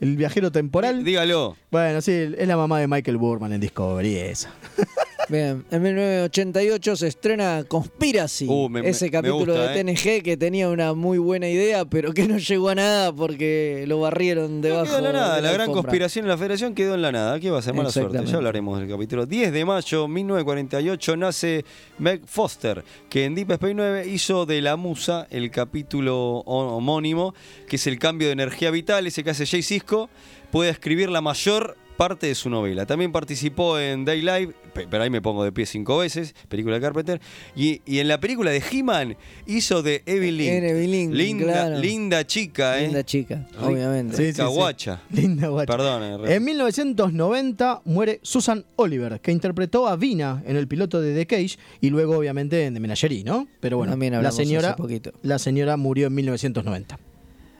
[SPEAKER 3] el viajero temporal.
[SPEAKER 2] Dígalo.
[SPEAKER 3] Bueno, sí, es la mamá de Michael Burman en Discovery, esa.
[SPEAKER 4] Bien, en 1988 se estrena Conspiracy,
[SPEAKER 2] Uh, me- me-
[SPEAKER 4] ese
[SPEAKER 2] me
[SPEAKER 4] capítulo
[SPEAKER 2] gusta, eh.
[SPEAKER 4] de TNG que tenía una muy buena idea, pero que no llegó a nada porque lo barrieron debajo.
[SPEAKER 2] quedó en la nada,
[SPEAKER 4] de
[SPEAKER 2] la, gran
[SPEAKER 4] alfombra.
[SPEAKER 2] conspiración en la federación quedó en la nada. Aquí va a ser mala suerte,
[SPEAKER 4] Exactamente.
[SPEAKER 2] ya hablaremos del capítulo. 10 de mayo 1948 nace Meg Foster, que en Deep Space 9 hizo de la musa el capítulo ho- homónimo, que es el cambio de energía vital, ese que hace Jay Cisco, puede escribir la mayor parte de su novela. También participó en Day Live, pe- pero ahí me pongo de pie cinco veces, película de Carpenter, y, y en la película de He-Man hizo de Evelyn.
[SPEAKER 4] En Evelyn,
[SPEAKER 2] linda,
[SPEAKER 4] claro.
[SPEAKER 2] linda chica, ¿eh?
[SPEAKER 4] Linda chica, obviamente. Em,
[SPEAKER 3] Sí, sí, sí.
[SPEAKER 2] Rica guacha.
[SPEAKER 3] Linda guacha.
[SPEAKER 2] Perdón, eh, re-
[SPEAKER 3] En 1990 muere Susan Oliver, que interpretó a Vina en el piloto de The Cage y luego, obviamente, en The Menagerie, ¿no? Pero bueno,
[SPEAKER 4] También
[SPEAKER 3] la
[SPEAKER 4] hablamos
[SPEAKER 3] señora,
[SPEAKER 4] hace poquito.
[SPEAKER 3] la señora murió en 1990.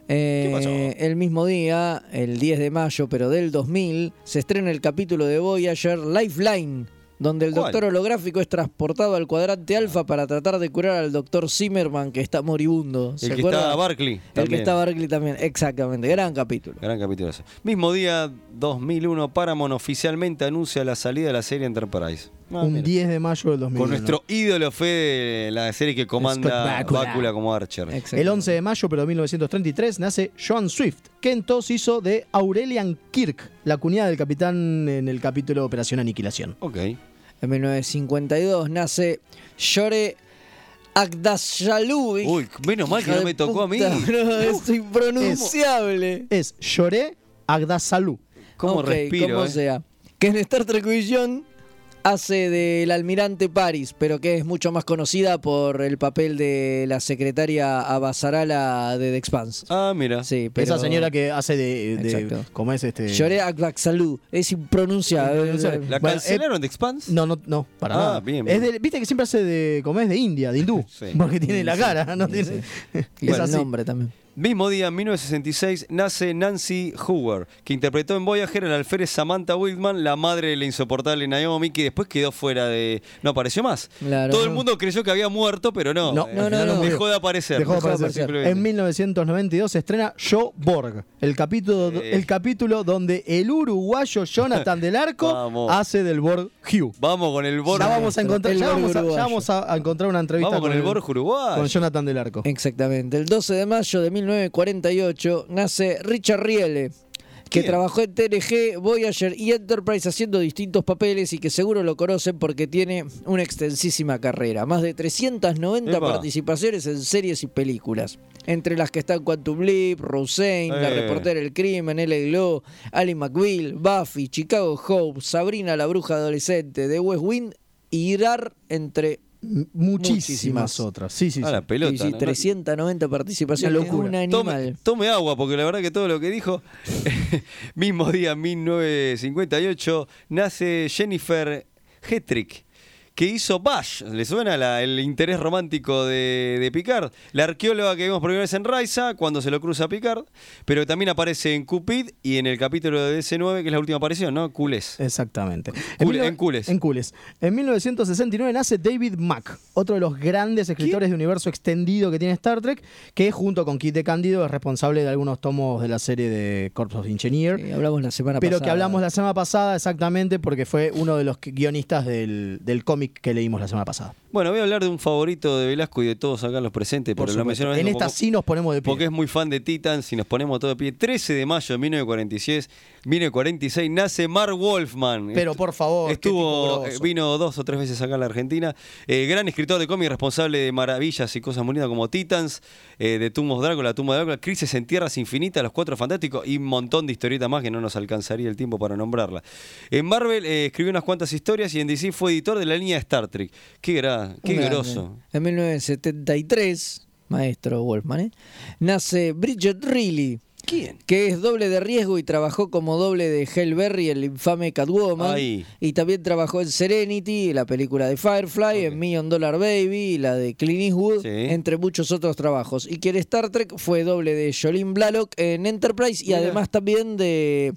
[SPEAKER 4] Eh, El mismo día, el 10 de mayo, pero del 2000, se estrena el capítulo de Voyager Lifeline, donde el
[SPEAKER 2] ¿Cuál? Ah.
[SPEAKER 4] doctor holográfico es transportado al cuadrante alfa para tratar de curar al doctor Zimmerman, que está moribundo. ¿se
[SPEAKER 2] El que
[SPEAKER 4] acuerdan?
[SPEAKER 2] está Barkley.
[SPEAKER 4] El que
[SPEAKER 2] también.
[SPEAKER 4] está Barkley también, exactamente. Gran capítulo.
[SPEAKER 2] Gran capítulo. ese. Mismo día 2001, Paramount oficialmente anuncia la salida de la serie Enterprise. Ah,
[SPEAKER 3] un
[SPEAKER 2] mira.
[SPEAKER 3] 10 de mayo del 2001.
[SPEAKER 2] Con nuestro ídolo Fede, la serie que comanda
[SPEAKER 3] Scott Bakula.
[SPEAKER 2] Bácula como Archer.
[SPEAKER 3] El 11 de mayo pero de 1933 nace Joan Swift, que entonces hizo de Aurelian Kirk, la cuñada del capitán en el capítulo Operación Aniquilación.
[SPEAKER 2] Ok.
[SPEAKER 4] En 1952 nace Yore Agdashalou.
[SPEAKER 2] Uy, menos mal que
[SPEAKER 4] hija
[SPEAKER 2] no
[SPEAKER 4] de
[SPEAKER 2] me tocó a mí.
[SPEAKER 4] puta, bro, es impronunciable.
[SPEAKER 3] Es Lloré Agdasalú.
[SPEAKER 2] ¿Cómo
[SPEAKER 4] Ok,
[SPEAKER 2] respiro?
[SPEAKER 4] como
[SPEAKER 2] eh?
[SPEAKER 4] sea. Que en Star Trek Vision hace del almirante Paris, pero que es mucho más conocida por el papel de la secretaria Abasarala de The Expanse.
[SPEAKER 2] Ah, mira.
[SPEAKER 4] Sí, pero-
[SPEAKER 3] Esa señora que hace de... de-
[SPEAKER 4] Exacto.
[SPEAKER 3] ¿Cómo es este?
[SPEAKER 4] Lloré a Baxalú. Es eh, impronunciable.
[SPEAKER 3] Impronunciable.
[SPEAKER 2] ¿La
[SPEAKER 3] Bueno,
[SPEAKER 2] cancelaron de Expanse?
[SPEAKER 3] No, no, no, para
[SPEAKER 2] Ah,
[SPEAKER 3] nada.
[SPEAKER 2] bien,
[SPEAKER 3] Es
[SPEAKER 2] bien.
[SPEAKER 3] de- Viste que siempre hace de... ¿Cómo es? De India, de hindú.
[SPEAKER 2] Sí.
[SPEAKER 3] Porque tiene la
[SPEAKER 4] Sí,
[SPEAKER 3] cara, no
[SPEAKER 4] sí,
[SPEAKER 3] tiene...
[SPEAKER 4] Y
[SPEAKER 3] Es
[SPEAKER 4] el
[SPEAKER 3] así.
[SPEAKER 4] nombre también.
[SPEAKER 2] Mismo día, en 1966, nace Nancy Hoover, que interpretó en Voyager al alférez Samantha Whitman, la madre de la insoportable Naomi, que después quedó fuera de... No apareció más.
[SPEAKER 4] Claro.
[SPEAKER 2] Todo el mundo creyó que había muerto, pero no.
[SPEAKER 3] No,
[SPEAKER 2] Eh,
[SPEAKER 3] no, no, no.
[SPEAKER 2] Dejó de aparecer.
[SPEAKER 3] Dejó de aparecer.
[SPEAKER 2] simplemente.
[SPEAKER 3] En 1992 se estrena Yo Borg, el capítulo,
[SPEAKER 2] Sí.
[SPEAKER 3] el capítulo donde el uruguayo Jonathan del Arco
[SPEAKER 2] Vamos.
[SPEAKER 3] hace del Borg Hugh.
[SPEAKER 2] Vamos con el Borg.
[SPEAKER 3] Ya vamos a encontrar,
[SPEAKER 4] El
[SPEAKER 3] ya
[SPEAKER 4] Borg
[SPEAKER 3] vamos a, ya
[SPEAKER 4] uruguayo.
[SPEAKER 3] vamos a- a encontrar una entrevista
[SPEAKER 2] Vamos con el Borg uruguayo. Eh,
[SPEAKER 3] con Jonathan del Arco.
[SPEAKER 4] Exactamente. El 12 de mayo de 1948 nace Richard Riele, que
[SPEAKER 2] ¿Quién?
[SPEAKER 4] trabajó en TNG, Voyager y Enterprise haciendo distintos papeles y que seguro lo conocen porque tiene una extensísima carrera. Más de 390
[SPEAKER 2] Epa.
[SPEAKER 4] participaciones en series y películas. entre las que están Quantum Leap, Roseanne, La
[SPEAKER 2] Eh.
[SPEAKER 4] Reportera del Crimen, L.A. Glow, Ali McBeal, Buffy, Chicago Hope, Sabrina la Bruja Adolescente, The West Wind y Irar, entre
[SPEAKER 3] Muchísimas otras. Sí, sí,
[SPEAKER 2] A
[SPEAKER 3] sí.
[SPEAKER 2] la pelota.
[SPEAKER 4] Sí, sí,
[SPEAKER 2] ¿no?
[SPEAKER 4] 390 participaciones.
[SPEAKER 3] Una locura.
[SPEAKER 4] Un animal.
[SPEAKER 2] Tome, tome agua, porque la verdad que todo lo que dijo, mismo día 1958, nace Jennifer Hetrick, que hizo Bash. ¿Le suena la- el interés romántico de, de Picard? La arqueóloga que vimos por primera vez en Raisa, cuando se lo cruza a Picard, pero también aparece en Cupid y en el capítulo de DC9, que es la última aparición, ¿no? Cules.
[SPEAKER 3] Eh. Exactamente.
[SPEAKER 2] Cule-
[SPEAKER 3] mil-
[SPEAKER 2] en Cules.
[SPEAKER 3] En Cules. En 1969 nace David Mack, otro de los grandes escritores de universo extendido que tiene Star Trek, que junto con Kit de Cándido es responsable de algunos tomos de la serie de Corps of Engineer.
[SPEAKER 4] Sí, Eh, hablamos la semana
[SPEAKER 3] pero
[SPEAKER 4] pasada.
[SPEAKER 3] que hablamos la semana pasada exactamente porque fue uno de los que- guionistas del, del cómic que leímos la semana pasada.
[SPEAKER 2] Bueno, voy a hablar de un favorito de Velasco y de todos acá los presentes,
[SPEAKER 3] Por
[SPEAKER 2] pero lo
[SPEAKER 3] supuesto.
[SPEAKER 2] menciono
[SPEAKER 3] en
[SPEAKER 2] esto
[SPEAKER 3] esta
[SPEAKER 2] porque-
[SPEAKER 3] sí nos ponemos de pie.
[SPEAKER 2] Porque es muy fan de Titans y nos ponemos todo de pie. 13 de mayo de 1946, 1946 nace Mark Wolfman.
[SPEAKER 3] Pero por favor, qué tipo
[SPEAKER 2] Estuvo,
[SPEAKER 3] grosso.
[SPEAKER 2] eh, vino dos o tres veces acá a la Argentina. Eh, gran escritor de cómics, responsable de maravillas y cosas muy lindas como Titans, eh, de Tumbos Drácula, Tumba de Drácula, Crisis en Tierras Infinitas, Los Cuatro Fantásticos y un montón de historietas más que no nos alcanzaría el tiempo para nombrarla. En Marvel eh, escribió unas cuantas historias y en DC fue editor de la línea de Star Trek. Qué, gra- qué
[SPEAKER 4] Un grande.
[SPEAKER 2] groso.
[SPEAKER 4] En 1973, maestro Wolfman, ¿eh? nace Bridget Reilly.
[SPEAKER 2] ¿Quién?
[SPEAKER 4] Que es doble de riesgo y trabajó como doble de Hellberry, el infame Catwoman.
[SPEAKER 2] Ahí.
[SPEAKER 4] Y también trabajó en Serenity, la película de Firefly, en Million Dollar Baby, y la de Clint Eastwood, entre muchos otros trabajos. Y que en Star Trek fue doble de Jolene Blalock en Enterprise y
[SPEAKER 3] Mirá.
[SPEAKER 4] además también de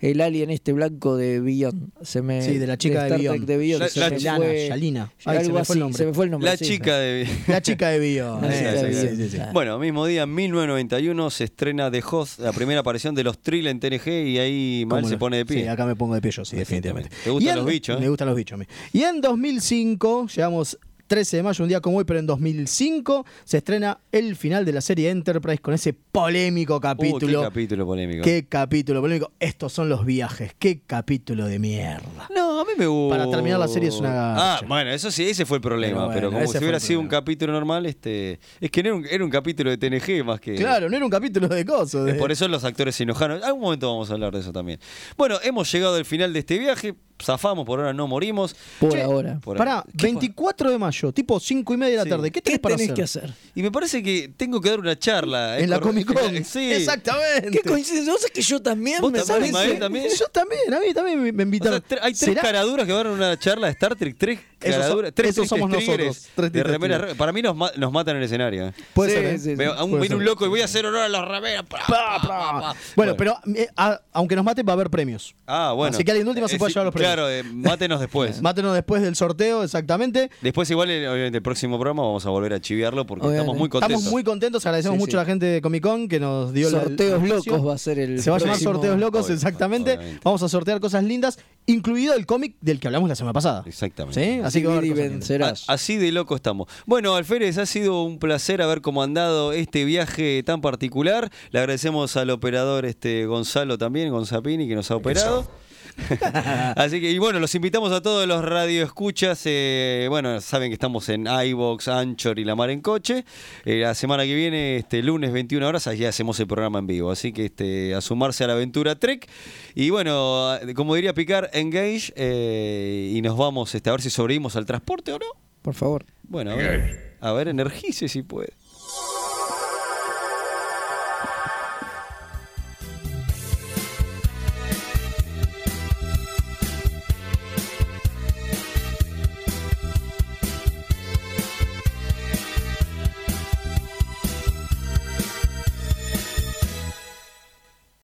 [SPEAKER 4] el alien este blanco de Beyond. Se me,
[SPEAKER 3] Sí, de la chica de
[SPEAKER 4] Star
[SPEAKER 3] Beyond.
[SPEAKER 4] Trek de Beyond.
[SPEAKER 2] La-
[SPEAKER 4] se
[SPEAKER 2] la
[SPEAKER 4] me
[SPEAKER 2] chica-
[SPEAKER 4] fue-
[SPEAKER 3] Yalina. Ay,
[SPEAKER 4] algo
[SPEAKER 3] se me fue el
[SPEAKER 4] así,
[SPEAKER 3] nombre.
[SPEAKER 4] se me fue el nombre,
[SPEAKER 2] La
[SPEAKER 4] sí.
[SPEAKER 2] chica de...
[SPEAKER 3] La chica de Bio.
[SPEAKER 4] La
[SPEAKER 2] Sí, sí,
[SPEAKER 4] chica de
[SPEAKER 2] sí,
[SPEAKER 4] Bio.
[SPEAKER 2] sí, sí. Bueno, mismo día, en 1991, se estrena The Host, la primera aparición de los Trill en TNG y ahí
[SPEAKER 3] ¿Cómo
[SPEAKER 2] Mal se
[SPEAKER 3] no?
[SPEAKER 2] pone de pie.
[SPEAKER 3] Sí, acá me pongo de pie yo, sí, definitivamente.
[SPEAKER 2] Te gustan
[SPEAKER 3] Y en-
[SPEAKER 2] los bichos, ¿eh?
[SPEAKER 3] Me gustan los bichos a mí. Y en 2005, llegamos 13 de mayo, un día como hoy, pero en 2005 se estrena el final de la serie Enterprise con ese polémico
[SPEAKER 2] Uh, qué
[SPEAKER 3] capítulo.
[SPEAKER 2] capítulo polémico.
[SPEAKER 3] Qué capítulo polémico. Estos son los viajes. Qué capítulo de mierda.
[SPEAKER 2] No, a mí me gusta.
[SPEAKER 3] Para terminar la serie es una garcha.
[SPEAKER 2] Ah, bueno, eso sí, ese fue el problema. Pero,
[SPEAKER 3] Pero bueno, ese
[SPEAKER 2] como si
[SPEAKER 3] fue
[SPEAKER 2] hubiera
[SPEAKER 3] el
[SPEAKER 2] sido un capítulo normal, este es que no era un, era un capítulo de TNG más que.
[SPEAKER 3] Claro, no era un capítulo de cosas.
[SPEAKER 2] Eh,
[SPEAKER 3] de-
[SPEAKER 2] Por eso los actores se enojaron. Algún momento vamos a hablar de eso también. Bueno, hemos llegado al final de este viaje. Zafamos, por ahora no morimos.
[SPEAKER 4] Por ahora.
[SPEAKER 2] Por
[SPEAKER 3] Pará,
[SPEAKER 2] ahora. ¿Qué
[SPEAKER 3] 24 de mayo, tipo 5 y media de la
[SPEAKER 2] Sí.
[SPEAKER 3] tarde. ¿Qué tenés,
[SPEAKER 4] ¿Qué
[SPEAKER 3] para
[SPEAKER 4] tenés
[SPEAKER 3] hacer?
[SPEAKER 4] que hacer?
[SPEAKER 2] Y me parece que tengo que dar una charla. ¿es
[SPEAKER 3] En la
[SPEAKER 2] correcto?
[SPEAKER 3] Comic Con.
[SPEAKER 2] Sí.
[SPEAKER 3] Exactamente.
[SPEAKER 4] Qué coincidencia. ¿Vos sabés que yo también
[SPEAKER 2] ¿Vos
[SPEAKER 4] me
[SPEAKER 2] también,
[SPEAKER 4] parece?
[SPEAKER 2] Mael, también?
[SPEAKER 3] Yo también, a mí también me- me
[SPEAKER 2] O sea,
[SPEAKER 3] invitaron.
[SPEAKER 2] tre- hay tres
[SPEAKER 3] ¿Será?
[SPEAKER 2] caraduras que van a una charla de Star Trek. Tres
[SPEAKER 3] Esos so-
[SPEAKER 2] caraduras. tres
[SPEAKER 3] esos
[SPEAKER 2] tristes
[SPEAKER 3] somos nosotros,
[SPEAKER 2] tigres de
[SPEAKER 3] tres tristes
[SPEAKER 2] remeras
[SPEAKER 3] tigres.
[SPEAKER 2] re- Para mí nos, ma- nos matan en el escenario. eh.
[SPEAKER 3] Puede
[SPEAKER 4] Sí,
[SPEAKER 3] ser, ¿eh?
[SPEAKER 4] sí, sí.
[SPEAKER 2] Veo a un-
[SPEAKER 3] Puede
[SPEAKER 2] viene un
[SPEAKER 3] ser.
[SPEAKER 2] loco y voy a hacer honor a las remeras. pa, pa, pa, pa.
[SPEAKER 3] Bueno, pero eh, a- aunque nos maten va a haber premios.
[SPEAKER 2] Ah, bueno.
[SPEAKER 3] Así que alguien de última se
[SPEAKER 2] Eh,
[SPEAKER 3] puede
[SPEAKER 2] sí,
[SPEAKER 3] llevar los premios.
[SPEAKER 2] Claro, eh, mátenos después.
[SPEAKER 3] Mátenos después del sorteo, exactamente.
[SPEAKER 2] Después, igual, eh, obviamente, el próximo programa vamos a volver a chiviarlo porque
[SPEAKER 4] Obviamente.
[SPEAKER 2] estamos muy contentos.
[SPEAKER 3] Estamos muy contentos, agradecemos
[SPEAKER 4] Sí,
[SPEAKER 3] mucho
[SPEAKER 4] sí.
[SPEAKER 3] a la gente de Comic Con que nos dio la-
[SPEAKER 4] Sorteos
[SPEAKER 3] la
[SPEAKER 4] locos
[SPEAKER 3] información.
[SPEAKER 4] va a ser el
[SPEAKER 3] Se va a llamar
[SPEAKER 4] próximo-
[SPEAKER 3] Sorteos Locos,
[SPEAKER 2] Obvio,
[SPEAKER 3] exactamente.
[SPEAKER 2] obviamente.
[SPEAKER 3] Vamos a sortear cosas lindas, incluido el cómic del que hablamos la semana pasada.
[SPEAKER 2] Exactamente.
[SPEAKER 3] ¿Sí? Así que va a haber
[SPEAKER 4] Dividi
[SPEAKER 3] cosas lindas.
[SPEAKER 4] vencerás.
[SPEAKER 2] A- Así de loco estamos. Bueno, Alférez, ha sido un placer haber comandado este viaje tan particular. Le agradecemos al operador este Gonzalo también, Gonzapini, que nos ha operado. Así que, y bueno, los invitamos a todos los radioescuchas. eh, bueno, saben que estamos en iBox, Anchor y La Mar en Coche. Eh, la semana que viene, este lunes 21 horas, allí hacemos el programa en vivo. Así que este, a sumarse a la aventura Trek. Y bueno, eh, como diría Picar, engage. eh, y nos vamos este, a ver si sobrevivimos al transporte o no.
[SPEAKER 4] Por favor.
[SPEAKER 2] Bueno, a ver, a ver, energice si puede.